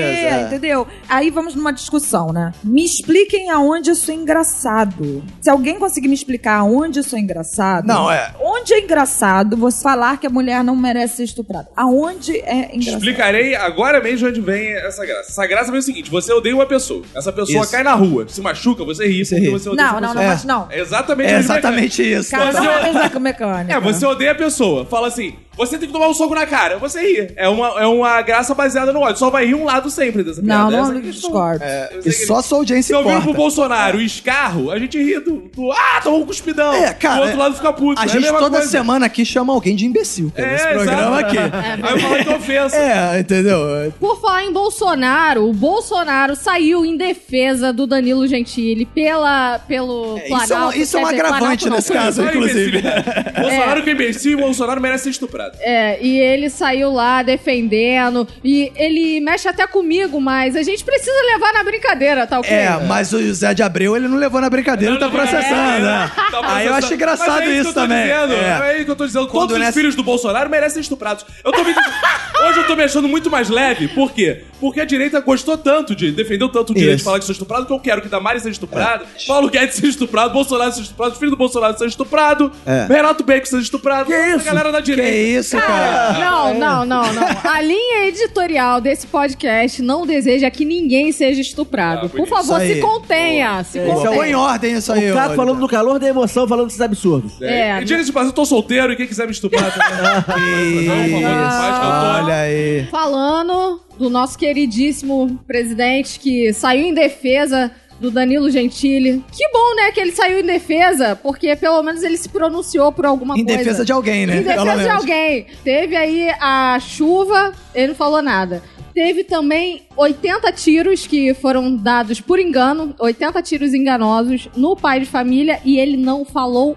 Speaker 5: ser, entendeu? Aí vamos numa discussão, né? Me expliquem aonde isso é engraçado. Se alguém conseguir me explicar aonde isso é engraçado.
Speaker 3: Não, é.
Speaker 5: Onde é engraçado você falar que a mulher não merece ser estuprada? Aonde é engraçado?
Speaker 4: Explicarei agora mesmo onde vem essa graça. Essa graça vem o seguinte: você odeia uma pessoa. Essa pessoa
Speaker 3: Isso.
Speaker 4: cai na rua, se machuca, você ri,
Speaker 3: Você
Speaker 4: porque
Speaker 3: ri.
Speaker 4: você odeia
Speaker 5: Não,
Speaker 4: essa
Speaker 5: não,
Speaker 3: assim?
Speaker 5: não,
Speaker 4: pessoa.
Speaker 5: mas não.
Speaker 4: É exatamente,
Speaker 3: É
Speaker 4: a mesma coisa.
Speaker 3: exatamente isso.
Speaker 5: Cara,
Speaker 4: você-
Speaker 5: não é mesmo com mecânica.
Speaker 4: É, você odeia a pessoa. Fala assim, você tem que tomar um soco na cara. Você ri. É uma, é uma graça baseada no ódio. Só vai rir um lado sempre dessa
Speaker 5: Não,
Speaker 4: piada.
Speaker 5: não,
Speaker 4: Essa é a questão.
Speaker 5: discordo.
Speaker 4: Eu sei
Speaker 3: E
Speaker 4: que ele-
Speaker 3: só sua
Speaker 4: Se
Speaker 3: audiência
Speaker 4: eu viro pro
Speaker 3: importa.
Speaker 4: Bolsonaro e escarro, a gente ri do, do- Ah, tomou um cuspidão.
Speaker 3: É, cara,
Speaker 4: O outro lado fica puto.
Speaker 3: A
Speaker 4: É
Speaker 3: gente
Speaker 4: mesma
Speaker 3: toda
Speaker 4: coisa.
Speaker 3: semana aqui chama alguém de imbecil. É,
Speaker 4: É,
Speaker 3: nesse programa aqui.
Speaker 4: exato. Aí eu falo que é ofensa.
Speaker 3: É, entendeu?
Speaker 2: Por falar em Bolsonaro, o Bolsonaro saiu em defesa do Danilo Gentili pela, pelo
Speaker 3: É, isso é um,
Speaker 2: Planalto.
Speaker 3: isso é um
Speaker 2: quer dizer,
Speaker 3: agravante
Speaker 2: Planalto não.
Speaker 3: nesse caso,
Speaker 4: Olha a
Speaker 3: inclusive.
Speaker 4: imbecilidade. Bolsonaro que é imbecil e Bolsonaro merece ser estuprado.
Speaker 2: É, e ele saiu lá defendendo. E ele mexe até comigo, mas a gente precisa levar na brincadeira, tá ok?
Speaker 3: É, mas o José de Abreu, ele não levou na brincadeira, tá processando. né?
Speaker 4: Tá
Speaker 3: Aí eu
Speaker 4: processando.
Speaker 3: acho engraçado
Speaker 4: Mas é
Speaker 3: isso
Speaker 4: que eu tô
Speaker 3: também.
Speaker 4: Dizendo,
Speaker 3: É.
Speaker 4: é. isso que eu tô dizendo.
Speaker 3: Quando
Speaker 4: Todos os
Speaker 3: nessa-
Speaker 4: filhos do Bolsonaro merecem ser estuprados. Eu tô me... Hoje eu tô me achando muito mais leve. Por quê? Porque a direita gostou tanto de... Defendeu tanto o direito de
Speaker 3: Isso. É.
Speaker 4: falar que sou estuprado que eu quero que Damares seja estuprado, Paulo Guedes seja estuprado, Bolsonaro seja estuprado, filho do Bolsonaro seja estuprado,
Speaker 3: É.
Speaker 4: Renato Bacon seja estuprado. Que
Speaker 3: isso?
Speaker 4: A galera da
Speaker 3: Que
Speaker 4: direita.
Speaker 3: isso, cara.
Speaker 2: Não, não, não, não. A linha editorial desse podcast não deseja que ninguém seja estuprado.
Speaker 4: Ah,
Speaker 2: Por
Speaker 4: bonito.
Speaker 2: favor,
Speaker 3: Isso aí.
Speaker 2: se contenha. Se
Speaker 3: Isso é em
Speaker 2: contenha.
Speaker 3: ordem isso aí,
Speaker 6: O Caco
Speaker 3: Oliver.
Speaker 6: falando do calor da emoção, falando desses absurdos.
Speaker 2: É,
Speaker 4: É, e diga-se de passagem, eu tô solteiro e quem quiser me estuprar também.
Speaker 3: É, Isso.
Speaker 4: Não, por favor, faz que eu tô-
Speaker 3: Olha aí.
Speaker 2: Falando do nosso queridíssimo presidente que saiu em defesa do Danilo Gentili. Que bom, né, que ele saiu em defesa, porque pelo menos ele se pronunciou por alguma
Speaker 3: Em
Speaker 2: coisa.
Speaker 3: defesa de alguém, né?
Speaker 2: Em defesa
Speaker 3: Pelo
Speaker 2: de
Speaker 3: menos.
Speaker 2: alguém. Teve aí a chuva, ele não falou nada. Teve também 80 tiros que foram dados por engano, 80 tiros enganosos no pai de família e ele não falou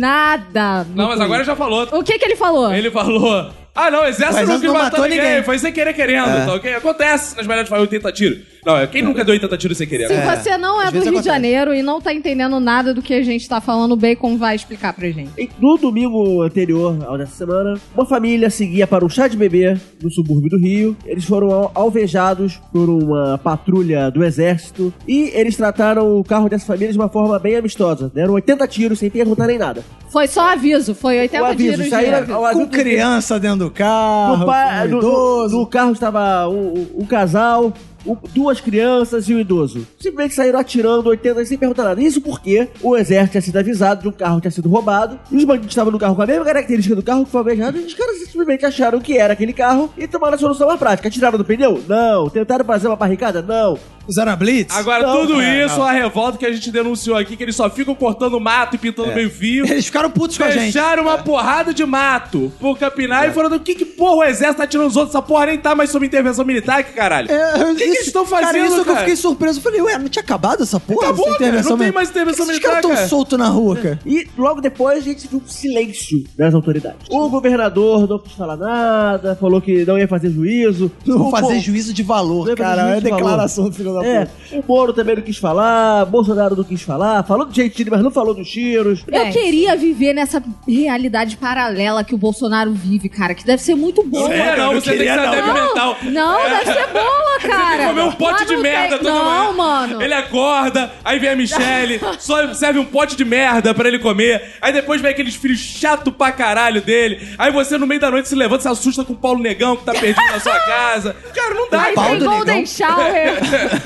Speaker 2: nada. no
Speaker 4: Não, mas
Speaker 2: Twitter.
Speaker 4: agora já falou. tá
Speaker 2: O que que ele falou?
Speaker 4: Ele falou: Ah, não, o exército
Speaker 3: Mas
Speaker 4: não
Speaker 3: não
Speaker 4: quis matar
Speaker 3: matou
Speaker 4: ninguém.
Speaker 3: ninguém.
Speaker 4: Foi sem querer querendo,
Speaker 3: É.
Speaker 4: tá ok? Acontece nas melhores famílias 80 tiros. Não, é, quem nunca deu 80 tiros sem querer?
Speaker 2: Se
Speaker 4: né?
Speaker 3: É,
Speaker 2: você não é
Speaker 3: às
Speaker 2: do Rio
Speaker 3: vezes
Speaker 2: de
Speaker 3: acontece.
Speaker 2: Janeiro e não tá entendendo nada do que a gente tá falando, o Bacon vai explicar pra gente.
Speaker 6: Em- No domingo anterior ao dessa semana, uma família seguia para um chá de bebê no subúrbio do Rio. Eles foram al- alvejados por uma patrulha do exército e eles trataram o carro dessa família de uma forma bem amistosa. Deram 80 tiros sem perguntar nem nada.
Speaker 2: Foi só aviso, foi
Speaker 6: o
Speaker 2: 80
Speaker 6: aviso,
Speaker 2: tiros de...
Speaker 6: saíram ao
Speaker 3: Com
Speaker 6: aviso que-
Speaker 3: criança dentro do
Speaker 6: no,
Speaker 3: carro,
Speaker 6: pa-
Speaker 3: com um
Speaker 6: no-
Speaker 3: idoso.
Speaker 6: no- no carro estava um, um- um casal, um- duas crianças e um idoso. Simplesmente saíram atirando 80 sem perguntar nada. Isso porque o exército tinha sido avisado de um carro que tinha sido roubado. E os bandidos estavam no carro com a mesma característica do carro que foi alvejado. E os caras simplesmente acharam que era aquele carro e tomaram a solução na prática. Atiraram do pneu? Não. Tentaram fazer uma barricada? Não.
Speaker 3: Usaram a Blitz?
Speaker 4: Agora,
Speaker 6: Não,
Speaker 4: tudo
Speaker 3: é,
Speaker 4: isso, a revolta que a gente denunciou aqui, que eles só ficam cortando mato e pintando meio fio.
Speaker 3: É. Eles ficaram putos com a gente. é.
Speaker 4: Fecharam uma porrada de mato pro capinar e falaram: que, que porra o exército tá atirando os outros? Essa porra nem tá mais sob intervenção militar, que caralho.
Speaker 3: É,
Speaker 4: que
Speaker 3: isso-
Speaker 4: eles tão
Speaker 3: Cara,
Speaker 4: fazendo,
Speaker 3: isso que eu
Speaker 4: cara?
Speaker 3: fiquei surpreso. Eu falei, ué, não tinha acabado essa porra?
Speaker 4: Acabou,
Speaker 3: essa
Speaker 4: cara, não tem mais intervenção
Speaker 3: Esses
Speaker 4: militar,
Speaker 3: caras tão
Speaker 4: cara.
Speaker 3: soltos na rua, cara.
Speaker 6: E logo depois a gente viu um silêncio das autoridades. O governador não quis falar nada, falou que não ia fazer juízo.
Speaker 3: Não
Speaker 6: O
Speaker 3: fazer
Speaker 6: po-
Speaker 3: juízo de valor,
Speaker 6: Lembra
Speaker 3: cara.
Speaker 6: de
Speaker 3: É
Speaker 6: juízo de
Speaker 3: declaração do filho da puta.
Speaker 6: É, o Moro também não quis falar, Bolsonaro não quis falar, falou do Gentili, mas não falou dos tiros.
Speaker 3: É.
Speaker 2: Eu queria viver nessa realidade paralela que o Bolsonaro vive, cara, que deve ser muito boa.
Speaker 4: é, não,
Speaker 3: não
Speaker 4: você tem que
Speaker 3: queria,
Speaker 4: ser
Speaker 3: não.
Speaker 4: débil mental.
Speaker 2: Não, deve ser boa, cara.
Speaker 4: Tem que comer um pote
Speaker 2: Mas
Speaker 4: de
Speaker 2: não tem-
Speaker 4: merda toda manhã.
Speaker 2: Não, mano.
Speaker 4: Ele acorda, aí vem a Michelle, só serve um pote de merda pra ele comer. Aí depois vem aqueles filhos chato pra caralho dele. Aí você no meio da noite se levanta, se assusta com o Paulo Negão que tá perdido na sua casa. Cara, não dá.
Speaker 2: Aí
Speaker 3: pau
Speaker 2: tem
Speaker 3: do
Speaker 2: Golden
Speaker 3: negão.
Speaker 2: Shower.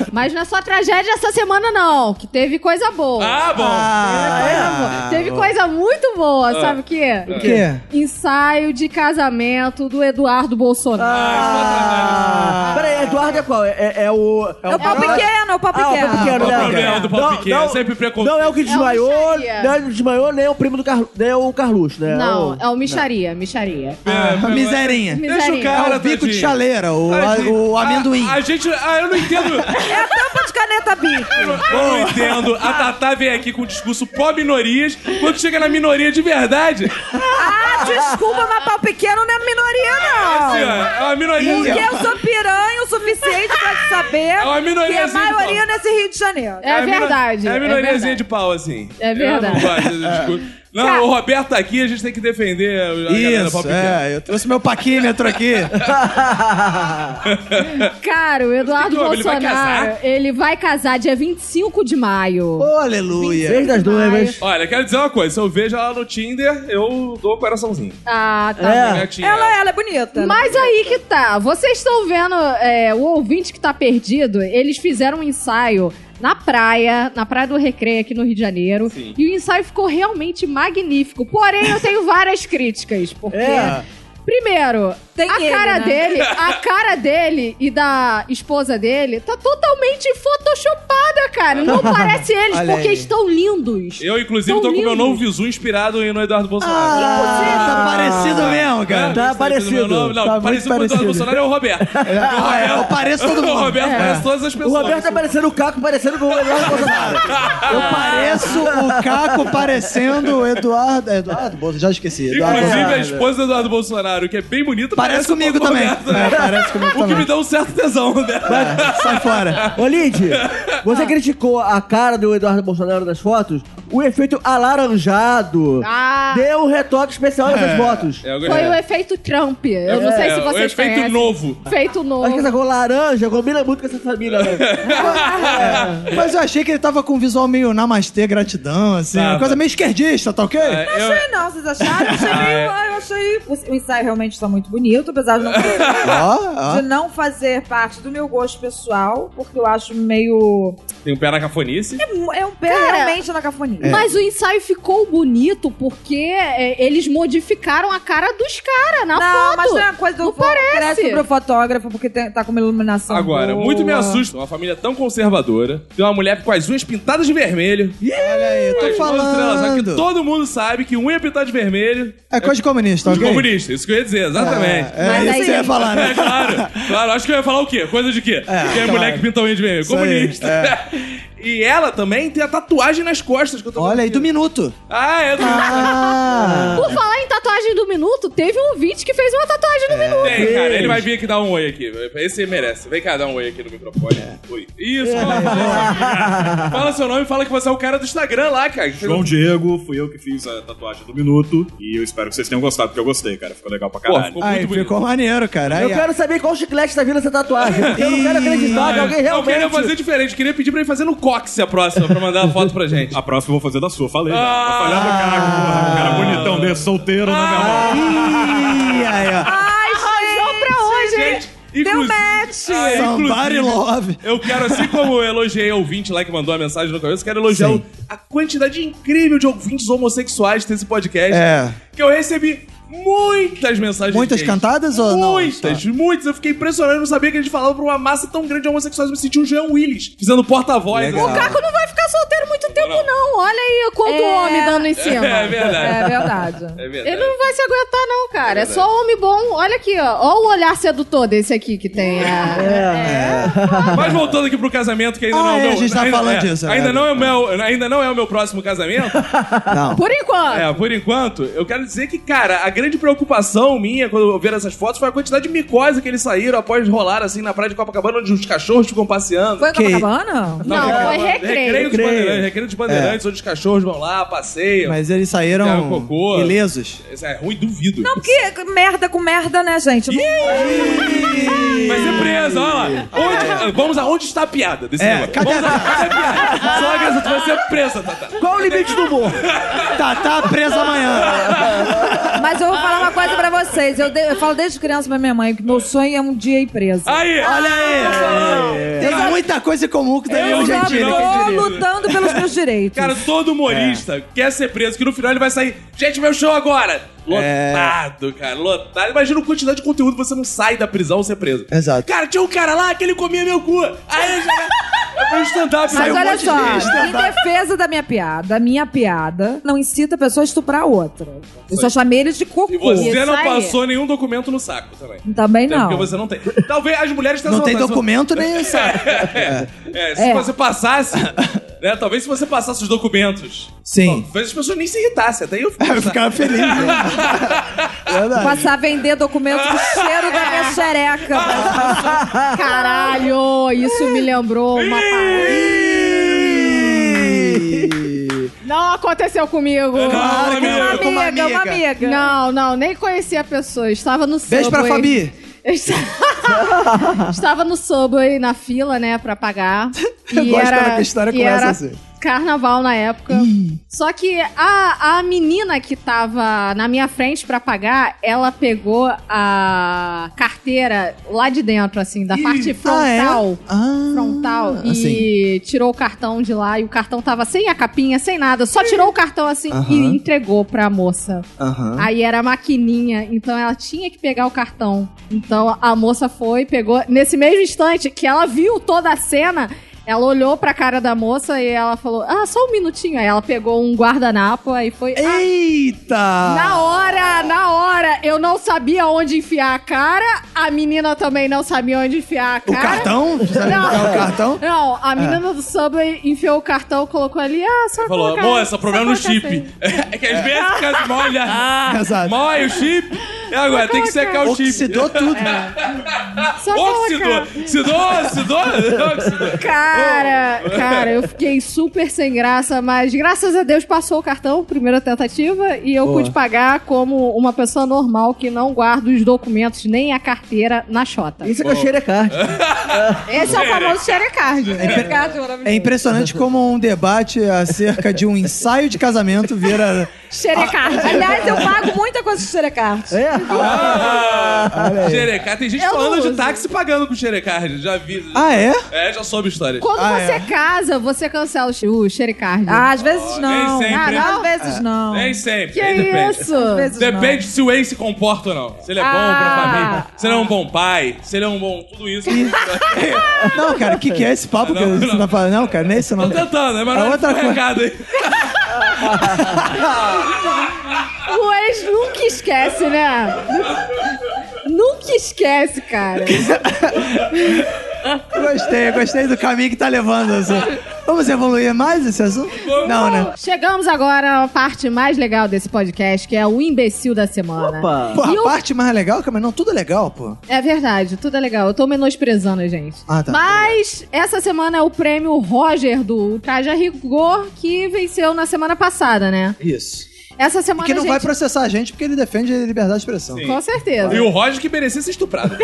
Speaker 2: Mas não é só tragédia essa semana, não. Que teve coisa boa.
Speaker 4: Ah, Ah. bom.
Speaker 6: é.
Speaker 3: Ah,
Speaker 2: É, Teve coisa muito boa, sabe o quê?
Speaker 3: O quê?
Speaker 2: Ensaio
Speaker 4: Ah,
Speaker 2: de casamento do Eduardo Bolsonaro.
Speaker 3: Ah.
Speaker 6: Ah, Peraí, Eduardo é qual? É, é, é, é o.
Speaker 5: É o pau pequeno, é o pau
Speaker 6: Ah,
Speaker 5: pequeno.
Speaker 4: Qual
Speaker 6: pequeno,
Speaker 4: o
Speaker 6: né?
Speaker 4: problema do pau
Speaker 6: Não,
Speaker 4: pequeno?
Speaker 6: não,
Speaker 4: Sempre preconceito.
Speaker 6: Não é o que desmaiou,
Speaker 2: micharia.
Speaker 6: não é o que desmaiou, nem é o primo do Carlos, nem é o Carlos, né?
Speaker 2: Não,
Speaker 6: É
Speaker 2: é o micharia, micharia.
Speaker 3: Ah, miserinha.
Speaker 2: Miserinha.
Speaker 4: Deixa o cara,
Speaker 3: É o bico de
Speaker 4: É, tadinho.
Speaker 3: chaleira, o,
Speaker 4: Tadinho.
Speaker 3: o
Speaker 4: A-
Speaker 3: amendoim.
Speaker 4: A, gente... Ah, eu não entendo. eu
Speaker 5: É a tampa de caneta bico.
Speaker 4: não entendo. A Tatá vem aqui com um discurso pró-minorias. Quando chega na minoria de verdade...
Speaker 5: Ah, desculpa, mas pau pequeno não é minoria, não.
Speaker 4: Assim, ó, é uma minoria...
Speaker 5: Porque eu sou piranha o suficiente pra saber
Speaker 4: É uma assim,
Speaker 5: que é
Speaker 4: minoriazinha
Speaker 5: a
Speaker 4: de
Speaker 5: maioria nesse Rio de Janeiro.
Speaker 2: É,
Speaker 4: uma mino-
Speaker 2: verdade.
Speaker 4: É a
Speaker 2: é
Speaker 4: minoriazinha
Speaker 2: verdade.
Speaker 4: de pau, assim.
Speaker 2: É verdade.
Speaker 4: Eu não gosto desse discurso. Não, o Roberto tá aqui, a gente tem que defender a galera do pau
Speaker 3: Isso,
Speaker 4: pequeno.
Speaker 3: é. Eu trouxe meu paquímetro aqui.
Speaker 2: Cara, o Eduardo
Speaker 4: Ele vai
Speaker 2: Bolsonaro,
Speaker 4: casar?
Speaker 2: ele vai casar dia 25 de maio.
Speaker 3: Oh, aleluia.
Speaker 6: Desde das noivas.
Speaker 4: Olha, quero dizer uma coisa. Se eu vejo ela no Tinder, eu dou o coraçãozinho.
Speaker 2: Ah, tá.
Speaker 6: É.
Speaker 2: bom.
Speaker 4: Minha tia.
Speaker 5: Ela, ela é bonita.
Speaker 2: Mas aí que tá. Vocês estão vendo é, o ouvinte que tá perdido? Eles fizeram um ensaio na praia, na Praia do Recreio, aqui no Rio de Janeiro.
Speaker 4: Sim.
Speaker 2: E o ensaio ficou realmente magnífico. Porém, eu tenho várias críticas. Porque,
Speaker 6: É.
Speaker 2: primeiro,
Speaker 5: Tem
Speaker 2: a
Speaker 5: ele,
Speaker 2: cara
Speaker 5: né?
Speaker 2: dele, a cara dele e da esposa dele tá totalmente photoshopada, cara. Não parece eles,
Speaker 3: Olha
Speaker 2: porque
Speaker 3: aí.
Speaker 2: estão lindos.
Speaker 4: Eu, inclusive,
Speaker 2: Tão
Speaker 4: tô com o meu
Speaker 2: lindos.
Speaker 4: novo visu inspirado no Eduardo Bolsonaro.
Speaker 3: Ah, tá parecido mesmo, cara.
Speaker 6: Tá
Speaker 4: Esse daí do meu
Speaker 6: parecido.
Speaker 4: nome- Não,
Speaker 6: Tá
Speaker 4: parecido
Speaker 6: muito
Speaker 4: com o Eduardo
Speaker 6: parecido.
Speaker 4: Bolsonaro é o Roberto.
Speaker 3: Ah, é, eu pareço todo
Speaker 4: O
Speaker 3: mundo. É.
Speaker 4: Roberto parece todas as
Speaker 6: O
Speaker 4: pessoas.
Speaker 6: Roberto tá parecendo o Caco, parecendo com o Eduardo Bolsonaro.
Speaker 3: Eu pareço o Caco parecendo o Eduardo. é Eduardo? Bolsa, já esqueci. Eduardo.
Speaker 4: Inclusive, a
Speaker 3: Bolsonaro.
Speaker 4: esposa do Eduardo Bolsonaro, que é bem bonita,
Speaker 3: Parece
Speaker 4: um
Speaker 3: comigo
Speaker 4: pouco
Speaker 3: também.
Speaker 4: Roberto,
Speaker 3: É, parece comigo
Speaker 4: O que me
Speaker 3: também.
Speaker 4: dá um certo tesão dela.
Speaker 3: É, Sai fora.
Speaker 6: Ô, Lid, você criticou a cara do Eduardo Bolsonaro nas fotos? O efeito alaranjado
Speaker 2: Ah.
Speaker 6: deu um retoque especial nessas fotos.
Speaker 4: É, eu
Speaker 2: Foi
Speaker 4: gostei.
Speaker 2: o efeito Trump. Eu não sei
Speaker 4: É,
Speaker 2: se
Speaker 4: o
Speaker 2: vocês
Speaker 4: efeito
Speaker 2: conhecem.
Speaker 4: novo.
Speaker 2: Efeito novo.
Speaker 6: Acho que essa cor laranja combina muito com essa família. Né?
Speaker 3: Mas eu achei que ele tava com um visual meio namastê, gratidão, assim.
Speaker 4: Tava.
Speaker 3: Uma coisa meio esquerdista, tá ok?
Speaker 4: É,
Speaker 5: Eu
Speaker 4: eu-
Speaker 5: não achei não, vocês acharam?
Speaker 4: Ah,
Speaker 5: Eu achei meio.
Speaker 4: é.
Speaker 5: Eu achei. O- O ensaio realmente está muito bonito, apesar de não,
Speaker 3: Ó,
Speaker 5: de não fazer parte do meu gosto pessoal, porque eu acho meio.
Speaker 4: Tem um pé na cafonice.
Speaker 5: É um pé
Speaker 2: Cara,
Speaker 5: realmente na
Speaker 4: É.
Speaker 5: cafonia.
Speaker 2: Mas o ensaio ficou bonito porque é, eles modificaram a cara dos caras na
Speaker 5: não,
Speaker 2: foto.
Speaker 5: mas tem uma coisa do
Speaker 2: Não
Speaker 5: fo-
Speaker 2: parece.
Speaker 5: crédito pro fotógrafo, porque tem- tá com uma iluminação.
Speaker 4: Agora,
Speaker 5: boa.
Speaker 4: muito me assusta. Uma família tão conservadora. Tem uma mulher com as unhas pintadas de vermelho.
Speaker 3: ó. Olha aí, tô
Speaker 4: As duas trans, só que
Speaker 3: falando.
Speaker 4: todo mundo sabe que unha pintada de vermelho
Speaker 3: É coisa de comunista,
Speaker 4: de
Speaker 3: ok?
Speaker 4: comunista. Isso que eu ia dizer, exatamente.
Speaker 3: É, é
Speaker 2: Mas
Speaker 3: isso que
Speaker 2: aí-
Speaker 3: você ia falar,
Speaker 4: É
Speaker 3: né?
Speaker 4: claro, claro. Acho que eu ia falar o quê? Coisa de quê? que é
Speaker 3: claro.
Speaker 4: mulher que pinta unha de vermelho.
Speaker 3: Isso aí, é.
Speaker 4: Comunista. E ela também tem a tatuagem nas costas que eu tô
Speaker 3: Olha aí,
Speaker 4: vendo
Speaker 3: do
Speaker 4: aqui.
Speaker 3: minuto.
Speaker 4: Ah, é do.
Speaker 3: Ah!
Speaker 2: Por falar em tatuagem do minuto, teve um ouvinte que fez uma tatuagem do minuto.
Speaker 4: Tem, cara. Ele vai vir aqui dar um oi aqui. Esse merece. Vem cá, dá um oi aqui no microfone.
Speaker 3: É.
Speaker 4: Oi. Isso, fala, fala seu nome e fala que você é o cara do Instagram lá, cara. Que
Speaker 7: João Diego, fui eu que fiz a tatuagem do minuto. E eu espero que vocês tenham gostado, porque eu gostei, cara. Ficou legal pra
Speaker 4: Pô,
Speaker 7: caralho.
Speaker 4: ficou
Speaker 3: Aí
Speaker 4: muito bonito.
Speaker 3: ficou maneiro, cara. Aí,
Speaker 6: Eu
Speaker 3: ó.
Speaker 6: quero saber qual chiclete tá vindo essa tatuagem. Eu não quero acreditar que alguém
Speaker 4: Eu
Speaker 6: realmente.
Speaker 4: queria fazer diferente, queria pedir pra ele fazer no Cox a próxima, pra mandar a foto pra gente.
Speaker 7: A próxima eu vou fazer da sua, falei. velho.
Speaker 4: Ah!
Speaker 7: Vou falhar do Caco, porra. Um cara bonitão desse, solteiro, né, meu irmão?
Speaker 3: Ih, aí, ó.
Speaker 5: Ai, arranjou pra hoje, hein?
Speaker 4: Gente, inclusive-
Speaker 5: match.
Speaker 4: Ah,
Speaker 3: Somebody
Speaker 4: inclusive,
Speaker 3: love.
Speaker 4: Eu quero, assim como eu elogiei o ouvinte lá que mandou a mensagem no começo, quero elogiar
Speaker 3: Sim.
Speaker 4: a quantidade incrível de ouvintes homossexuais desse podcast.
Speaker 3: É.
Speaker 4: Que eu recebi muitas mensagens.
Speaker 3: Muitas
Speaker 4: gays.
Speaker 3: cantadas ou não?
Speaker 4: Muitas, muitas. Eu fiquei impressionado, eu não sabia que a gente falava pra uma massa tão grande de homossexuais. Eu me senti um Jean Willis, fazendo porta-voz. assim.
Speaker 3: Legal.
Speaker 2: O Caco não vai ficar solteiro muito tempo, não. Olha aí quanto
Speaker 5: É.
Speaker 2: homem dando em cima.
Speaker 4: É verdade.
Speaker 5: É verdade.
Speaker 4: É
Speaker 2: Ele
Speaker 4: verdade.
Speaker 2: não vai se aguentar, não, cara. É, só homem bom. Olha aqui, ó. Olha o olhar sedutor desse aqui que tem. É.
Speaker 4: Mas voltando aqui pro casamento, que ainda
Speaker 3: Ah,
Speaker 4: não é o
Speaker 3: é,
Speaker 4: meu.
Speaker 3: a gente tá
Speaker 4: ainda,
Speaker 3: falando
Speaker 4: é,
Speaker 3: disso, é
Speaker 4: Ainda
Speaker 3: verdade.
Speaker 4: não é, o meu, ainda não é o meu próximo casamento.
Speaker 3: Não.
Speaker 2: Por enquanto.
Speaker 4: É, por enquanto, eu quero dizer que, cara, a grande preocupação minha quando eu ver essas fotos foi a quantidade de micose que eles saíram após rolar assim na praia de Copacabana, onde os cachorros ficam passeando.
Speaker 5: Foi em
Speaker 3: Que-
Speaker 5: Copacabana?
Speaker 2: Não, foi recreio.
Speaker 4: Recreio dos
Speaker 6: Recreio.
Speaker 4: bandeirantes, recreio dos bandeirantes onde os cachorros vão lá, passeiam.
Speaker 3: É. Mas eles
Speaker 4: É, o
Speaker 3: saíram
Speaker 4: cocô.
Speaker 3: ilesos.
Speaker 4: Isso é ruim, duvido.
Speaker 5: Não, porque merda com merda, né, gente?
Speaker 4: Vai ser preso, olha lá. Onde- vamos aonde está a piada desse
Speaker 3: É,
Speaker 4: negócio.
Speaker 3: cadê
Speaker 4: Vamos aonde está a piada. Só graça, tu vai ser presa, Tata.
Speaker 6: Qual o limite do humor?
Speaker 3: Tá, tá preso amanhã.
Speaker 5: Mas eu vou falar uma coisa pra vocês.
Speaker 4: Ah,
Speaker 5: Eu, de- eu falo desde criança pra minha mãe que meu sonho é um dia ir presa.
Speaker 4: Aí!
Speaker 3: Olha aí.
Speaker 4: Tá falando.
Speaker 3: Tem Tem muita coisa em comum que tem
Speaker 4: Eu
Speaker 3: um
Speaker 5: Eu já
Speaker 3: gentil.
Speaker 5: tô lutando pelos meus direitos.
Speaker 4: Cara, todo humorista
Speaker 3: É.
Speaker 4: quer ser preso, que no final ele vai sair. Gente, meu show agora!
Speaker 3: É.
Speaker 4: Lotado, cara, lotado. Imagina a quantidade de conteúdo que você não sai da prisão ser preso.
Speaker 3: Exato.
Speaker 4: Cara, tinha um cara lá que ele comia meu cu. Aí eu já. Eu fui no stand-up,
Speaker 5: Mas
Speaker 4: saiu um
Speaker 5: olha
Speaker 4: monte
Speaker 5: só,
Speaker 4: de-
Speaker 5: em defesa da minha piada, a minha piada não incita a pessoa a estuprar a outra. Eu só chamei eles de cocô.
Speaker 4: E você
Speaker 2: Isso
Speaker 4: não
Speaker 2: aí.
Speaker 4: passou nenhum documento no saco também.
Speaker 5: Também
Speaker 4: Até
Speaker 5: não.
Speaker 4: Porque você não tem. Talvez as mulheres tenham
Speaker 3: Não tem
Speaker 4: essa vantagem.
Speaker 3: documento nem sabe.
Speaker 4: É, se
Speaker 5: É.
Speaker 4: você passasse. né, talvez se você passasse os documentos.
Speaker 3: Sim.
Speaker 4: Talvez as pessoas nem se irritassem. Até eu
Speaker 3: Eu ficava feliz. né?
Speaker 5: Vou Passar a vender documentos do cheiro da minha xereca.
Speaker 4: Ah,
Speaker 2: Caralho, isso me lembrou uma parada. Não aconteceu comigo.
Speaker 4: Não,
Speaker 5: Uma
Speaker 4: amigo.
Speaker 5: amiga, é uma amiga.
Speaker 2: Não, não, nem conheci a pessoa. Eu Estava no
Speaker 3: Beijo pra
Speaker 2: Subway.
Speaker 3: Fabi.
Speaker 2: Eu esta- Estava no Subway na fila, né, pra pagar.
Speaker 3: Eu
Speaker 2: E
Speaker 3: gosto
Speaker 2: era,
Speaker 3: quando a história
Speaker 2: e
Speaker 3: começa
Speaker 2: era
Speaker 3: assim.
Speaker 2: Carnaval na época. Só que a, a menina que tava na minha frente pra pagar, ela pegou a carteira lá de dentro, assim, da parte frontal.
Speaker 3: é? Ah,
Speaker 2: Frontal
Speaker 3: Assim.
Speaker 2: e tirou o cartão de lá e o cartão tava sem a capinha, sem nada, só tirou o cartão assim
Speaker 3: Aham.
Speaker 2: e entregou pra moça.
Speaker 3: Aham.
Speaker 2: Aí era a maquininha, então ela tinha que pegar o cartão. Então a moça foi, pegou. Nesse mesmo instante que ela viu toda a cena, ela olhou pra cara da moça e ela falou: Ah, só um minutinho. Aí ela pegou um guardanapo e foi. "Ah,
Speaker 3: Eita!
Speaker 2: na hora, na hora, eu não sabia onde enfiar a cara, a menina também não sabia onde enfiar a
Speaker 3: O
Speaker 2: cara.
Speaker 3: cartão? Sabe
Speaker 2: Não.
Speaker 3: o que é o cartão?
Speaker 2: Não, a menina do Subway enfiou o cartão, colocou ali, ah, só
Speaker 4: Falou,
Speaker 2: colocar-
Speaker 4: moça, problema no
Speaker 2: só colocar
Speaker 4: chip.
Speaker 2: assim.
Speaker 4: É que às vezes fica molha.
Speaker 3: Exato.
Speaker 4: Molha o chip. E agora, tem que secar o
Speaker 3: Ah.
Speaker 4: chip. É.
Speaker 3: Oxidou tudo.
Speaker 2: assim, Só
Speaker 4: Oxidou.
Speaker 2: colocar.
Speaker 4: Oxidou, oxidou, oxidou.
Speaker 2: Cara, cara, eu fiquei super sem graça, mas graças a Deus passou o cartão, primeira tentativa, e eu
Speaker 3: Boa.
Speaker 2: pude pagar como uma pessoa normal que não guarda os documentos nem a carteira na xota.
Speaker 6: Isso que eu cheiro é card.
Speaker 2: Esse é o famoso xerecard.
Speaker 3: É impressionante como um debate acerca de um ensaio de casamento vira.
Speaker 2: Xerecard.
Speaker 5: Ah, Aliás, eu pago muita coisa de xerecarte.
Speaker 6: É?
Speaker 4: Ah, Xerecard. Tem gente
Speaker 2: Eu não
Speaker 4: falando de
Speaker 2: uso.
Speaker 4: táxi pagando pro Xerecard. Já vi.
Speaker 3: Ah, é?
Speaker 4: É, já soube história.
Speaker 2: Quando
Speaker 3: Ah,
Speaker 2: você
Speaker 3: é.
Speaker 2: casa, você cancela o xe- o xerecard.
Speaker 5: Ah, às vezes não.
Speaker 4: nem sempre. né?
Speaker 5: Ah, às
Speaker 2: É.
Speaker 5: vezes não.
Speaker 4: Nem sempre.
Speaker 2: que
Speaker 4: aí depende.
Speaker 2: isso?
Speaker 5: Às vezes
Speaker 4: Depende se o ex se comporta ou não. Se ele é bom pra
Speaker 5: Ah.
Speaker 4: família, se ele é um bom pai, se ele é um bom. Tudo isso. É.
Speaker 3: Não, cara, o que, que é esse papo que
Speaker 4: Não,
Speaker 3: você
Speaker 4: não.
Speaker 3: tá falando? Não, cara, nem isso
Speaker 4: Tô
Speaker 3: não.
Speaker 4: tentando, é
Speaker 3: É
Speaker 4: melhor
Speaker 3: outra coisa.
Speaker 4: recado aí.
Speaker 2: O ex nunca esquece, né? nunca esquece, cara.
Speaker 3: Gostei, gostei do caminho que tá levando. assim. Vamos evoluir mais esse assunto? Não, né?
Speaker 2: Chegamos agora à parte mais legal desse podcast, que é o imbecil da semana.
Speaker 6: Opa.
Speaker 3: Pô,
Speaker 2: E
Speaker 3: a
Speaker 2: o-
Speaker 3: parte mais legal, cara, mas não, tudo é legal, pô.
Speaker 2: É verdade, tudo é legal. Eu tô menosprezando a gente.
Speaker 3: Ah, tá.
Speaker 2: Mas essa semana é o prêmio Roger do Traja Rigor, que venceu na semana passada, né?
Speaker 3: Isso.
Speaker 2: Essa
Speaker 3: E
Speaker 2: semana
Speaker 3: que não
Speaker 2: a
Speaker 3: vai
Speaker 2: gente-
Speaker 3: processar a gente porque ele defende a liberdade de expressão.
Speaker 4: Sim.
Speaker 2: Com certeza.
Speaker 4: E o Roger que merecia ser estuprado.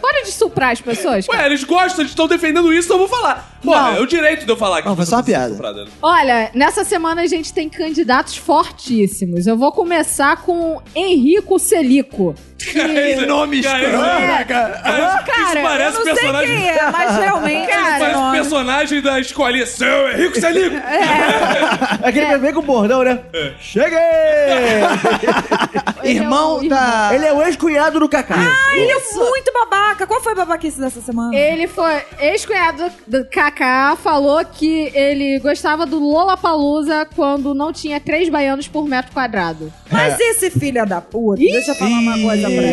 Speaker 2: Para de suprar as pessoas. cara.
Speaker 4: Ué, eles gostam, eles estão defendendo isso, então eu vou falar. Pô,
Speaker 2: Não.
Speaker 4: é o direito de eu falar que
Speaker 3: Não,
Speaker 4: as
Speaker 3: foi só uma
Speaker 4: pessoas
Speaker 3: piada.
Speaker 4: são estupradas, né?
Speaker 2: Olha, nessa semana a gente tem candidatos fortíssimos. Eu vou começar com Henrico Celico.
Speaker 4: Esse nome
Speaker 2: É,
Speaker 4: Cara, isso
Speaker 2: Cara,
Speaker 4: parece
Speaker 5: Eu não sei
Speaker 4: personagem.
Speaker 5: quem é, mas realmente esse
Speaker 4: Parece
Speaker 5: nome.
Speaker 4: personagem da escolinha. Seu Henrico Salico.
Speaker 5: É.
Speaker 6: Aquele bebê com bordão, né?
Speaker 4: É.
Speaker 6: Cheguei!
Speaker 3: Irmão
Speaker 2: Ele é o-
Speaker 3: da.
Speaker 6: Ele é o ex-cunhado do Kaká.
Speaker 5: Ele é muito babaca. Qual foi a babaquice dessa semana?
Speaker 2: Ele foi ex-cunhado do Kaká, falou que ele gostava do Lollapalooza quando não tinha três baianos por metro quadrado.
Speaker 5: Mas esse filho da puta, deixa eu falar uma coisa pra ele.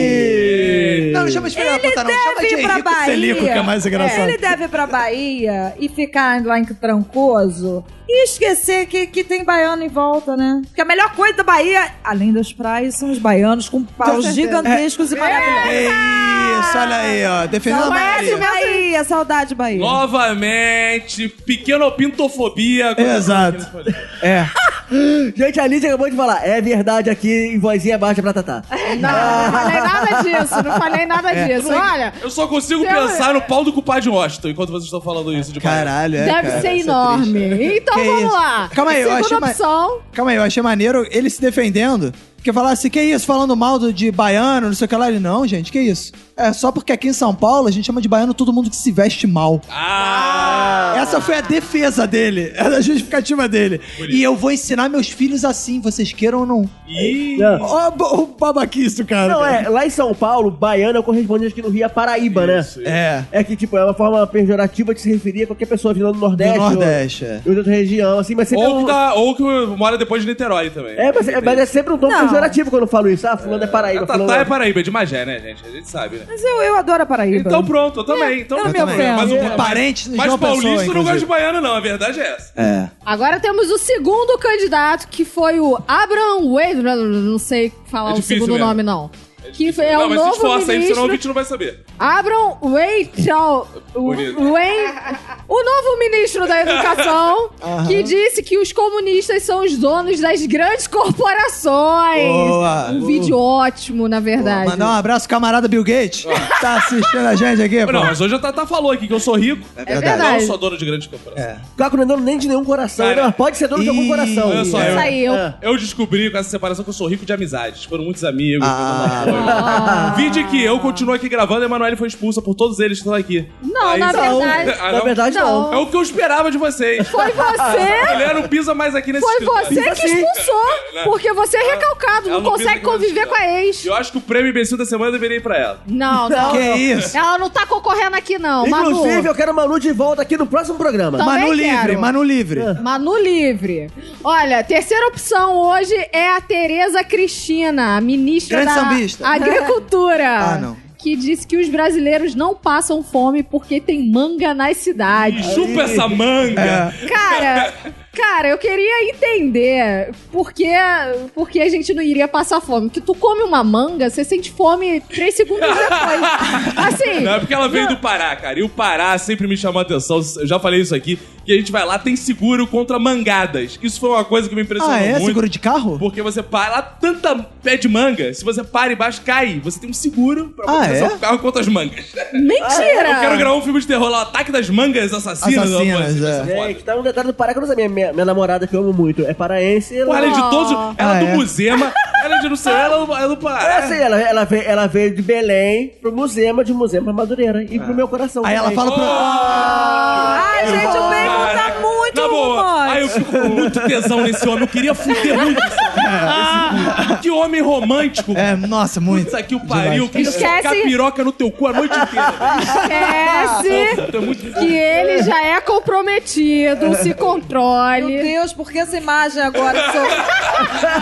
Speaker 3: ele. Não, não chama de filha da puta, não. Chama de
Speaker 5: deve ir pra
Speaker 3: Henrico Celico, que é
Speaker 5: Bahia.
Speaker 3: mais engraçado.
Speaker 5: Ele deve ir pra Bahia e ficar lá em Trancoso e esquecer que, que tem baiano em volta, né? Porque a melhor coisa da Bahia, além das praias, são os baianos com um paus
Speaker 2: É.
Speaker 5: gigantescos e maravilhosos.
Speaker 3: Isso, olha aí, ó. Defendendo a
Speaker 5: Saudade
Speaker 3: É. Bahia.
Speaker 5: Bahia, saudade Bahia.
Speaker 4: Novamente, pequena pintofobia.
Speaker 3: Exato. É.
Speaker 6: Gente, a Lídia acabou de falar. É verdade aqui em vozinha baixa pra Tatá.
Speaker 2: Não,
Speaker 3: Ah.
Speaker 2: não falei nada disso, não falei nada
Speaker 3: É.
Speaker 2: disso. Olha,
Speaker 4: Eu só consigo
Speaker 2: Seu-
Speaker 4: pensar no pau do culpado de Washington enquanto vocês estão falando isso de Bahia.
Speaker 3: Caralho, é.
Speaker 2: deve
Speaker 3: cara,
Speaker 2: ser
Speaker 3: isso é
Speaker 2: enorme.
Speaker 3: triste.
Speaker 2: então
Speaker 3: Que
Speaker 2: vamos
Speaker 3: isso?
Speaker 2: lá.
Speaker 3: Calma aí, eu
Speaker 2: Segunda
Speaker 3: achei mais-
Speaker 2: opção.
Speaker 3: Calma aí, eu achei maneiro ele se defendendo Porque falaram assim, que isso, falando mal do- de baiano, não sei o que lá. Ele, não, gente, que isso. É só porque aqui em São Paulo a gente chama de baiano todo mundo que se veste mal.
Speaker 4: Ah!
Speaker 3: Essa foi a defesa dele, era a justificativa dele. E eu vou ensinar meus filhos assim, vocês queiram ou não.
Speaker 4: Ih!
Speaker 6: Não.
Speaker 3: Ó, o ba- o babaquice, cara.
Speaker 6: Não, é, lá em São Paulo, baiano corresponde acho que no Rio a Paraíba, né?
Speaker 3: É,
Speaker 6: É que, tipo, é uma forma pejorativa de se referir a qualquer pessoa vindo do Nordeste.
Speaker 3: do
Speaker 6: ou-
Speaker 3: Nordeste, é.
Speaker 6: Ou, de outra região, assim, mas sempre. é
Speaker 4: Ou
Speaker 6: um-
Speaker 4: que, tá, ou que mora depois de Niterói também.
Speaker 6: É, mas, é, mas é sempre um tom
Speaker 5: Não.
Speaker 6: pejorativo quando eu falo isso. Ah, fulano é, Paraíba.
Speaker 4: A Tatá
Speaker 6: fulano
Speaker 4: é Paraíba, é de Magé, né, gente? A gente sabe, né?
Speaker 5: Mas eu, eu adoro a Paraíba.
Speaker 4: Então pronto,
Speaker 2: é,
Speaker 4: eu também. então,
Speaker 5: eu não me
Speaker 4: pronto.
Speaker 5: ofendo.
Speaker 4: Mas,
Speaker 3: É parente de
Speaker 4: mas
Speaker 3: João Pessoa,
Speaker 4: paulista não gosta
Speaker 3: inclusive.
Speaker 4: de baiano, não. A verdade é essa.
Speaker 3: É.
Speaker 2: Agora temos o segundo candidato, que foi o Abraham Wade. Não sei falar
Speaker 4: É
Speaker 2: o
Speaker 4: difícil
Speaker 2: segundo
Speaker 4: mesmo.
Speaker 2: nome, não. que foi, é
Speaker 4: não,
Speaker 2: o
Speaker 4: mas
Speaker 2: novo
Speaker 4: se esforça aí, senão o
Speaker 2: ministro...
Speaker 4: ouvinte não vai saber.
Speaker 2: Abram Weichel,
Speaker 4: Bonito.
Speaker 2: Wayne, o novo ministro da Educação, que disse que os comunistas são os donos das grandes corporações.
Speaker 3: Boa.
Speaker 2: Um vídeo ótimo, na verdade.
Speaker 3: Mandar um abraço, camarada Bill Gates. Tá assistindo a gente aqui, pô.
Speaker 4: Não, mas hoje a Tatá falou aqui que eu sou rico. É
Speaker 2: verdade.
Speaker 4: Não sou dono de grandes corporações.
Speaker 6: Caco não é dono nem de nenhum coração,
Speaker 4: Cara,
Speaker 6: né? Mas pode ser dono de algum
Speaker 3: Ih,
Speaker 6: coração.
Speaker 4: olha só,
Speaker 2: Isso
Speaker 4: eu-
Speaker 2: aí, eu...
Speaker 6: É.
Speaker 4: Eu descobri com essa separação que eu sou rico de amizades. Foram muitos amigos.
Speaker 3: Ah.
Speaker 4: todo mundo apoio. Vide que eu continuo aqui gravando e a Emanuele foi expulsa por todos eles que estão aqui.
Speaker 2: Não,
Speaker 4: Aí-
Speaker 2: na
Speaker 6: Não,
Speaker 2: verdade...
Speaker 4: Ah,
Speaker 6: na
Speaker 4: não?
Speaker 6: verdade, não.
Speaker 4: É o que eu esperava de vocês.
Speaker 2: Foi você...
Speaker 4: Mulher não pisa mais aqui nesse
Speaker 2: Foi
Speaker 4: escritório.
Speaker 2: você que expulsou,
Speaker 4: Não.
Speaker 2: porque você é recalcado,
Speaker 4: Ela
Speaker 2: não
Speaker 4: não pensa
Speaker 2: consegue
Speaker 4: que eu
Speaker 2: conviver com
Speaker 4: assisto.
Speaker 2: a ex.
Speaker 4: Eu acho que o prêmio imbecil da semana eu deveria ir pra ela.
Speaker 2: Não, não.
Speaker 3: Que isso?
Speaker 2: Ela não tá concorrendo aqui, não.
Speaker 6: Inclusive,
Speaker 2: Manu.
Speaker 6: eu quero Manu de volta aqui no próximo programa.
Speaker 2: Então-
Speaker 3: Manu
Speaker 2: Também
Speaker 3: livre,
Speaker 2: quero.
Speaker 3: Manu livre.
Speaker 4: É.
Speaker 2: Manu Livre. Olha, terceira opção hoje é a Tereza Cristina, a ministra
Speaker 3: Grande
Speaker 2: da
Speaker 3: sambista.
Speaker 2: Agricultura.
Speaker 3: Ah, não.
Speaker 2: Que disse que os brasileiros não passam fome porque tem manga nas cidades.
Speaker 4: Chupa essa manga!
Speaker 3: É.
Speaker 2: Cara, cara, eu queria entender por que, por que a gente não iria passar fome. Porque tu come uma manga, você sente fome três segundos depois. Assim,
Speaker 4: Não, é porque ela veio do Pará, cara. E o Pará sempre me chamou a atenção. Eu já falei isso aqui. Que a gente vai lá, tem seguro contra mangadas. Isso foi uma coisa que me impressionou
Speaker 3: Ah, é?
Speaker 4: muito.
Speaker 3: Seguro de carro?
Speaker 4: Porque você para lá, tanta pé de manga, se você para embaixo, cai. Você tem um seguro pra
Speaker 3: Ah,
Speaker 4: proteger
Speaker 3: é?
Speaker 4: seu carro contra as mangas.
Speaker 2: mentira!
Speaker 4: Eu quero gravar um filme de terror lá, Ataque das Mangas Assassinas.
Speaker 3: Assassinas,
Speaker 4: alguma coisa assim,
Speaker 3: é.
Speaker 4: vai ser
Speaker 6: Gente, tá um detalhe do Pará que eu não sabia. Minha, minha namorada, que eu amo muito, é paraense.
Speaker 4: foda. Pô,
Speaker 6: Ela...
Speaker 4: ela é de todos. Ela
Speaker 3: Ah,
Speaker 4: é do
Speaker 3: é?
Speaker 4: Musema, ela é de não sei, ela é do Pará.
Speaker 6: É assim, ela, ela veio, ela veio de Belém pro Musema, de Musema pra Madureira e pro meu coração.
Speaker 3: É.
Speaker 6: É.
Speaker 3: Aí ela
Speaker 6: também.
Speaker 3: fala pra.
Speaker 5: Ai, gente, o Bacon tá
Speaker 2: É
Speaker 5: muito
Speaker 4: Na boa, aí eu
Speaker 5: romântico.
Speaker 4: fico com muito tesão nesse homem. Eu queria fuder muito esse, esse
Speaker 2: Ah.
Speaker 4: cu. Que homem romântico.
Speaker 3: É, nossa, muito.
Speaker 4: Isso aqui o pariu. Eu queria
Speaker 2: Esquece.
Speaker 4: socar piroca no teu cu a noite inteira. velho.
Speaker 2: Esquece!
Speaker 4: Nossa, tu é muito...
Speaker 2: que ele já é comprometido, se
Speaker 5: Meu
Speaker 2: controle.
Speaker 5: Deus, por que essa imagem agora? So...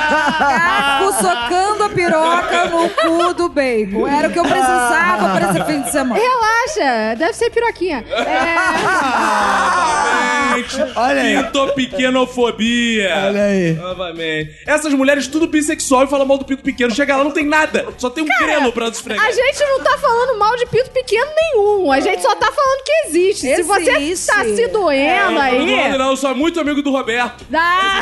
Speaker 5: Caco socando a piroca no cu do Bacon. Era o que eu precisava pra esse fim de semana.
Speaker 2: Relaxa, deve ser piroquinha. É,
Speaker 4: Novamente.
Speaker 3: Ah, Olha aí.
Speaker 4: Pinto pequenofobia.
Speaker 3: Olha aí.
Speaker 4: Novamente. Essas mulheres tudo bissexual e falam mal do pinto pequeno. Chega lá, não tem nada. Só tem um grelo pra esfregar.
Speaker 2: a gente não tá falando mal de pinto pequeno nenhum. A gente só tá falando que existe. Se
Speaker 5: Existe.
Speaker 2: você tá se
Speaker 4: É, Eu
Speaker 2: doendo
Speaker 4: não tô zoando,
Speaker 2: aí.
Speaker 4: não, eu sou muito amigo do Roberto.
Speaker 2: Dá.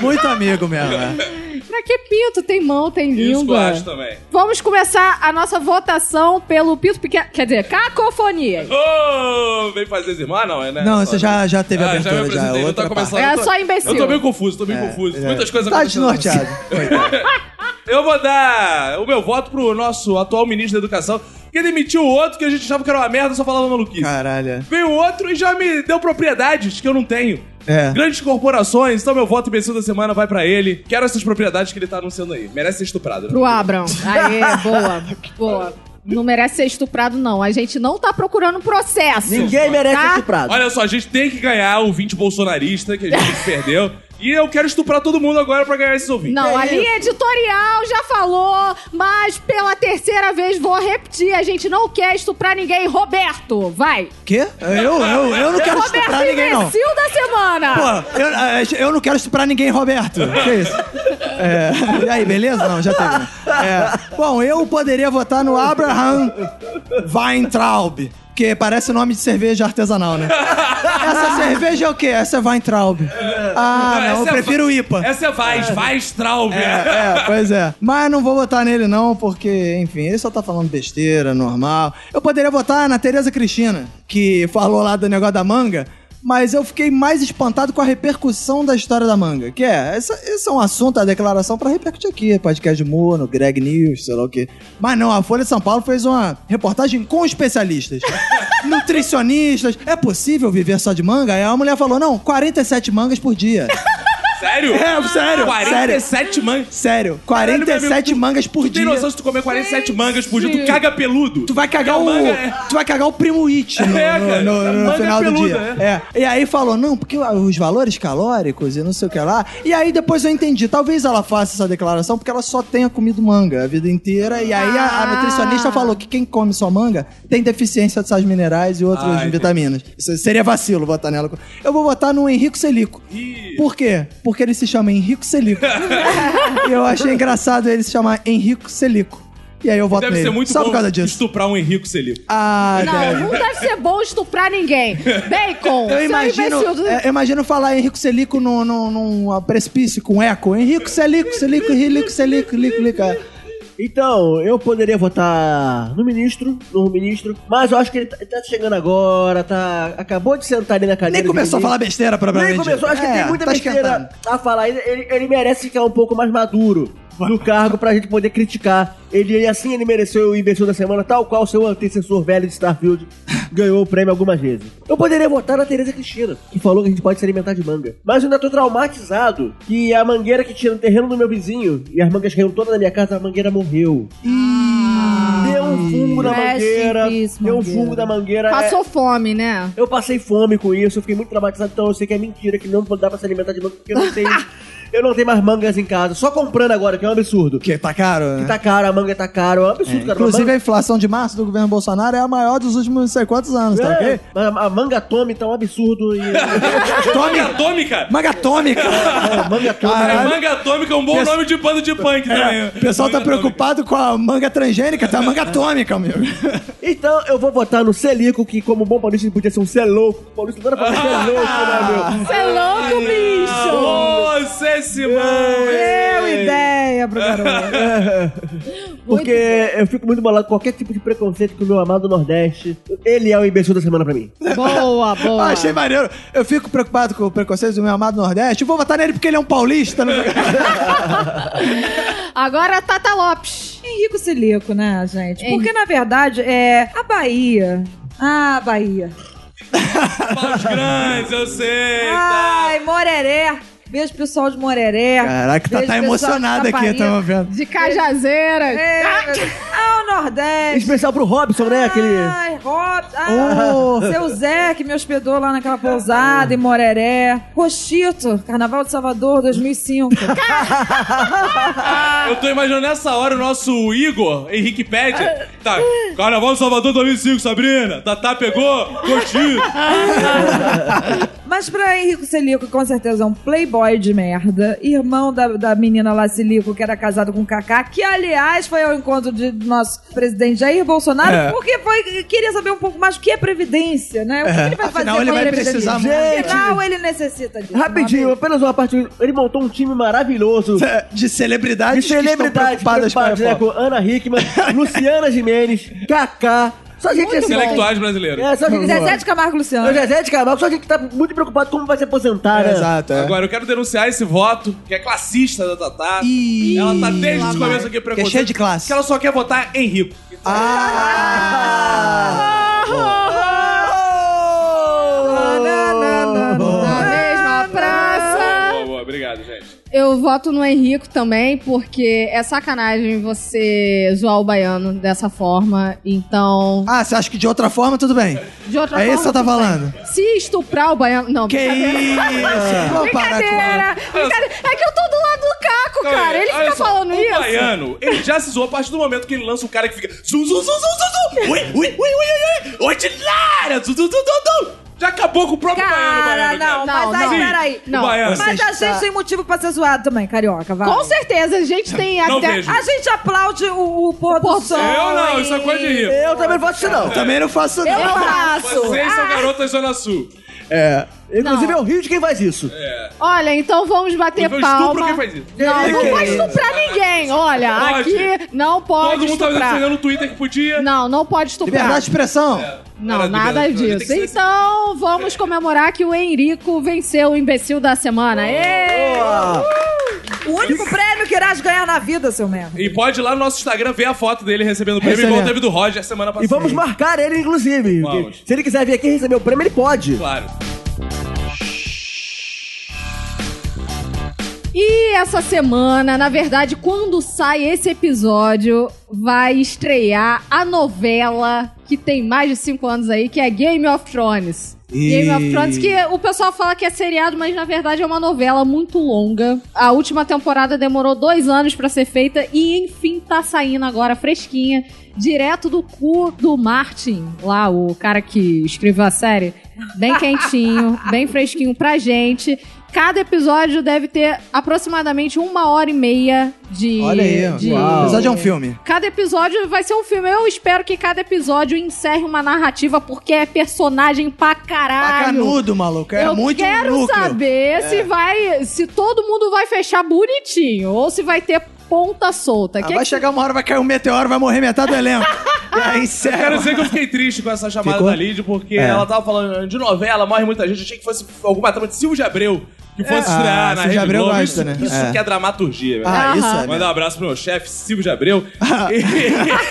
Speaker 3: Muito amigo mesmo. é.
Speaker 2: Pra que pinto? Tem mão, tem
Speaker 4: Isso que eu
Speaker 2: língua.
Speaker 4: acho também.
Speaker 2: Vamos começar a nossa votação pelo pinto pequeno. Quer dizer, cacofonia.
Speaker 4: Ô, vem fazer esse irmão? Ah, não, é né?
Speaker 3: Não,
Speaker 4: Só-
Speaker 3: você já, já teve
Speaker 4: Ah, já me
Speaker 3: abertura, já.
Speaker 4: apresentei, não tá
Speaker 3: outra
Speaker 4: começando.
Speaker 3: parte.
Speaker 2: É
Speaker 4: eu tô-
Speaker 2: só imbecil.
Speaker 4: Eu tô meio confuso, tô meio confuso. Muitas coisas
Speaker 3: É, Tá
Speaker 4: acontecendo.
Speaker 3: desnorteado.
Speaker 4: Eu vou dar o meu voto pro nosso atual ministro da Educação, que demitiu o outro que a gente achava que era uma merda, só falava maluquice.
Speaker 3: Caralho.
Speaker 4: Veio outro e já me deu propriedades que eu não tenho.
Speaker 3: É.
Speaker 4: Grandes corporações, então meu voto imbecil da semana vai pra ele. Quero essas propriedades que ele tá anunciando aí. Merece ser estuprado. Né?
Speaker 2: Pro Abrão. Aê, boa, boa. Não merece ser estuprado, não. A gente não tá procurando processo.
Speaker 6: Ninguém merece
Speaker 2: Tá?
Speaker 6: esse prato.
Speaker 4: Olha só, a gente tem que ganhar o 20 bolsonarista que a gente perdeu. E eu quero estuprar todo mundo agora pra ganhar esses ouvintes.
Speaker 2: Não, a linha editorial já falou, mas pela terceira vez vou repetir. A gente não quer estuprar ninguém. Roberto, vai.
Speaker 3: Quê? Eu, eu, eu não quero
Speaker 2: é Roberto
Speaker 3: estuprar ninguém, não.
Speaker 2: imbecil da semana.
Speaker 3: Pô, eu, eh, eu não quero estuprar ninguém, Roberto. Que isso? É. E aí, beleza? Não, já teve. né? É. Bom, eu poderia votar no Abraham Weintraub. Que parece nome de cerveja artesanal, né? Essa cerveja é o quê? Essa é Weintraub. Ah, não, eu
Speaker 4: essa é
Speaker 3: prefiro
Speaker 4: va-
Speaker 3: IPA.
Speaker 4: Essa é Vaz, Vaz Traub.
Speaker 3: É, é, pois é. Mas não vou votar nele, não, porque, enfim, ele só tá falando besteira, normal. Eu poderia votar na Tereza Cristina, que falou lá do negócio da manga. mas eu fiquei mais espantado com a repercussão da história da manga. Que é, essa- esse é um assunto, a declaração pra repercutir aqui, podcast de Mono, Greg News, sei lá o quê. Mas não, a Folha de São Paulo fez uma reportagem com especialistas. nutricionistas, é possível viver só de manga? Aí a mulher falou, não, 47 mangas por dia.
Speaker 4: Sério?
Speaker 3: É, sério,
Speaker 4: 47 mangas.
Speaker 3: Sério,
Speaker 4: Caralho, meu
Speaker 3: 47
Speaker 4: amigo, tu-
Speaker 3: mangas por
Speaker 4: Tu tem
Speaker 3: dia.
Speaker 4: noção se tu comer 47 mangas por dia, tu caga peludo.
Speaker 3: Tu vai cagar o.
Speaker 4: Manga é-
Speaker 3: Tu vai cagar o primo It no,
Speaker 4: É,
Speaker 3: no-
Speaker 4: cara,
Speaker 3: no-
Speaker 4: a
Speaker 3: no
Speaker 4: manga
Speaker 3: final
Speaker 4: é
Speaker 3: do
Speaker 4: peluda,
Speaker 3: dia. É. E aí falou, não, porque os valores calóricos e não sei o que lá. E aí depois eu entendi. Talvez ela faça essa declaração porque ela só tenha comido manga a vida inteira. E aí a, a
Speaker 2: Ah.
Speaker 3: nutricionista falou que quem come só manga tem deficiência de sais minerais e outras
Speaker 4: Ah, entendi.
Speaker 3: vitaminas. Isso seria vacilo botar nela. Eu vou botar no Henrico Selico. Por quê? Porque ele se chama Henrico Selico. e eu achei engraçado ele se chamar Henrico Selico. E aí eu voto
Speaker 4: Deve
Speaker 3: nele.
Speaker 4: ser muito
Speaker 3: só
Speaker 4: bom
Speaker 3: por causa disso.
Speaker 4: estuprar um Henrico Celio.
Speaker 3: Ah,
Speaker 2: Não, não deve ser bom estuprar ninguém. Bacon,
Speaker 3: Eu imagino,
Speaker 2: seu imbecil.
Speaker 3: é, eu imagino falar Henrico Selico num, num, num precipício com eco. Henrico Selico, Selico, Selico, Selico, Selico, Selico.
Speaker 6: Então, eu poderia votar no ministro, no ministro, mas eu acho que ele tá, ele tá chegando agora, tá, acabou de sentar ali na cadeira.
Speaker 3: Nem
Speaker 6: de
Speaker 3: começou a
Speaker 6: ministro.
Speaker 3: falar besteira,
Speaker 6: Nem
Speaker 3: propriamente.
Speaker 6: começou, acho que
Speaker 3: É,
Speaker 6: tem muita
Speaker 3: tá
Speaker 6: besteira
Speaker 3: esquentando.
Speaker 6: a falar. Ele, ele- ele merece ficar um pouco mais maduro no cargo pra gente poder criticar. Ele e assim ele mereceu o imbecil da semana, tal qual seu antecessor velho de Starfield ganhou o prêmio algumas vezes. Eu poderia votar na Tereza Cristina, que falou que a gente pode se alimentar de manga. Mas eu ainda tô traumatizado que a mangueira que tinha no terreno do meu vizinho e as mangas caíram todas na minha casa, a mangueira morreu. Deu um fungo na
Speaker 5: Rest in
Speaker 6: mangueira.
Speaker 5: peace,
Speaker 6: Deu um
Speaker 5: mangueira.
Speaker 6: fungo da mangueira. é-
Speaker 2: Passou fome, né?
Speaker 6: eu passei fome com isso, eu fiquei muito traumatizado, então eu sei que é mentira, que não dá pra se alimentar de manga, porque eu não tenho. eu não tenho mais mangas em casa. Só comprando agora, que é um absurdo.
Speaker 3: Que tá né? caro, né?
Speaker 6: Tá caro, a manga tá caro, é um absurdo, cara. Uma
Speaker 3: Inclusive,
Speaker 6: manga...
Speaker 3: a inflação de março do governo Bolsonaro é a maior dos últimos não sei quantos anos, tá
Speaker 6: É,
Speaker 3: ok?
Speaker 6: a, a manga tome tá um absurdo. E...
Speaker 3: É.
Speaker 4: Manga atômica?
Speaker 3: Manga atômica!
Speaker 6: a manga tome.
Speaker 4: É,
Speaker 3: Caralho.
Speaker 4: manga atômica é um bom
Speaker 3: Pensa-
Speaker 4: nome de bando de punk também.
Speaker 3: É, o pessoal tá
Speaker 4: Manga atômica.
Speaker 3: preocupado com a manga transgênica, tá manga atômica, meu.
Speaker 6: Então eu vou votar no Celico, que como bom paulista ele podia ser um celouco. Paulista não era pra ser louco, né, meu?
Speaker 2: Você é louco, bicho!
Speaker 4: Você, Simão!
Speaker 3: É.
Speaker 5: Deu ideia pro garoto.
Speaker 6: Porque eu fico muito bolado com qualquer tipo de preconceito com o meu amado Nordeste. Ele é o imbecil da semana pra mim.
Speaker 2: Boa,
Speaker 3: Eu
Speaker 2: boa.
Speaker 3: Ah, achei maneiro. Eu fico preocupado com o preconceito do meu amado Nordeste. Eu vou votar nele porque ele é um paulista. Não...
Speaker 2: Agora é Tata Lopes.
Speaker 5: Henrico Silico, né, gente?
Speaker 2: Henrico.
Speaker 5: Porque, na verdade, é a Bahia. Ah, Bahia.
Speaker 4: Paus grandes, eu sei! tá.
Speaker 3: Ah.
Speaker 5: Ai, Moreré. Beijo, pessoal de Moreré.
Speaker 3: Caraca, tá,
Speaker 5: Beijo,
Speaker 3: tá
Speaker 5: pessoal de
Speaker 3: emocionada aqui,
Speaker 5: Taparia.
Speaker 3: tamo vendo.
Speaker 2: De Cajazeira.
Speaker 5: É, ao Nordeste.
Speaker 6: Especial pro Robson, né? Aquele.
Speaker 5: Ai, Rob. Ah,
Speaker 3: Oh.
Speaker 5: Seu Zé, que me hospedou lá naquela pousada em Moreré. Rochito, Carnaval de Salvador 2005.
Speaker 4: Eu tô imaginando nessa hora o nosso Igor, Henrique Pede. Tá, Carnaval de Salvador 2005, Sabrina. Tatá pegou, curtiu.
Speaker 5: Mas pra Henrico Selico, que com certeza é um playboy de merda, irmão da, da menina lá Selico, que era casado com o Kaká, que aliás foi ao encontro de nosso presidente Jair Bolsonaro,
Speaker 3: É.
Speaker 5: porque foi, queria saber um pouco mais o que é previdência, né? O que ele vai
Speaker 3: Afinal,
Speaker 5: fazer
Speaker 3: ele
Speaker 5: com a
Speaker 3: vai
Speaker 5: previdência?
Speaker 3: precisar
Speaker 6: muito.
Speaker 5: Afinal, ele necessita disso.
Speaker 6: Rapidinho,
Speaker 5: meu
Speaker 6: apenas uma parte. Ele montou um time maravilhoso.
Speaker 3: De
Speaker 6: De
Speaker 3: celebridades
Speaker 6: celebridades
Speaker 3: que estão preocupadas com a
Speaker 6: preocupadas, né,
Speaker 3: Copa.
Speaker 6: com Ana Hickman, Luciana Jimenez, Kaká. Só gente assim.
Speaker 4: Intelectuais brasileiros.
Speaker 6: É, só gente
Speaker 5: amigo. Zezé de Camargo e Luciano.
Speaker 6: Não, Zezé de Camargo, só gente que tá muito preocupado com como vai se aposentar, né?
Speaker 3: Exato, é.
Speaker 4: Agora, eu quero denunciar esse voto, que é classista da Tatá.
Speaker 3: Ih,
Speaker 4: Ela tá desde o começo aqui
Speaker 3: que é
Speaker 4: preconceito.
Speaker 3: cheio de classe.
Speaker 4: Que ela só quer votar em rico.
Speaker 3: Ah!
Speaker 2: Ah! Na mesma praça.
Speaker 4: Então, Boa, boa, obrigado, gente.
Speaker 2: Eu voto no Henrico também, porque é sacanagem você zoar o baiano dessa forma. Então,
Speaker 3: Ah, você acha que de outra forma tudo bem?
Speaker 2: de outra
Speaker 3: é
Speaker 2: forma.
Speaker 3: isso que você tá
Speaker 2: tudo bem.
Speaker 3: falando?
Speaker 2: Se estuprar o baiano. Não,
Speaker 3: Que
Speaker 2: brincadeira.
Speaker 3: isso? Vamos parar com ela.
Speaker 2: Brincadeira, brincadeira. É que eu tô do lado do Caco, cara. Ele
Speaker 4: Então, é, Olha
Speaker 2: fica
Speaker 4: só,
Speaker 2: falando
Speaker 4: o
Speaker 2: isso.
Speaker 4: O baiano, ele já se zoou a partir do momento que ele lança um cara que fica. Zum, zum, zum, zum, zum, zum. Ui, ui, ui, ui, ui, ui. Ordinária! Zum, zum, zum, zum, zum. Já acabou com o próprio
Speaker 5: Cara,
Speaker 4: baiano. baiano
Speaker 5: não,
Speaker 4: cara.
Speaker 2: Não,
Speaker 5: mas aí,
Speaker 2: não.
Speaker 5: peraí.
Speaker 4: O
Speaker 2: Não.
Speaker 4: baiano.
Speaker 5: Mas a
Speaker 3: está-
Speaker 5: gente tem motivo pra ser zoado também, carioca, vai.
Speaker 2: Com certeza, a gente tem
Speaker 4: Não
Speaker 2: até. Ah,
Speaker 4: vejo.
Speaker 5: A gente aplaude o, o pôr do
Speaker 2: pôr do
Speaker 5: sol.
Speaker 2: sol.
Speaker 4: Eu não,
Speaker 5: hein?
Speaker 4: isso é coisa de rico.
Speaker 6: Eu também não faço isso, não.
Speaker 3: Também não faço
Speaker 2: Eu
Speaker 3: não.
Speaker 2: faço.
Speaker 4: Vocês são garotas Zona Sul.
Speaker 3: É.
Speaker 6: Inclusive é o Rio de quem faz isso.
Speaker 2: Olha, então vamos bater
Speaker 4: Foi o estupro
Speaker 2: palma.
Speaker 4: quem faz isso.
Speaker 2: Não, não
Speaker 3: Que
Speaker 2: pode
Speaker 3: isso?
Speaker 2: estuprar ninguém. Ô, olha,
Speaker 4: Pode.
Speaker 2: aqui não pode
Speaker 4: Todo mundo tava
Speaker 2: estuprar.
Speaker 4: defendendo no Twitter que podia.
Speaker 2: Não, não pode estuprar.
Speaker 3: Liberdade de expressão.
Speaker 2: Não,
Speaker 4: Era
Speaker 2: nada
Speaker 4: liberdade, tem que
Speaker 2: disso.
Speaker 4: ser assim.
Speaker 2: Então, vamos comemorar que o Henrico venceu o imbecil da semana. Ê!
Speaker 6: Ah,
Speaker 5: O único prêmio que irás ganhar na vida, seu merda.
Speaker 4: E pode ir lá no nosso Instagram ver a foto dele recebendo o prêmio,
Speaker 3: Recebendo.
Speaker 4: igual teve do Roger semana passada.
Speaker 6: E vamos marcar ele, inclusive.
Speaker 4: Vamos.
Speaker 6: Se ele quiser vir aqui receber o prêmio, ele pode.
Speaker 4: Claro.
Speaker 2: E essa semana, na verdade, quando sai esse episódio, vai estrear a novela que tem mais de cinco anos aí, que é Game of Thrones.
Speaker 3: E-
Speaker 2: Game of Thrones, que o pessoal fala que é seriado, mas na verdade é uma novela muito longa. A última temporada demorou dois anos pra ser feita e enfim tá saindo agora fresquinha, direto do cu do Martin, lá o cara que escreveu a série, bem quentinho, bem fresquinho pra gente. Cada episódio deve ter aproximadamente uma hora e meia de.
Speaker 3: Olha aí.
Speaker 2: de-
Speaker 3: O episódio é um filme.
Speaker 2: Cada episódio vai ser um filme. Eu espero que cada episódio encerre uma narrativa, porque é personagem pra caralho.
Speaker 3: Bacanudo, maluco. É
Speaker 2: Eu
Speaker 3: muito
Speaker 2: quero
Speaker 3: núcleo.
Speaker 2: saber se vai. se todo mundo vai fechar bonitinho ou se vai ter ponta solta.
Speaker 3: Ah,
Speaker 2: Que- é
Speaker 3: vai chegar uma hora, vai cair um meteoro, vai morrer metade do elenco. e aí
Speaker 4: Eu quero
Speaker 3: encerra.
Speaker 4: dizer que eu fiquei triste com essa chamada
Speaker 3: Ficou? É.
Speaker 4: da Lid, porque ela tava falando de novela, morre muita gente. Achei que fosse alguma trama de Silvio de Abreu que fosse
Speaker 3: É.
Speaker 4: estrear
Speaker 3: Ah,
Speaker 4: na
Speaker 3: Silvio de
Speaker 4: Rede
Speaker 3: Abreu
Speaker 4: Globo.
Speaker 3: gosta,
Speaker 4: isso
Speaker 3: né?
Speaker 4: isso
Speaker 3: É.
Speaker 4: que é dramaturgia, velho.
Speaker 3: Ah, isso é.
Speaker 4: Mandar um abraço pro meu chefe, Silvio de Abreu.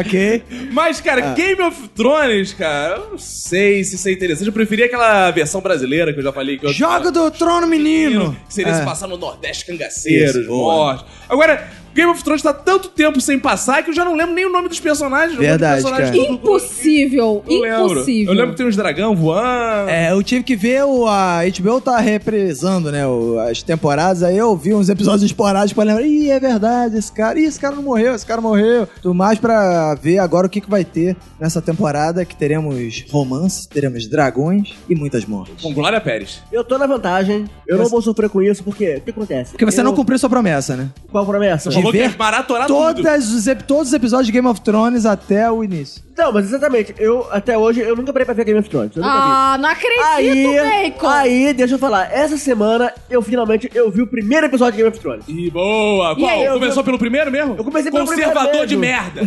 Speaker 3: ok.
Speaker 4: Mas,
Speaker 3: Ah.
Speaker 4: cara, Game of Thrones, cara, eu não sei se isso é interessante. Eu preferia aquela versão brasileira que eu já falei. Que eu...
Speaker 3: Jogo do trono, menino.
Speaker 4: Que seria
Speaker 3: É.
Speaker 4: se passar no Nordeste Cangaceiro,
Speaker 3: Isso, boa.
Speaker 4: morte. Agora, Game of Thrones tá tanto tempo sem passar que eu já não lembro nem o nome dos personagens.
Speaker 3: Verdade,
Speaker 4: o nome dos personagens
Speaker 3: cara.
Speaker 4: tudo-
Speaker 2: Impossível,
Speaker 4: Eu lembro.
Speaker 2: impossível.
Speaker 4: Eu lembro que tem uns dragão voando.
Speaker 3: É, eu tive que ver, o, a HBO tá reprisando, né, o- as temporadas, aí eu vi uns episódios esporádicos pra lembrar, ih, é verdade, esse cara, ih, esse cara não morreu, esse cara morreu. Tudo mais pra ver agora o que, que vai ter nessa temporada, que teremos romance, teremos dragões e muitas mortes.
Speaker 4: Com Glória Pérez.
Speaker 6: Eu tô na vantagem. Eu não vou sofrer com isso, porque o que acontece?
Speaker 3: Porque você
Speaker 6: Eu-
Speaker 3: não cumpriu sua promessa, né?
Speaker 6: Qual a promessa?
Speaker 3: De
Speaker 4: Falou que
Speaker 3: ver
Speaker 4: ia maratonar Tá tudo.
Speaker 3: Todas os, ep- todos os episódios de Game of Thrones até o início.
Speaker 6: Não, mas exatamente. Eu, até hoje, eu nunca parei pra ver Game of Thrones. Eu nunca vi.
Speaker 2: Ah, não acredito,
Speaker 6: Aí,
Speaker 2: Bacon!
Speaker 6: aí, deixa eu falar. Essa semana, eu finalmente, eu vi o primeiro episódio de Game of Thrones.
Speaker 4: E boa!
Speaker 2: E
Speaker 4: Qual?
Speaker 2: aí, eu-
Speaker 4: Começou pelo primeiro mesmo?
Speaker 6: Eu comecei pelo
Speaker 4: Conservador
Speaker 6: primeiro
Speaker 4: de merda.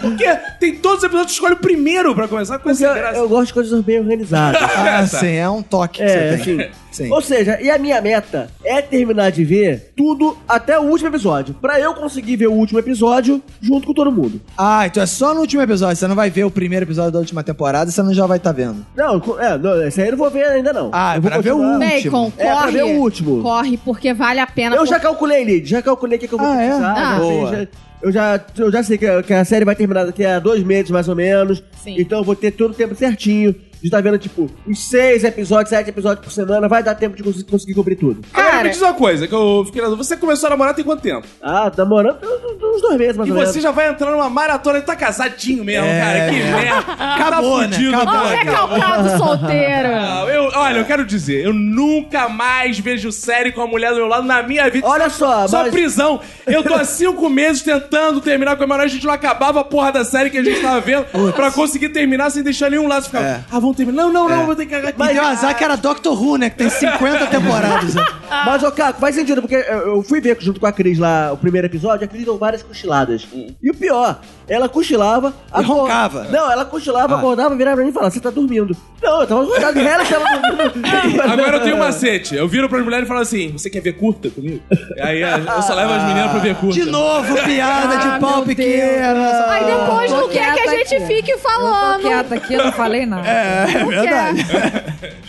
Speaker 4: Porque tem todos os episódios que escolhe o primeiro pra começar com
Speaker 6: Porque
Speaker 3: é
Speaker 4: essa
Speaker 6: eu,
Speaker 4: graça.
Speaker 6: eu gosto de coisas bem organizadas.
Speaker 3: Ah, sim, é um toque
Speaker 6: É,
Speaker 3: que você tem.
Speaker 6: sim. Ou seja, e a minha meta é terminar de ver tudo até o último episódio. Pra eu conseguir ver o último episódio junto com todo mundo.
Speaker 3: Ah, então é só no último episódio, você não vai ver o primeiro episódio da última temporada, você não já vai estar vendo.
Speaker 6: Não, co- é, não, esse aí eu não vou ver ainda, não.
Speaker 3: Ah,
Speaker 6: eu vou
Speaker 3: pra ver o
Speaker 6: continuar.
Speaker 3: último.
Speaker 2: Bacon,
Speaker 6: É, pra
Speaker 2: corre.
Speaker 6: ver o último.
Speaker 2: Corre, porque vale a pena.
Speaker 6: Eu já calculei, Lid, já calculei o que, que eu vou
Speaker 3: Ah, é?
Speaker 6: precisar.
Speaker 2: Ah.
Speaker 6: já sei,
Speaker 3: Boa.
Speaker 6: já- eu, já, eu já sei que a, que a série vai terminar daqui a dois meses, mais ou menos.
Speaker 2: Sim.
Speaker 6: Então eu vou ter todo o tempo certinho. De estar vendo, tipo, uns seis episódios, sete episódios por semana, vai dar tempo de cons- conseguir cobrir tudo.
Speaker 4: Agora
Speaker 2: Cara.
Speaker 4: me diz uma coisa, que eu fiquei na dúvida. Você começou a namorar tem quanto tempo?
Speaker 6: Ah, tá morando uns dois meses, mais
Speaker 4: E
Speaker 6: ou menos.
Speaker 4: você já vai entrar numa maratona e tá casadinho mesmo,
Speaker 3: É,
Speaker 4: cara.
Speaker 3: é.
Speaker 4: Que merda.
Speaker 3: Acabou,
Speaker 4: tá
Speaker 3: né?
Speaker 4: fudido,
Speaker 3: Acabou.
Speaker 4: cara.
Speaker 2: Olha, recalcado é solteiro.
Speaker 4: Ah, eu- olha, eu quero dizer, eu nunca mais vejo série com a mulher do meu lado na minha vida.
Speaker 6: Olha só,
Speaker 4: Só
Speaker 6: mas-
Speaker 4: prisão. Eu tô há cinco meses tentando terminar com a menor, a gente não acabava a porra da série que a gente tava vendo pra conseguir terminar sem deixar nenhum laço ficar.
Speaker 3: É.
Speaker 4: Ah, vamos terminar. Não, não, não, vou ter que cagar aqui.
Speaker 3: Mas deu azar que era Doctor Who, né? Que tem 50 temporadas. né?
Speaker 6: Mas, ô, Caco, faz sentido, porque eu eu fui ver junto com a Cris lá o primeiro episódio, a Cris deu várias cochiladas. E o pior, ela cochilava... acor-
Speaker 3: roncava.
Speaker 6: Não, ela cochilava,
Speaker 3: Ah.
Speaker 6: acordava, virava pra mim e falava, você tá dormindo. Não, eu tava acordado, de ela tava dormindo.
Speaker 3: né?
Speaker 4: Agora eu tenho um macete. Eu viro pras mulheres e falo assim: você quer ver curta comigo? Aí eu só levo as meninas pra ver curta.
Speaker 3: De novo, piada
Speaker 5: Ah,
Speaker 3: de pau
Speaker 5: meu
Speaker 3: pequena.
Speaker 2: Aí depois
Speaker 5: Tô
Speaker 2: não quer que a
Speaker 5: quieta
Speaker 2: gente
Speaker 5: aqui.
Speaker 2: fique
Speaker 5: Eu tô
Speaker 2: falando.
Speaker 5: quieta aqui, eu não falei nada.
Speaker 3: É
Speaker 2: Não quer.
Speaker 3: verdade.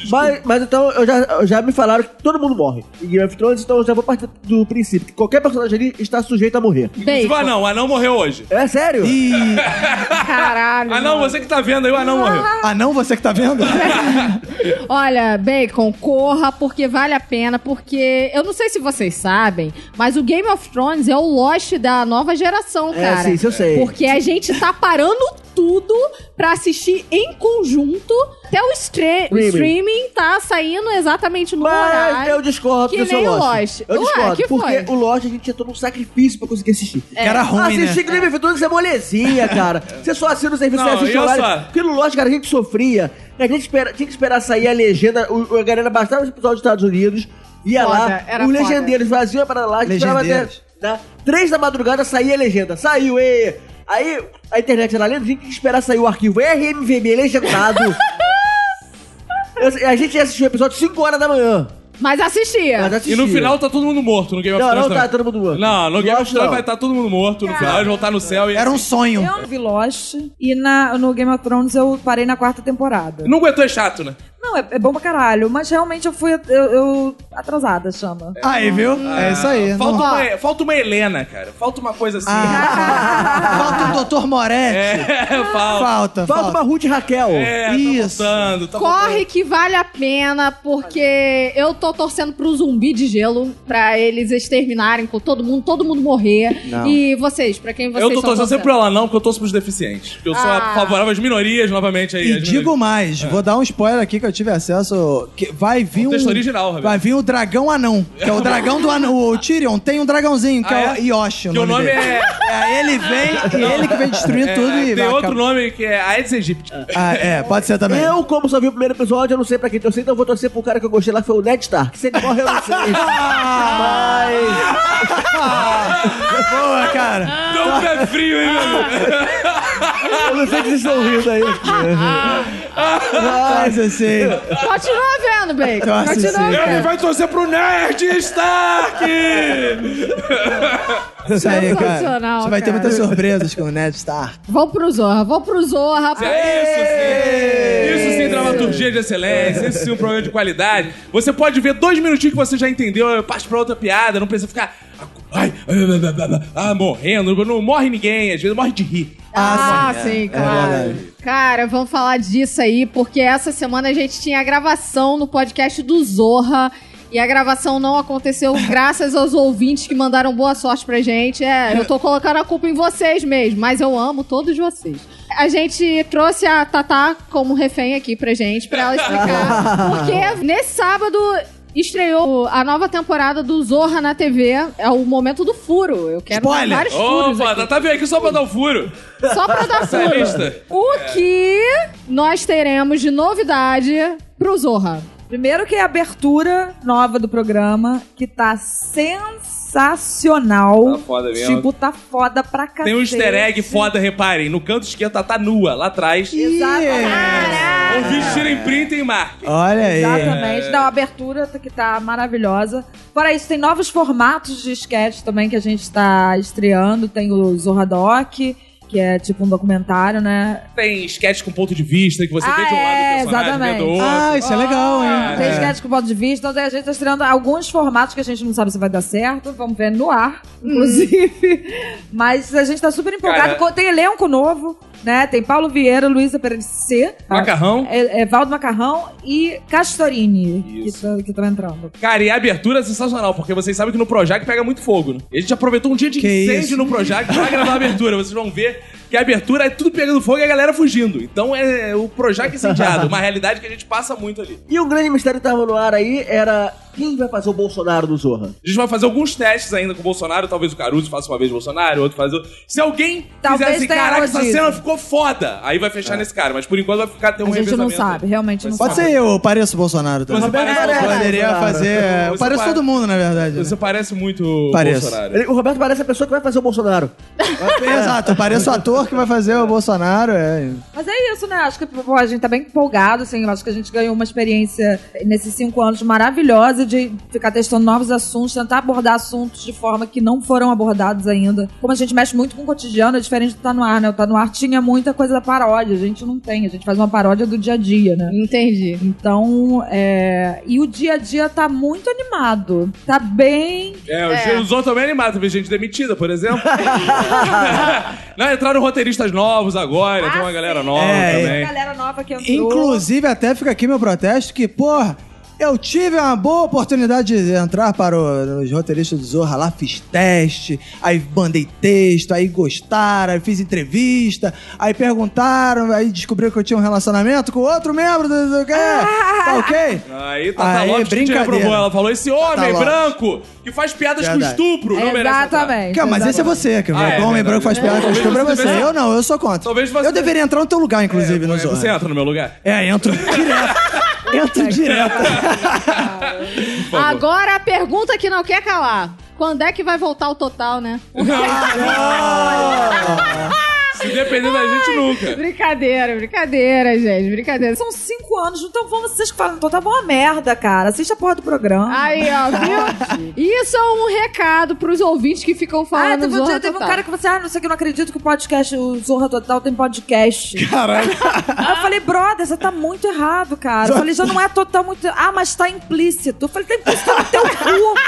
Speaker 6: Mas, mas então, eu já, eu já me falaram que todo mundo morre em Game of Thrones, então eu já vou partir do princípio que qualquer personagem ali está sujeito a morrer.
Speaker 4: Tipo,
Speaker 2: Bacon,
Speaker 4: anão, o anão morreu hoje.
Speaker 6: É sério?
Speaker 3: E.
Speaker 2: caralho.
Speaker 4: Anão,
Speaker 2: mano.
Speaker 4: você que tá vendo aí, o anão morreu.
Speaker 3: Ah, não, você que tá vendo?
Speaker 2: Olha, Bacon, corra porque vale a pena, porque eu não sei se vocês sabem, mas o Game of Thrones é o Lost da nova geração,
Speaker 6: É,
Speaker 2: cara.
Speaker 6: sim, isso eu sei.
Speaker 2: Porque a gente tá parando tudo pra assistir em conjunto. Até o, stre- o
Speaker 6: Streaming.
Speaker 2: streaming tá saindo exatamente no
Speaker 6: Mas
Speaker 2: horário.
Speaker 6: eu discordo
Speaker 2: Que
Speaker 6: do seu
Speaker 2: nem o
Speaker 6: Lost.
Speaker 2: Lost.
Speaker 6: Eu
Speaker 2: Ué,
Speaker 6: discordo,
Speaker 2: que
Speaker 6: porque
Speaker 2: foi?
Speaker 6: o Lost a gente tinha todo um sacrifício pra conseguir assistir.
Speaker 3: Cara ruim, né?
Speaker 6: assistir Game of Thrones é molezinha, cara. Você só assina o serviço
Speaker 4: Não,
Speaker 6: e assiste
Speaker 4: e
Speaker 6: o
Speaker 4: olha
Speaker 6: horário.
Speaker 4: só.
Speaker 6: Porque no Lost, cara, a gente sofria. A gente espera- tinha que esperar sair a legenda. O, a galera bastava os episódios dos Estados Unidos. Ia
Speaker 2: Foda,
Speaker 6: lá,
Speaker 2: era
Speaker 6: os
Speaker 2: foda.
Speaker 6: legendeiros faziam para lá. a gente esperava até-
Speaker 3: Legendeiros.
Speaker 6: Tá? Três da madrugada saía a legenda. Saiu, ê! Aí a internet era lendo, a gente tinha que esperar sair o arquivo RMVB legendado. Eu- a gente ia assistir o episódio 5 horas da manhã.
Speaker 2: Mas assistia.
Speaker 6: Mas
Speaker 4: E
Speaker 6: assistia.
Speaker 4: no final tá todo mundo morto no Game of
Speaker 6: Não,
Speaker 4: Thrones.
Speaker 6: não tá
Speaker 4: também.
Speaker 6: todo mundo morto.
Speaker 4: Não, no
Speaker 6: Eu
Speaker 4: Game of
Speaker 6: acho
Speaker 4: Thrones
Speaker 6: não.
Speaker 4: vai estar todo mundo morto no final. Eles vão estar no céu e.
Speaker 3: Era um sonho.
Speaker 5: Eu vi Lost e na, no Game of Thrones eu parei na quarta temporada.
Speaker 4: Não aguentou, é chato, né?
Speaker 5: Não, é, é bom pra caralho, mas realmente eu fui eu, eu- atrasada, chama.
Speaker 3: Aí, viu? é isso aí. Ah.
Speaker 4: Falta um
Speaker 3: Não-
Speaker 4: uma, falta uma Helena, cara. Falta uma coisa assim.
Speaker 3: Falta o doutor Moretti.
Speaker 4: É, falta.
Speaker 3: Falta,
Speaker 6: Falta uma Ruth e Raquel.
Speaker 4: É, tá
Speaker 3: Isso.
Speaker 4: faltando, tá
Speaker 2: Corre que vale a pena, porque eu tô torcendo pro zumbi de gelo, pra eles exterminarem com todo mundo, todo mundo morrer.
Speaker 6: Não.
Speaker 2: E vocês, pra quem vocês
Speaker 4: Eu tô
Speaker 2: estão
Speaker 4: torcendo sempre pra ela não, porque eu torço pros deficientes. Porque eu sou
Speaker 2: Ah.
Speaker 4: favorável às minorias, novamente aí.
Speaker 3: E
Speaker 4: às
Speaker 3: digo
Speaker 4: minorias.
Speaker 3: mais, vou dar um spoiler aqui que eu tive acesso. Que vai vir
Speaker 4: O
Speaker 3: um.
Speaker 4: texto original, Rabelo.
Speaker 3: Vai vir o dragão anão. Que é o dragão do anão. O Tyrion tem um dragãozinho, que
Speaker 4: Ah,
Speaker 3: é,
Speaker 4: é?
Speaker 3: o Yoshi. O
Speaker 4: Que o
Speaker 3: nome
Speaker 4: nome
Speaker 3: dele.
Speaker 4: é...
Speaker 3: É, ele vem, e ele que vem destruindo
Speaker 4: é,
Speaker 3: tudo e
Speaker 4: Tem
Speaker 3: vai
Speaker 4: outro
Speaker 3: acabar.
Speaker 4: nome que é Aedes aegypti.
Speaker 3: Ah, é, pode ser também.
Speaker 6: Eu, como só vi o primeiro episódio, eu não sei pra quem torcer, então eu vou torcer pro cara que eu gostei lá, que foi o Ned Stark. Se ele morre, eu não sei. Mas...
Speaker 3: Boa, cara.
Speaker 4: Não é frio, hein, meu amigo?
Speaker 6: Eu não sei que vocês estão rindo aí. Mas...
Speaker 3: Nossa, assim.
Speaker 2: Continua vendo, Blake.
Speaker 3: Nossa, Então, é sim,
Speaker 2: Continua vendo.
Speaker 4: Ele vai torcer pro Nerd Stark!
Speaker 3: Isso aí, cara.
Speaker 2: Sensacional,
Speaker 3: Você vai ter
Speaker 2: cara.
Speaker 3: muitas surpresas com o Ned Stark.
Speaker 2: Vou pro Zorra, vou pro Zorra.
Speaker 4: É isso sim! Isso sim, dramaturgia de excelência, isso sim, um programa de qualidade. Você pode ver dois minutinhos que você já entendeu, parte pra outra piada, não precisa ficar. Ai, ai, ai, ai, ai, ai, ah, morrendo. Não morre ninguém, às vezes morre de rir.
Speaker 2: Ah, sim, claro. Cara, vamos falar disso aí, porque essa semana a gente tinha a gravação no podcast do Zorra. E a gravação não aconteceu graças aos ouvintes que mandaram boa sorte pra gente. É, eu tô colocando a culpa em vocês mesmo, mas eu amo todos vocês. A gente trouxe a Tatá como refém aqui pra gente, pra ela explicar. Porque nesse sábado estreou a nova temporada do Zorra na TV. É o momento do furo. Eu quero
Speaker 3: Spoiler!
Speaker 2: vários furos
Speaker 4: Opa,
Speaker 2: aqui.
Speaker 4: tá vendo aqui só pra dar o furo.
Speaker 2: Só pra dar
Speaker 4: Essa é a
Speaker 2: furo.
Speaker 4: lista.
Speaker 2: O que nós teremos de novidade pro Zorra?
Speaker 5: Primeiro que é a abertura nova do programa, que tá sensacional.
Speaker 4: Tá foda mesmo.
Speaker 5: Tipo, tá foda pra cacete.
Speaker 4: Tem um easter egg foda, reparem. No canto esquerdo, tá, tá nua, lá atrás.
Speaker 3: Exatamente.
Speaker 4: Ouvintes tirem print e marquem.
Speaker 3: Olha aí.
Speaker 4: É.
Speaker 5: Exatamente, dá uma abertura que tá maravilhosa. Fora isso, tem novos formatos de sketch também que a gente tá estreando. Tem o Zorra Doc, que é tipo um documentário, né?
Speaker 4: Tem sketch com ponto de vista, que você
Speaker 5: Ah,
Speaker 4: vê de um lado
Speaker 5: é,
Speaker 4: do personagem,
Speaker 5: exatamente.
Speaker 4: vê do outro.
Speaker 3: Ah, isso é legal, hein?
Speaker 5: Tem
Speaker 3: É.
Speaker 5: sketch com ponto de vista, então a gente tá estreando alguns formatos que a gente não sabe se vai dar certo. Vamos ver no ar, inclusive. Mas a gente tá super empolgado.
Speaker 4: Hum. Cara-
Speaker 5: Tem elenco novo, né? Tem Paulo Vieira, Luísa Pereira
Speaker 4: Macarrão.
Speaker 5: é, é Valdo Macarrão e Castorini, que
Speaker 4: Isso.
Speaker 5: tá- que estão entrando.
Speaker 4: Cara, e a abertura é sensacional, porque vocês sabem que no Projac pega muito fogo, né? E a gente aproveitou um dia de
Speaker 3: Que
Speaker 4: incêndio
Speaker 3: isso?
Speaker 4: no Projac pra gravar a abertura. Vocês vão ver que a abertura é tudo pegando fogo e a galera fugindo. Então é o Projac incendiado, uma realidade que a gente passa muito ali.
Speaker 6: E um grande mistério que tava no ar aí era quem vai fazer o Bolsonaro no Zorra?
Speaker 4: A gente vai fazer alguns testes ainda com o Bolsonaro. Talvez o Caruso faça uma vez o Bolsonaro, outro faz outro. Se alguém
Speaker 5: Talvez
Speaker 4: fizer assim,
Speaker 5: tenha
Speaker 4: caraca,
Speaker 5: algo
Speaker 4: essa
Speaker 5: disso."
Speaker 4: cena ficou foda, aí vai
Speaker 3: É.
Speaker 4: fechar nesse cara. Mas por enquanto vai ficar até um
Speaker 5: a gente não
Speaker 4: revezamento.
Speaker 5: sabe, realmente não
Speaker 3: Pode
Speaker 5: sabe.
Speaker 3: ser eu, pareço o Bolsonaro também.
Speaker 4: Você parece,
Speaker 6: Roberto
Speaker 4: Bolsonaro.
Speaker 3: Poderia
Speaker 6: Bolsonaro.
Speaker 3: fazer. Eu
Speaker 4: Você
Speaker 3: pareço
Speaker 4: pare-
Speaker 3: todo mundo, na verdade. né?
Speaker 4: Você parece muito o
Speaker 3: Pareço.
Speaker 4: Bolsonaro.
Speaker 6: Ele- O Roberto parece a pessoa que vai fazer o Bolsonaro. É.
Speaker 3: Exato, eu pareço o ator que vai fazer o Bolsonaro. É.
Speaker 5: Mas é isso, né? Acho que pô, a gente tá bem empolgado, assim. Eu acho que a gente ganhou uma experiência nesses cinco anos maravilhosa de ficar testando novos assuntos, tentar abordar assuntos de forma que não foram abordados ainda. Como a gente mexe muito com o cotidiano, é diferente do Tá No Ar, né? O Tá No Ar tinha muita coisa da paródia. A gente não tem. A gente faz uma paródia do dia a dia, né?
Speaker 2: Entendi.
Speaker 5: Então, é... E o dia a dia tá muito animado. Tá bem
Speaker 4: É, os- os outros também animados. Teve gente demitida, por exemplo. Não, entraram roteiristas novos agora, tem
Speaker 5: Ah,
Speaker 4: uma galera nova
Speaker 3: É,
Speaker 5: a
Speaker 4: também.
Speaker 5: assim. galera nova que entrou.
Speaker 3: Inclusive, até fica aqui meu protesto que, porra, eu tive uma boa oportunidade de entrar para o- os roteiristas do Zorra lá, fiz teste, aí mandei texto, aí gostaram, aí fiz entrevista, aí perguntaram, aí descobriram que eu tinha um relacionamento com outro membro do... do- do-
Speaker 4: Ah!
Speaker 3: Tá ok?
Speaker 4: Aí Tata
Speaker 3: Aí,
Speaker 4: Lopes que te
Speaker 3: brincadeira.
Speaker 4: reprovou. Ela falou: esse homem é
Speaker 3: Lopes.
Speaker 4: branco que faz piadas
Speaker 3: Verdade.
Speaker 4: com estupro. Não merece entrar."
Speaker 5: Exatamente.
Speaker 3: Cara, mas esse é
Speaker 5: exatamente.
Speaker 3: você, que o
Speaker 4: Ah, é
Speaker 3: homem
Speaker 4: verdade.
Speaker 3: branco faz piada com
Speaker 4: Talvez
Speaker 3: estupro é
Speaker 4: você
Speaker 3: você.
Speaker 4: deve-
Speaker 3: Eu não, eu sou contra.
Speaker 4: Talvez você-
Speaker 3: Eu deveria entrar no teu lugar, inclusive, no
Speaker 4: É,
Speaker 3: Zorra.
Speaker 4: Você entra no meu lugar?
Speaker 3: É, entro direto. entro direto.
Speaker 2: Agora a pergunta que não quer calar. Quando é que vai voltar o total, né?
Speaker 4: Se depender da gente, nunca.
Speaker 2: Brincadeira, brincadeira, gente, brincadeira.
Speaker 5: São cinco anos, então vamos, vocês que falam, então tá bom uma merda, cara. Assiste a porra do programa. Ah,
Speaker 2: Aí, ó, viu? Isso é um recado pros ouvintes que ficam
Speaker 5: Ah,
Speaker 2: falando
Speaker 5: teve um
Speaker 2: Zorra
Speaker 5: dia, teve um
Speaker 2: Total.
Speaker 5: cara que falou assim, ah, não sei o que, eu não acredito que o podcast, o Zorra Total tem podcast.
Speaker 3: Caralho.
Speaker 5: Aí eu falei, brother, você tá muito errado, cara. Eu falei, já não é total muito... Ah, mas tá implícito. Eu falei, tá implícito no teu cu.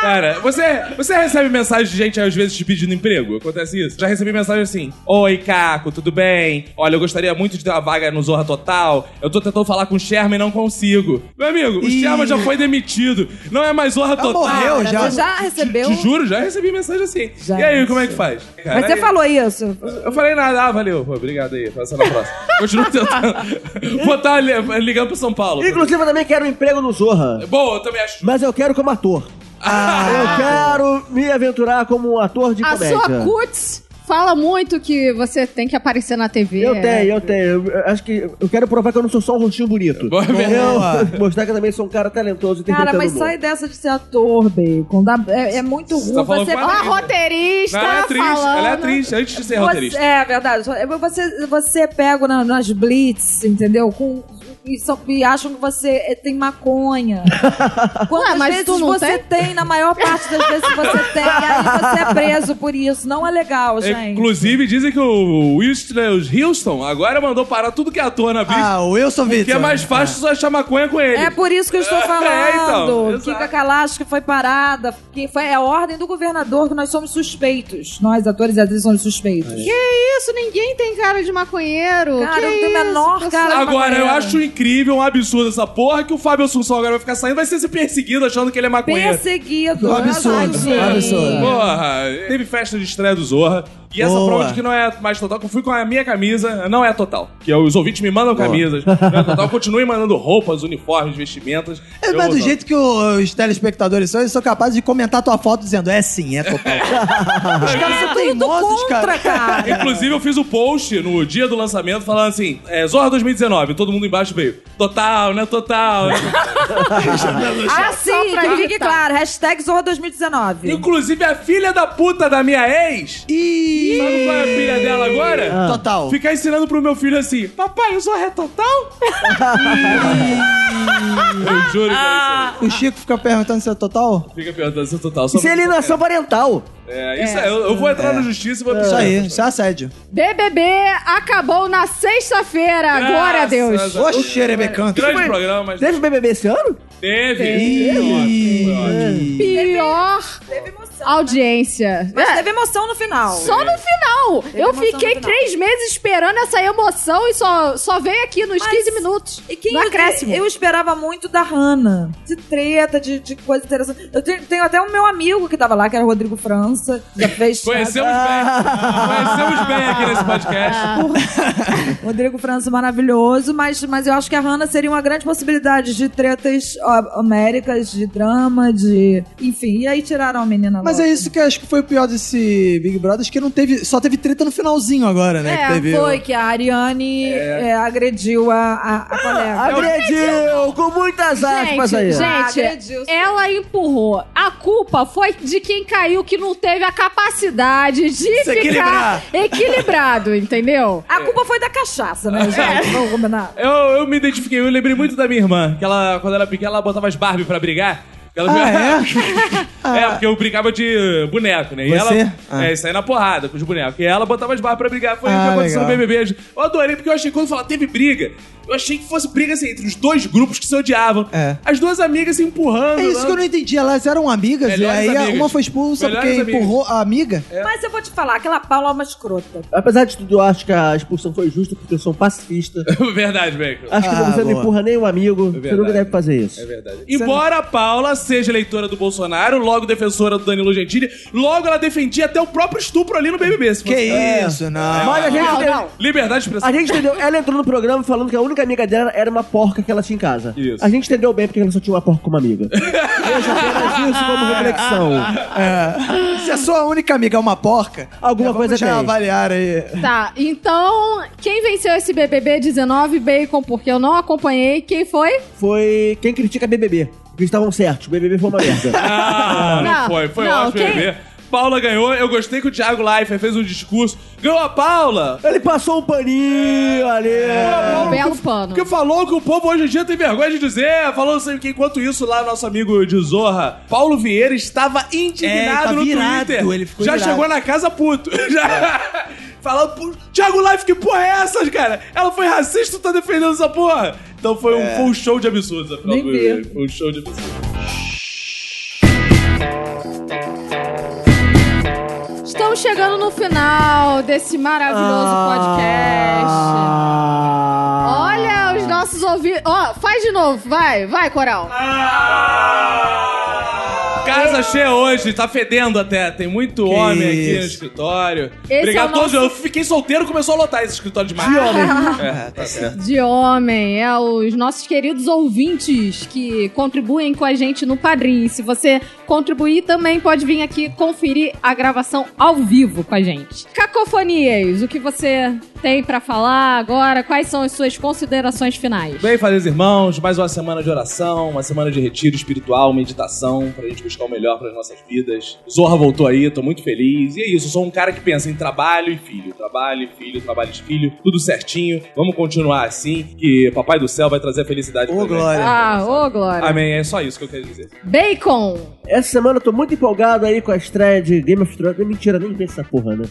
Speaker 4: Cara, você, você recebe mensagem de gente às vezes te pedindo emprego? Acontece isso? Já recebi mensagem assim: Oi, Caco, tudo bem? Olha, eu gostaria muito de ter uma vaga no Zorra Total. Eu tô tentando falar com o Sherman e não consigo. Meu amigo, o
Speaker 3: Ih.
Speaker 4: Sherman já foi demitido. Não é mais Zorra Total.
Speaker 3: morreu, já.
Speaker 5: Você já recebeu?
Speaker 4: Te juro, já recebi mensagem assim.
Speaker 5: Já
Speaker 4: e aí, como é que faz? Cara,
Speaker 5: Mas você
Speaker 4: aí-
Speaker 5: falou isso.
Speaker 4: Eu falei nada, ah, valeu, pô, obrigado aí, passa na próxima. Continuo tentando. Vou estar li- ligando pro São Paulo.
Speaker 6: Inclusive, eu também quero um emprego no Zorra.
Speaker 4: Bom, eu também acho.
Speaker 6: Mas eu quero como ator.
Speaker 3: Ah.
Speaker 6: eu quero me aventurar como um ator de
Speaker 2: A
Speaker 6: comédia.
Speaker 5: É,
Speaker 2: sua cuts fala muito que você tem que aparecer na TV.
Speaker 6: Eu
Speaker 2: né?
Speaker 6: tenho, eu tenho. Eu acho que eu quero provar que eu não sou só um rostinho bonito.
Speaker 4: Boa,
Speaker 6: Eu mostrar que eu também sou um cara talentoso e
Speaker 5: Cara, mas sai dessa de ser ator, Bacon. Dá- é, é muito
Speaker 4: tá
Speaker 5: ruim.
Speaker 4: falando
Speaker 5: Você
Speaker 4: com
Speaker 2: Ó, a roteirista
Speaker 4: Não, ela é atriz,
Speaker 2: tá falando.
Speaker 4: ela é atriz, antes de ser
Speaker 5: Você,
Speaker 4: roteirista.
Speaker 5: é verdade. Você, você pega na- nas blitz, entendeu? Com, e, são- e acham que você é, tem maconha. Quantas
Speaker 2: Ué, mas
Speaker 5: vezes
Speaker 2: tu não
Speaker 5: você tem? Na maior parte das vezes você tem. E aí você é preso por isso. Não é legal, gente.
Speaker 4: Inclusive, dizem que o Winston Houston agora mandou parar tudo que é ator na Blitz,
Speaker 3: Ah, o Wilson Vitor.
Speaker 4: que é mais fácil só achar maconha com ele.
Speaker 5: É por isso que eu estou
Speaker 4: É,
Speaker 5: falando.
Speaker 4: então, exato.
Speaker 5: Kika Kalash que foi parada. Que foi é a ordem do governador que nós somos suspeitos. Nós, atores e atrizes, somos suspeitos.
Speaker 4: É.
Speaker 2: Que isso, ninguém tem cara de maconheiro.
Speaker 5: Cara,
Speaker 2: que
Speaker 5: eu não
Speaker 2: isso,
Speaker 5: tenho a menor
Speaker 2: pessoal?
Speaker 5: cara.
Speaker 4: Agora, eu
Speaker 5: maconheiro.
Speaker 4: acho incrível, um absurdo essa porra que o Fábio Assunção agora vai ficar saindo, vai ser se perseguido achando que ele é maconheiro. Ah,
Speaker 5: Perseguido.
Speaker 3: Um absurdo,
Speaker 5: Ai,
Speaker 3: um
Speaker 5: gente.
Speaker 3: absurdo.
Speaker 4: Porra, teve festa de estreia do Zorra. E essa
Speaker 3: Boa.
Speaker 4: prova de que não é mais total, que eu fui com a minha camisa, não é total. Que os ouvintes me mandam camisas. Não é total, continuem mandando roupas, uniformes, vestimentas.
Speaker 3: É,
Speaker 4: Eu
Speaker 3: mas do
Speaker 4: vou-
Speaker 3: jeito que o- os telespectadores são, eles são capazes de comentar tua foto dizendo, é sim, é total. os caras são
Speaker 5: Tudo
Speaker 3: teimosos, cara.
Speaker 5: contra, cara.
Speaker 4: Inclusive, eu fiz o post no dia do lançamento falando assim: é, Zorra 2019, todo mundo embaixo veio. Total, né? Total. né?
Speaker 5: Ah,
Speaker 2: Só
Speaker 5: sim,
Speaker 2: pra
Speaker 5: que fique
Speaker 2: irritar.
Speaker 5: claro. Hashtag Zorra 2019.
Speaker 4: Inclusive, a filha da puta da minha ex.
Speaker 3: Ih, Ah.
Speaker 4: Sabe qual é a filha dela agora?
Speaker 3: total.
Speaker 4: Ficar ensinando pro meu filho assim: Papai, o Zorra é total? eu juro que é isso aí.
Speaker 3: O Chico fica perguntando se é total?
Speaker 4: Fica perguntando se é total. Só
Speaker 6: Isso é alienação parental.
Speaker 4: É, isso é, eu, eu vou entrar na justiça e vou
Speaker 3: Isso
Speaker 4: pedir.
Speaker 3: aí, isso é assédio.
Speaker 2: BBB acabou na sexta-feira. Glória a Deus.
Speaker 4: Graças a-
Speaker 3: Oxe, xerebecanto.
Speaker 4: Grande programa, mas
Speaker 6: Teve BBB esse ano? É.
Speaker 4: teve.
Speaker 3: Ih.
Speaker 4: Foi ótimo, foi ótimo.
Speaker 2: Pior audiência.
Speaker 5: Mas
Speaker 2: É,
Speaker 5: teve emoção no final.
Speaker 2: Só no final. eu
Speaker 5: emoção no
Speaker 2: fiquei
Speaker 5: final.
Speaker 2: três meses esperando essa emoção e só, só veio aqui nos
Speaker 5: Mas-
Speaker 2: 15 minutos.
Speaker 5: E quem
Speaker 2: no
Speaker 5: eu,
Speaker 2: acréscimo.
Speaker 5: eu esperava muito da Hannah. De treta, de, de coisa interessante. Eu tenho, tenho até um meu amigo que tava lá, que era o Rodrigo França. Já fez.
Speaker 4: Conhecemos bem. Conhecemos bem aqui nesse podcast.
Speaker 3: Ah.
Speaker 5: Rodrigo França maravilhoso, mas, mas eu acho que a Hannah seria uma grande possibilidade de tretas ó, homéricas, de drama, de. Enfim, e aí tiraram a menina
Speaker 3: Mas
Speaker 5: logo.
Speaker 3: é isso que acho que foi o pior desse Big Brother, acho que não teve, só teve treta no finalzinho agora, né? que
Speaker 5: É,
Speaker 3: teve
Speaker 5: foi que a Ariane é, agrediu a, a, a colega.
Speaker 6: É Agrediu! Com muitas aspas aí.
Speaker 2: gente,
Speaker 5: Ah, agrediu, sim.
Speaker 2: ela empurrou. A culpa foi de quem caiu que não teve a capacidade de ficar
Speaker 3: equilibrar.
Speaker 2: equilibrado, entendeu?
Speaker 5: A culpa foi da cachaça, né, gente? Vamos combinar.
Speaker 4: Eu, eu me identifiquei, eu lembrei muito da minha irmã, que ela, quando era pequena, ela botava as Barbie pra brigar. Ela
Speaker 3: Ah,
Speaker 4: é? é, porque eu brincava de eh, boneco, né? E
Speaker 3: Você?
Speaker 4: ela.
Speaker 3: Ah.
Speaker 4: É, saía na porrada com os bonecos. E ela botava as barras pra brigar. Foi o que
Speaker 3: Ah,
Speaker 4: aconteceu no
Speaker 3: legal.
Speaker 4: BBB. Eu adorei, porque eu achei que quando falava teve briga, eu achei que fosse briga assim, entre os dois grupos que se odiavam.
Speaker 3: É.
Speaker 4: As duas amigas se empurrando. né?
Speaker 3: É isso que eu não entendi. Elas eram amigas
Speaker 4: Melhores
Speaker 3: e aí
Speaker 4: amigas.
Speaker 3: uma foi expulsa
Speaker 4: Melhores
Speaker 3: porque
Speaker 4: amigas.
Speaker 3: empurrou a amiga.
Speaker 5: Mas eu vou te falar, aquela Paula é uma escrota.
Speaker 6: Apesar de tudo, eu acho que a expulsão foi justa porque eu sou um pacifista.
Speaker 4: Verdade, Bacon.
Speaker 3: Ah,
Speaker 6: Acho que você
Speaker 3: boa.
Speaker 6: não empurra nem um amigo. você
Speaker 4: É verdade.
Speaker 6: nunca deve fazer isso.
Speaker 3: É
Speaker 4: verdade. Embora a Paula seja eleitora do Bolsonaro, logo defensora do Danilo Gentili, logo ela defendia até o próprio estupro ali no BBB. se
Speaker 3: Que
Speaker 4: fosse- É.
Speaker 3: isso, não.
Speaker 6: Mas a gente,
Speaker 2: Não,
Speaker 6: entendeu,
Speaker 2: não.
Speaker 4: Liberdade de expressão.
Speaker 6: a gente entendeu. Ela entrou no programa falando que a única amiga dela era uma porca que ela tinha em casa.
Speaker 4: Isso.
Speaker 6: A gente entendeu bem porque ela só tinha uma porca como amiga. Veja apenas isso como reflexão.
Speaker 3: É. Se a sua única amiga é uma porca,
Speaker 6: Alguma
Speaker 3: é, vamos
Speaker 6: coisa
Speaker 3: já
Speaker 6: tem.
Speaker 3: avaliar aí.
Speaker 2: Tá, então, quem venceu esse BBB 19 Bacon, porque eu não acompanhei, quem foi?
Speaker 6: Foi quem critica BBB. Eles estavam certos, o BBB foi uma merda.
Speaker 4: Ah, não,
Speaker 2: Não,
Speaker 4: foi. Foi
Speaker 2: não,
Speaker 4: ótimo
Speaker 2: quem-
Speaker 4: ver. Paula ganhou. Eu gostei que o Thiago Leifert fez um discurso. Ganhou a Paula!
Speaker 6: Ele passou um paninho ali.
Speaker 2: Um belo pano.
Speaker 4: Porque falou que o povo hoje em dia tem vergonha de dizer. Falou assim, que enquanto isso, lá nosso amigo de Zorra, Paulo Vieira, estava
Speaker 3: É,
Speaker 4: indignado
Speaker 3: tá
Speaker 4: no
Speaker 3: virado,
Speaker 4: Twitter.
Speaker 3: ele ficou
Speaker 4: Já
Speaker 3: virado.
Speaker 4: chegou na casa puto. Já... Falando, "Pô, Thiago Life, que porra é essa, cara? Ela foi racista, tu tá defendendo essa porra? Então foi, um, foi um show de absurdos, afinal.
Speaker 5: Nem
Speaker 4: Foi,
Speaker 5: vi.
Speaker 4: foi um show de absurdos.
Speaker 2: Estamos chegando no final desse maravilhoso
Speaker 6: Ah.
Speaker 2: podcast. Olha os nossos ouvidos. Ó, faz de novo, vai, vai, Coral.
Speaker 4: Casa cheia hoje, tá fedendo até. Tem muito homem aqui no
Speaker 3: isso.
Speaker 4: escritório.
Speaker 2: Esse
Speaker 4: Obrigado
Speaker 2: é o
Speaker 4: a todos. Eu fiquei solteiro, começou a lotar esse escritório de marketing. É, tá certo.
Speaker 2: De homem, é os nossos queridos ouvintes que contribuem com a gente no Padrim. Se você contribuir, também pode vir aqui conferir a gravação ao vivo com a gente. Cacofonias, o que você tem pra falar agora? Quais são as suas considerações finais?
Speaker 4: Bem, fazeres irmãos, mais uma semana de oração, uma semana de retiro espiritual, meditação, pra gente buscar o melhor pras nossas vidas. Zorra voltou aí, tô muito feliz. E é isso, eu sou um cara que pensa em trabalho e filho. Trabalho e filho, trabalho e filho, tudo certinho. Vamos continuar assim, que Papai do Céu vai trazer a felicidade
Speaker 3: Ô,
Speaker 4: pra gente.
Speaker 3: Glória.
Speaker 2: Ah, ô, Glória.
Speaker 4: Amém, é só isso que eu quero dizer.
Speaker 2: Bacon!
Speaker 6: Essa semana eu tô muito empolgado aí com a estreia de Game of Thrones. Mentira, nem pensa essa porra, né?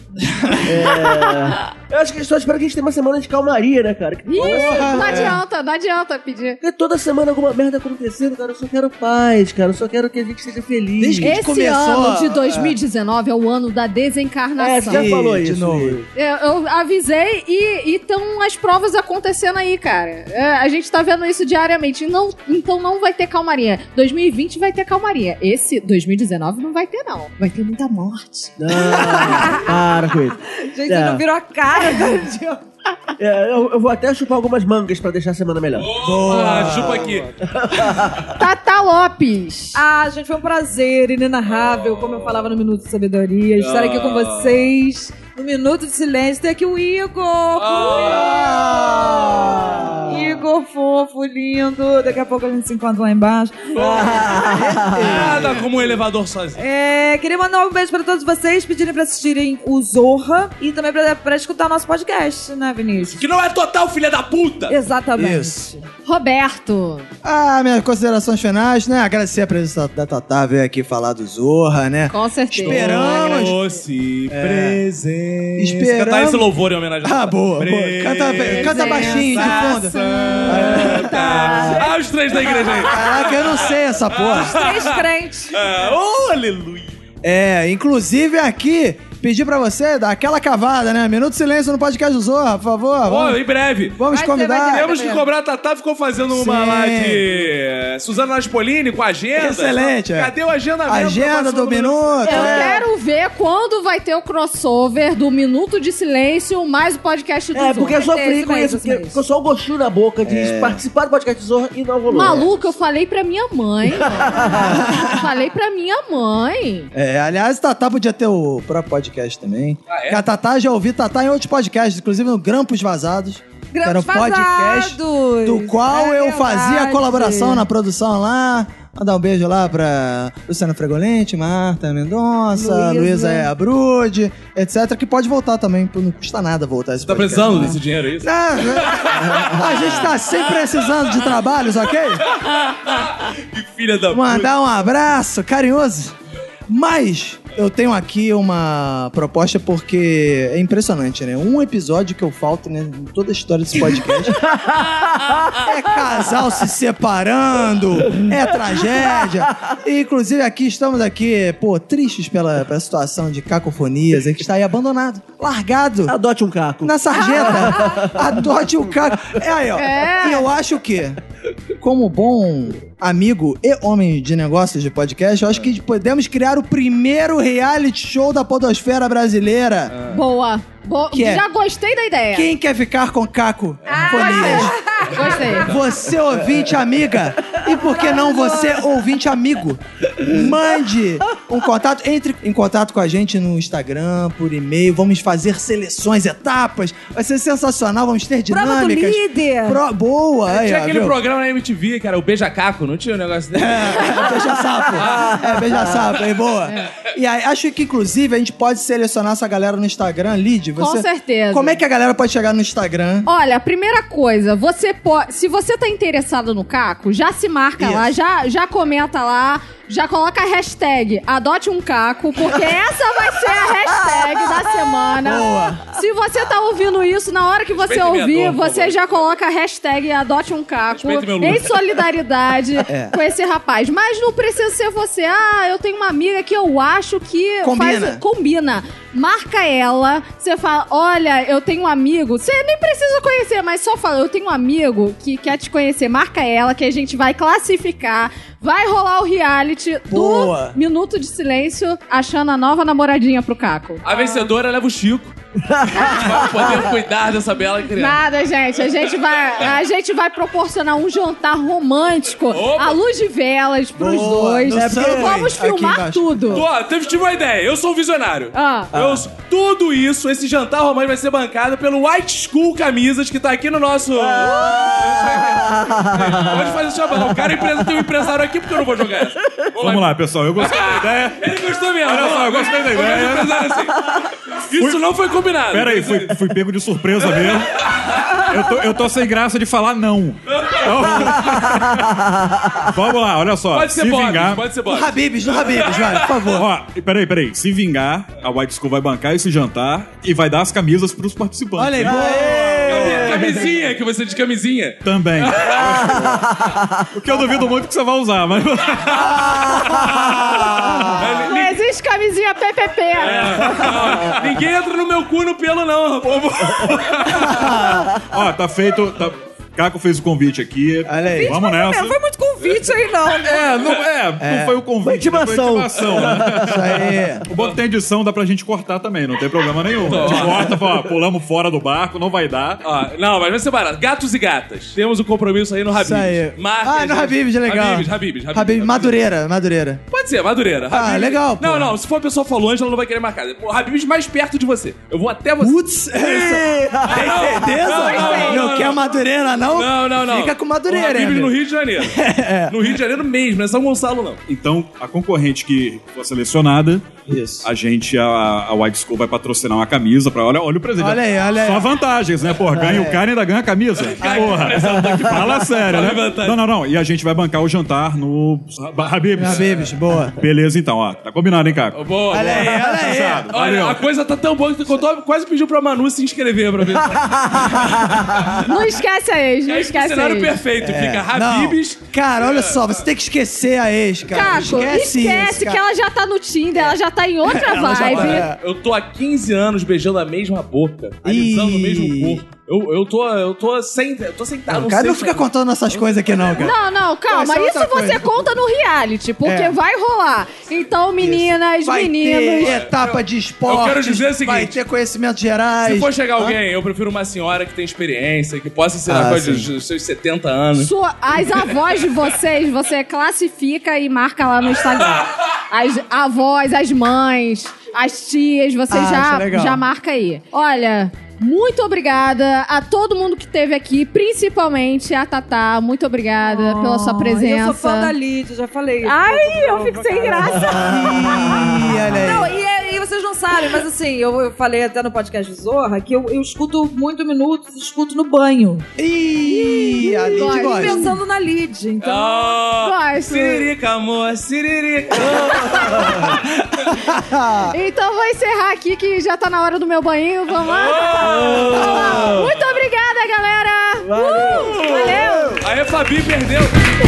Speaker 6: é... Eu acho que só espero que a gente tenha uma semana de calmaria, né, cara? Que
Speaker 2: Ih, não
Speaker 6: É.
Speaker 2: adianta, não adianta pedir.
Speaker 6: Porque toda semana alguma merda acontecendo, cara. Eu só quero paz, cara. Eu só quero que a gente seja feliz.
Speaker 3: Desde que- A gente
Speaker 2: Esse
Speaker 3: começou
Speaker 2: ano de
Speaker 3: a-
Speaker 2: 2019 é o ano da
Speaker 6: É, você
Speaker 2: desencarnação.
Speaker 6: já falou
Speaker 3: Ih, de
Speaker 6: isso.
Speaker 3: novo.
Speaker 6: Igor.
Speaker 2: Eu, eu avisei e estão as provas acontecendo aí, cara. É, a gente tá vendo isso diariamente. Não- então não vai ter calmaria. 2020 vai ter calmaria. Esse 2019 não vai ter, não. Vai ter muita morte.
Speaker 6: Ah, para com isso.
Speaker 5: Gente,
Speaker 6: É.
Speaker 5: você não virou a cara do
Speaker 6: É, eu, eu vou até chupar algumas mangas pra deixar a semana melhor.
Speaker 4: Boa! Chupa aqui.
Speaker 2: Tata Lopes.
Speaker 5: Ah, gente, foi um prazer inenarrável, como eu falava no Minuto de Sabedoria, estar aqui com vocês no Minuto de Silêncio. Tem aqui o Igor! Ui! Igor fofo, lindo. Daqui a pouco a gente se encontra lá embaixo.
Speaker 4: Nada como um elevador sozinho.
Speaker 5: É, queria mandar um beijo pra todos vocês, pedirem pra assistirem o Zorra e também pra, pra escutar o nosso podcast, né, Vinícius?
Speaker 4: Que não é total, filha da puta!
Speaker 5: Exatamente.
Speaker 3: Isso.
Speaker 2: Roberto.
Speaker 3: Ah, minhas considerações finais, né? Agradecer a presença da Tatá, veio aqui falar do Zorra, né?
Speaker 2: Com certeza.
Speaker 3: Esperamos. É.
Speaker 4: Doce presente.
Speaker 3: Esperamos-
Speaker 4: Cantar esse louvor em homenagem a
Speaker 3: Ah, boa, boa. Canta, canta baixinho, de fundo.
Speaker 4: Santa. Ah, os três da igreja aí.
Speaker 3: Caraca, eu não sei essa porra.
Speaker 5: Três crentes.
Speaker 4: Ah, oh, aleluia.
Speaker 3: É, inclusive aqui, pedi pra você dar aquela cavada, né? Minuto de silêncio no podcast do Zorra, por favor.
Speaker 4: Ó,
Speaker 3: Vamos,
Speaker 4: em breve.
Speaker 3: vamos
Speaker 5: vai ter, vai ter,
Speaker 3: convidar.
Speaker 4: Temos que cobrar, a Tatá ficou fazendo uma
Speaker 3: Sim.
Speaker 4: lá de eh, Suzana Naspolini com a agenda.
Speaker 3: Excelente, é.
Speaker 4: Cadê o Tá agenda
Speaker 3: Agenda do Minuto.
Speaker 2: Eu
Speaker 3: é.
Speaker 2: quero ver quando vai ter o crossover do Minuto de Silêncio mais o podcast do
Speaker 6: É, porque eu
Speaker 2: Zorro.
Speaker 6: sofri
Speaker 5: Esse
Speaker 6: com
Speaker 5: mês,
Speaker 6: isso,
Speaker 5: esse
Speaker 6: porque
Speaker 5: mês.
Speaker 6: ficou só o gostinho na boca de participar do podcast do Zorra e não rolou.
Speaker 2: Maluco, eu falei pra minha mãe. mano. falei pra minha mãe.
Speaker 3: É, aliás, Tatá podia ter o próprio podcast também.
Speaker 4: Ah, é?
Speaker 3: Porque A Tatá já ouvi Tatá em outros podcasts, inclusive no Grampos Vazados. que era um
Speaker 5: Grandes
Speaker 3: podcast
Speaker 5: vazados.
Speaker 3: do qual
Speaker 5: É
Speaker 3: eu fazia a
Speaker 5: verdade.
Speaker 3: colaboração na produção lá. Mandar um beijo lá pra Luciana Fregolente, Marta Mendonça,
Speaker 5: Luísa.
Speaker 3: Luísa é Abrude, etc. Que pode voltar também, não custa nada voltar esse
Speaker 4: Tá
Speaker 3: podcast. né?
Speaker 4: precisando desse dinheiro, é isso?
Speaker 3: Não, não. a gente tá sempre precisando de trabalhos, ok?
Speaker 4: Que filha da puta.
Speaker 3: Mandar um abraço carinhoso. Mas eu tenho aqui uma proposta porque é impressionante, né? Um episódio que eu falto né, em toda a história desse podcast é casal se separando, é tragédia. E, inclusive aqui estamos aqui, pô, tristes pela, pela situação de cacofonias, hein, que está aí abandonado, largado.
Speaker 6: Adote um caco.
Speaker 3: Na sarjeta. Adote o cara. É aí, ó. E eu acho que, como bom amigo e homem de negócios de podcast, eu acho que podemos criar o primeiro reality show da podosfera brasileira.
Speaker 2: Boa. Bo-
Speaker 3: Que é? Ah.
Speaker 2: Já gostei da ideia.
Speaker 3: Quem quer ficar com Caco? Fonias.
Speaker 2: Gostei.
Speaker 3: Você ouvinte amiga e por que não você ouvinte amigo? Mande um contato, entre em contato com a gente no Instagram, por e-mail. Vamos fazer seleções, etapas. Vai ser sensacional, vamos ter
Speaker 5: Prova do
Speaker 3: dinâmicas.
Speaker 5: líder.
Speaker 3: Pro- boa, aí,
Speaker 4: Tinha
Speaker 3: ó,
Speaker 4: aquele
Speaker 3: viu?
Speaker 4: programa na MTV, que era o Beija Caco, não tinha o negócio dele?
Speaker 3: É, beija sapo. É, beija sapo, aí, boa.
Speaker 5: É.
Speaker 3: E aí, acho que, inclusive, a gente pode selecionar essa galera no Instagram, Lid.
Speaker 2: Com
Speaker 3: Você,
Speaker 2: certeza.
Speaker 3: Como é que a galera pode chegar no Instagram?
Speaker 2: Olha, primeira coisa, você pode. Se você tá interessado no Caco, já se marca
Speaker 3: Isso.
Speaker 2: lá, já, já comenta lá, já coloca a hashtag adote um Caco, porque essa vai ser a hashtag da semana.
Speaker 3: Boa.
Speaker 2: Se você tá ouvindo isso, na hora que você
Speaker 4: Respeita minha
Speaker 2: ouvir,
Speaker 4: dor, por
Speaker 2: você
Speaker 4: favor.
Speaker 2: já coloca a hashtag adote um Caco
Speaker 4: Respeita meu luto.
Speaker 2: em solidariedade
Speaker 3: É.
Speaker 2: com esse rapaz. Mas não precisa ser você. Ah, eu tenho uma amiga que eu acho que
Speaker 3: Combina.
Speaker 2: faz- combina. Marca ela, você fala: Olha, eu tenho um amigo. Você nem precisa conhecer, mas só fala: Eu tenho um amigo que quer te conhecer. Marca ela, que a gente vai classificar. Vai rolar o reality
Speaker 3: Boa.
Speaker 2: do Minuto de Silêncio, achando a nova namoradinha pro Caco.
Speaker 4: A vencedora leva o Chico. pra poder cuidar dessa bela criança.
Speaker 2: Nada, gente. A gente vai, a gente vai proporcionar um jantar romântico
Speaker 4: Opa!
Speaker 2: à luz de velas pros
Speaker 3: Boa,
Speaker 2: dois.
Speaker 3: no
Speaker 2: É,
Speaker 3: Subway,
Speaker 2: vamos
Speaker 3: aqui
Speaker 2: filmar
Speaker 3: embaixo.
Speaker 2: tudo.
Speaker 4: Ó, teve tive uma ideia. Eu sou um visionário.
Speaker 2: Ah.
Speaker 4: Eu sou- tudo isso, esse jantar romântico vai ser bancado pelo White School Camisas, que tá aqui no nosso. É, Pode fazer chamada. O cara empresa, tem um empresário aqui, porque eu não vou jogar essa.
Speaker 7: Vamos lá, pessoal. Eu gostei da ideia.
Speaker 4: Ele gostou mesmo.
Speaker 7: Olha só, eu gostei da ideia.
Speaker 4: Eu gosto de empresário assim. Isso não foi combinado.
Speaker 7: Pera aí, fui, fui pego de surpresa mesmo. Eu tô, eu tô sem graça de falar não. Então, vamos lá, olha só.
Speaker 4: Pode ser
Speaker 7: se
Speaker 4: Bob,
Speaker 7: vingar.
Speaker 4: pode ser
Speaker 3: No
Speaker 4: Bob.
Speaker 3: Habibs, no Habibs, vai, por favor.
Speaker 7: Ó, peraí, peraí. Se vingar, a White School vai bancar esse jantar e vai dar as camisas pros participantes.
Speaker 3: Olha aí, boa.
Speaker 4: Camisinha, que você diz camisinha.
Speaker 7: Também. o que eu duvido muito que você vai usar, mas.
Speaker 4: Ele-
Speaker 2: Não existe camisinha PPP.
Speaker 4: É. Não, Ah, Ninguém entra no meu cu no pelo, não. rapaz.
Speaker 7: Ó, tá feito. tá- Caco fez o convite aqui.
Speaker 3: Olha aí.
Speaker 7: Vamos nessa.
Speaker 5: Não foi muito convite aí, não. né?
Speaker 7: É, não, é, não foi o convite.
Speaker 6: Foi intimação.
Speaker 7: né? Foi intimação, né?
Speaker 3: Isso aí.
Speaker 7: O bom que tem edição, dá pra gente cortar também, não tem problema nenhum. A gente corta, fala, ó, pulamos fora do barco, não vai dar.
Speaker 4: Ó, não, mas vai ser barato. Gatos e gatas. Temos um compromisso aí no Habibs.
Speaker 3: Isso aí.
Speaker 4: Marca,
Speaker 3: ah, no
Speaker 4: gente.
Speaker 3: Habibs, é legal.
Speaker 4: Habibs, Habibs, Habibs.
Speaker 3: Habibs, Madureira, Madureira.
Speaker 4: Pode ser, Madureira.
Speaker 3: Ah, legal, pô.
Speaker 4: Não, não, se for uma pessoa falante, ela não vai querer marcar. O Habibs mais perto de você. Eu vou até você.
Speaker 3: Putz, essa...
Speaker 4: Tem
Speaker 3: certeza?
Speaker 4: Não, não, não, não,
Speaker 3: quer
Speaker 4: não.
Speaker 3: Madureira, não?
Speaker 4: Não, não, não.
Speaker 3: Fica com Madureira,
Speaker 4: O Habibs
Speaker 3: hein,
Speaker 4: no Rio de Janeiro. No Rio de Janeiro mesmo, não é São Gonçalo, não.
Speaker 7: Então, a concorrente que for selecionada,
Speaker 3: Isso.
Speaker 7: a gente, a, a White School, vai patrocinar uma camisa pra. Olha, olha o presente.
Speaker 3: Olha aí, olha aí. É.
Speaker 7: Só vantagens, né? Porra, ganha o cara e ainda ganha a camisa. Porra, fala sério, né?
Speaker 4: Olha a vantagem.
Speaker 7: Não, não, não. E a gente vai bancar o jantar no Habibs.
Speaker 3: Habibs, boa.
Speaker 7: Beleza, então, ó. Tá combinado, hein, Caco?
Speaker 4: Boa,
Speaker 3: Olha aí, olha aí.
Speaker 7: Valeu.
Speaker 4: Olha, a coisa tá tão boa que tu contou, quase pediu pra Manu se inscrever pra ver.
Speaker 2: Não esquece a ex, não
Speaker 4: Aí fica o
Speaker 2: esquece a
Speaker 4: É cenário
Speaker 2: ex.
Speaker 4: perfeito. Fica Habibs.
Speaker 3: É. Não. Cara, olha só, você tem que esquecer a ex, cara.
Speaker 2: Caco,
Speaker 3: esquece,
Speaker 2: esquece,
Speaker 3: isso, cara.
Speaker 2: que ela já tá no Tinder, ela já tá em outra vibe.
Speaker 4: Olha, Eu tô há 15 anos beijando a mesma boca, alisando o mesmo corpo. Eu, eu tô, eu tô sem, eu tô sentado.
Speaker 3: Não, cara, não fica contando essas coisas aqui, não, cara.
Speaker 2: Não, não, calma.
Speaker 3: Não, isso
Speaker 2: isso
Speaker 3: é outra
Speaker 2: você
Speaker 3: coisa.
Speaker 2: conta no reality, porque
Speaker 3: É.
Speaker 2: vai rolar. Então, meninas,
Speaker 3: Vai
Speaker 2: meninos.
Speaker 3: ter etapa de esporte.
Speaker 4: Eu quero dizer o seguinte.
Speaker 3: Vai ter conhecimentos gerais.
Speaker 4: Se for chegar alguém, eu prefiro uma senhora que tem experiência, que possa ensinar
Speaker 3: tá? Ah,
Speaker 4: coisas
Speaker 3: sim.
Speaker 4: dos seus 70 anos.
Speaker 2: Sua- as avós de vocês, você classifica e marca lá no Instagram. As avós, as mães, as tias, você
Speaker 3: Ah, isso é
Speaker 2: já,
Speaker 3: legal.
Speaker 2: já marca aí. Olha. Muito obrigada a todo mundo que esteve aqui, principalmente a Tatá. Muito obrigada pela sua presença.
Speaker 5: Oh, Eu sou fã da Lid, já falei.
Speaker 2: Ai, eu fico sem graça.
Speaker 3: Ih, olha aí.
Speaker 5: Não, e, é- e vocês não sabem, mas assim, eu, eu falei até no podcast do Zorra que eu, eu escuto muito minutos, escuto no banho.
Speaker 3: Ih, a Lid
Speaker 2: Gosto.
Speaker 3: gosta.
Speaker 5: Pensando na Lid, então.
Speaker 4: Ah,
Speaker 2: Gosto.
Speaker 4: Siririca, amor, siririca.
Speaker 2: Então vou encerrar aqui que já tá na hora do meu banho. Vamos lá? Vamos lá. Muito obrigada, galera! Uh, valeu.
Speaker 4: Aí a Fabi perdeu.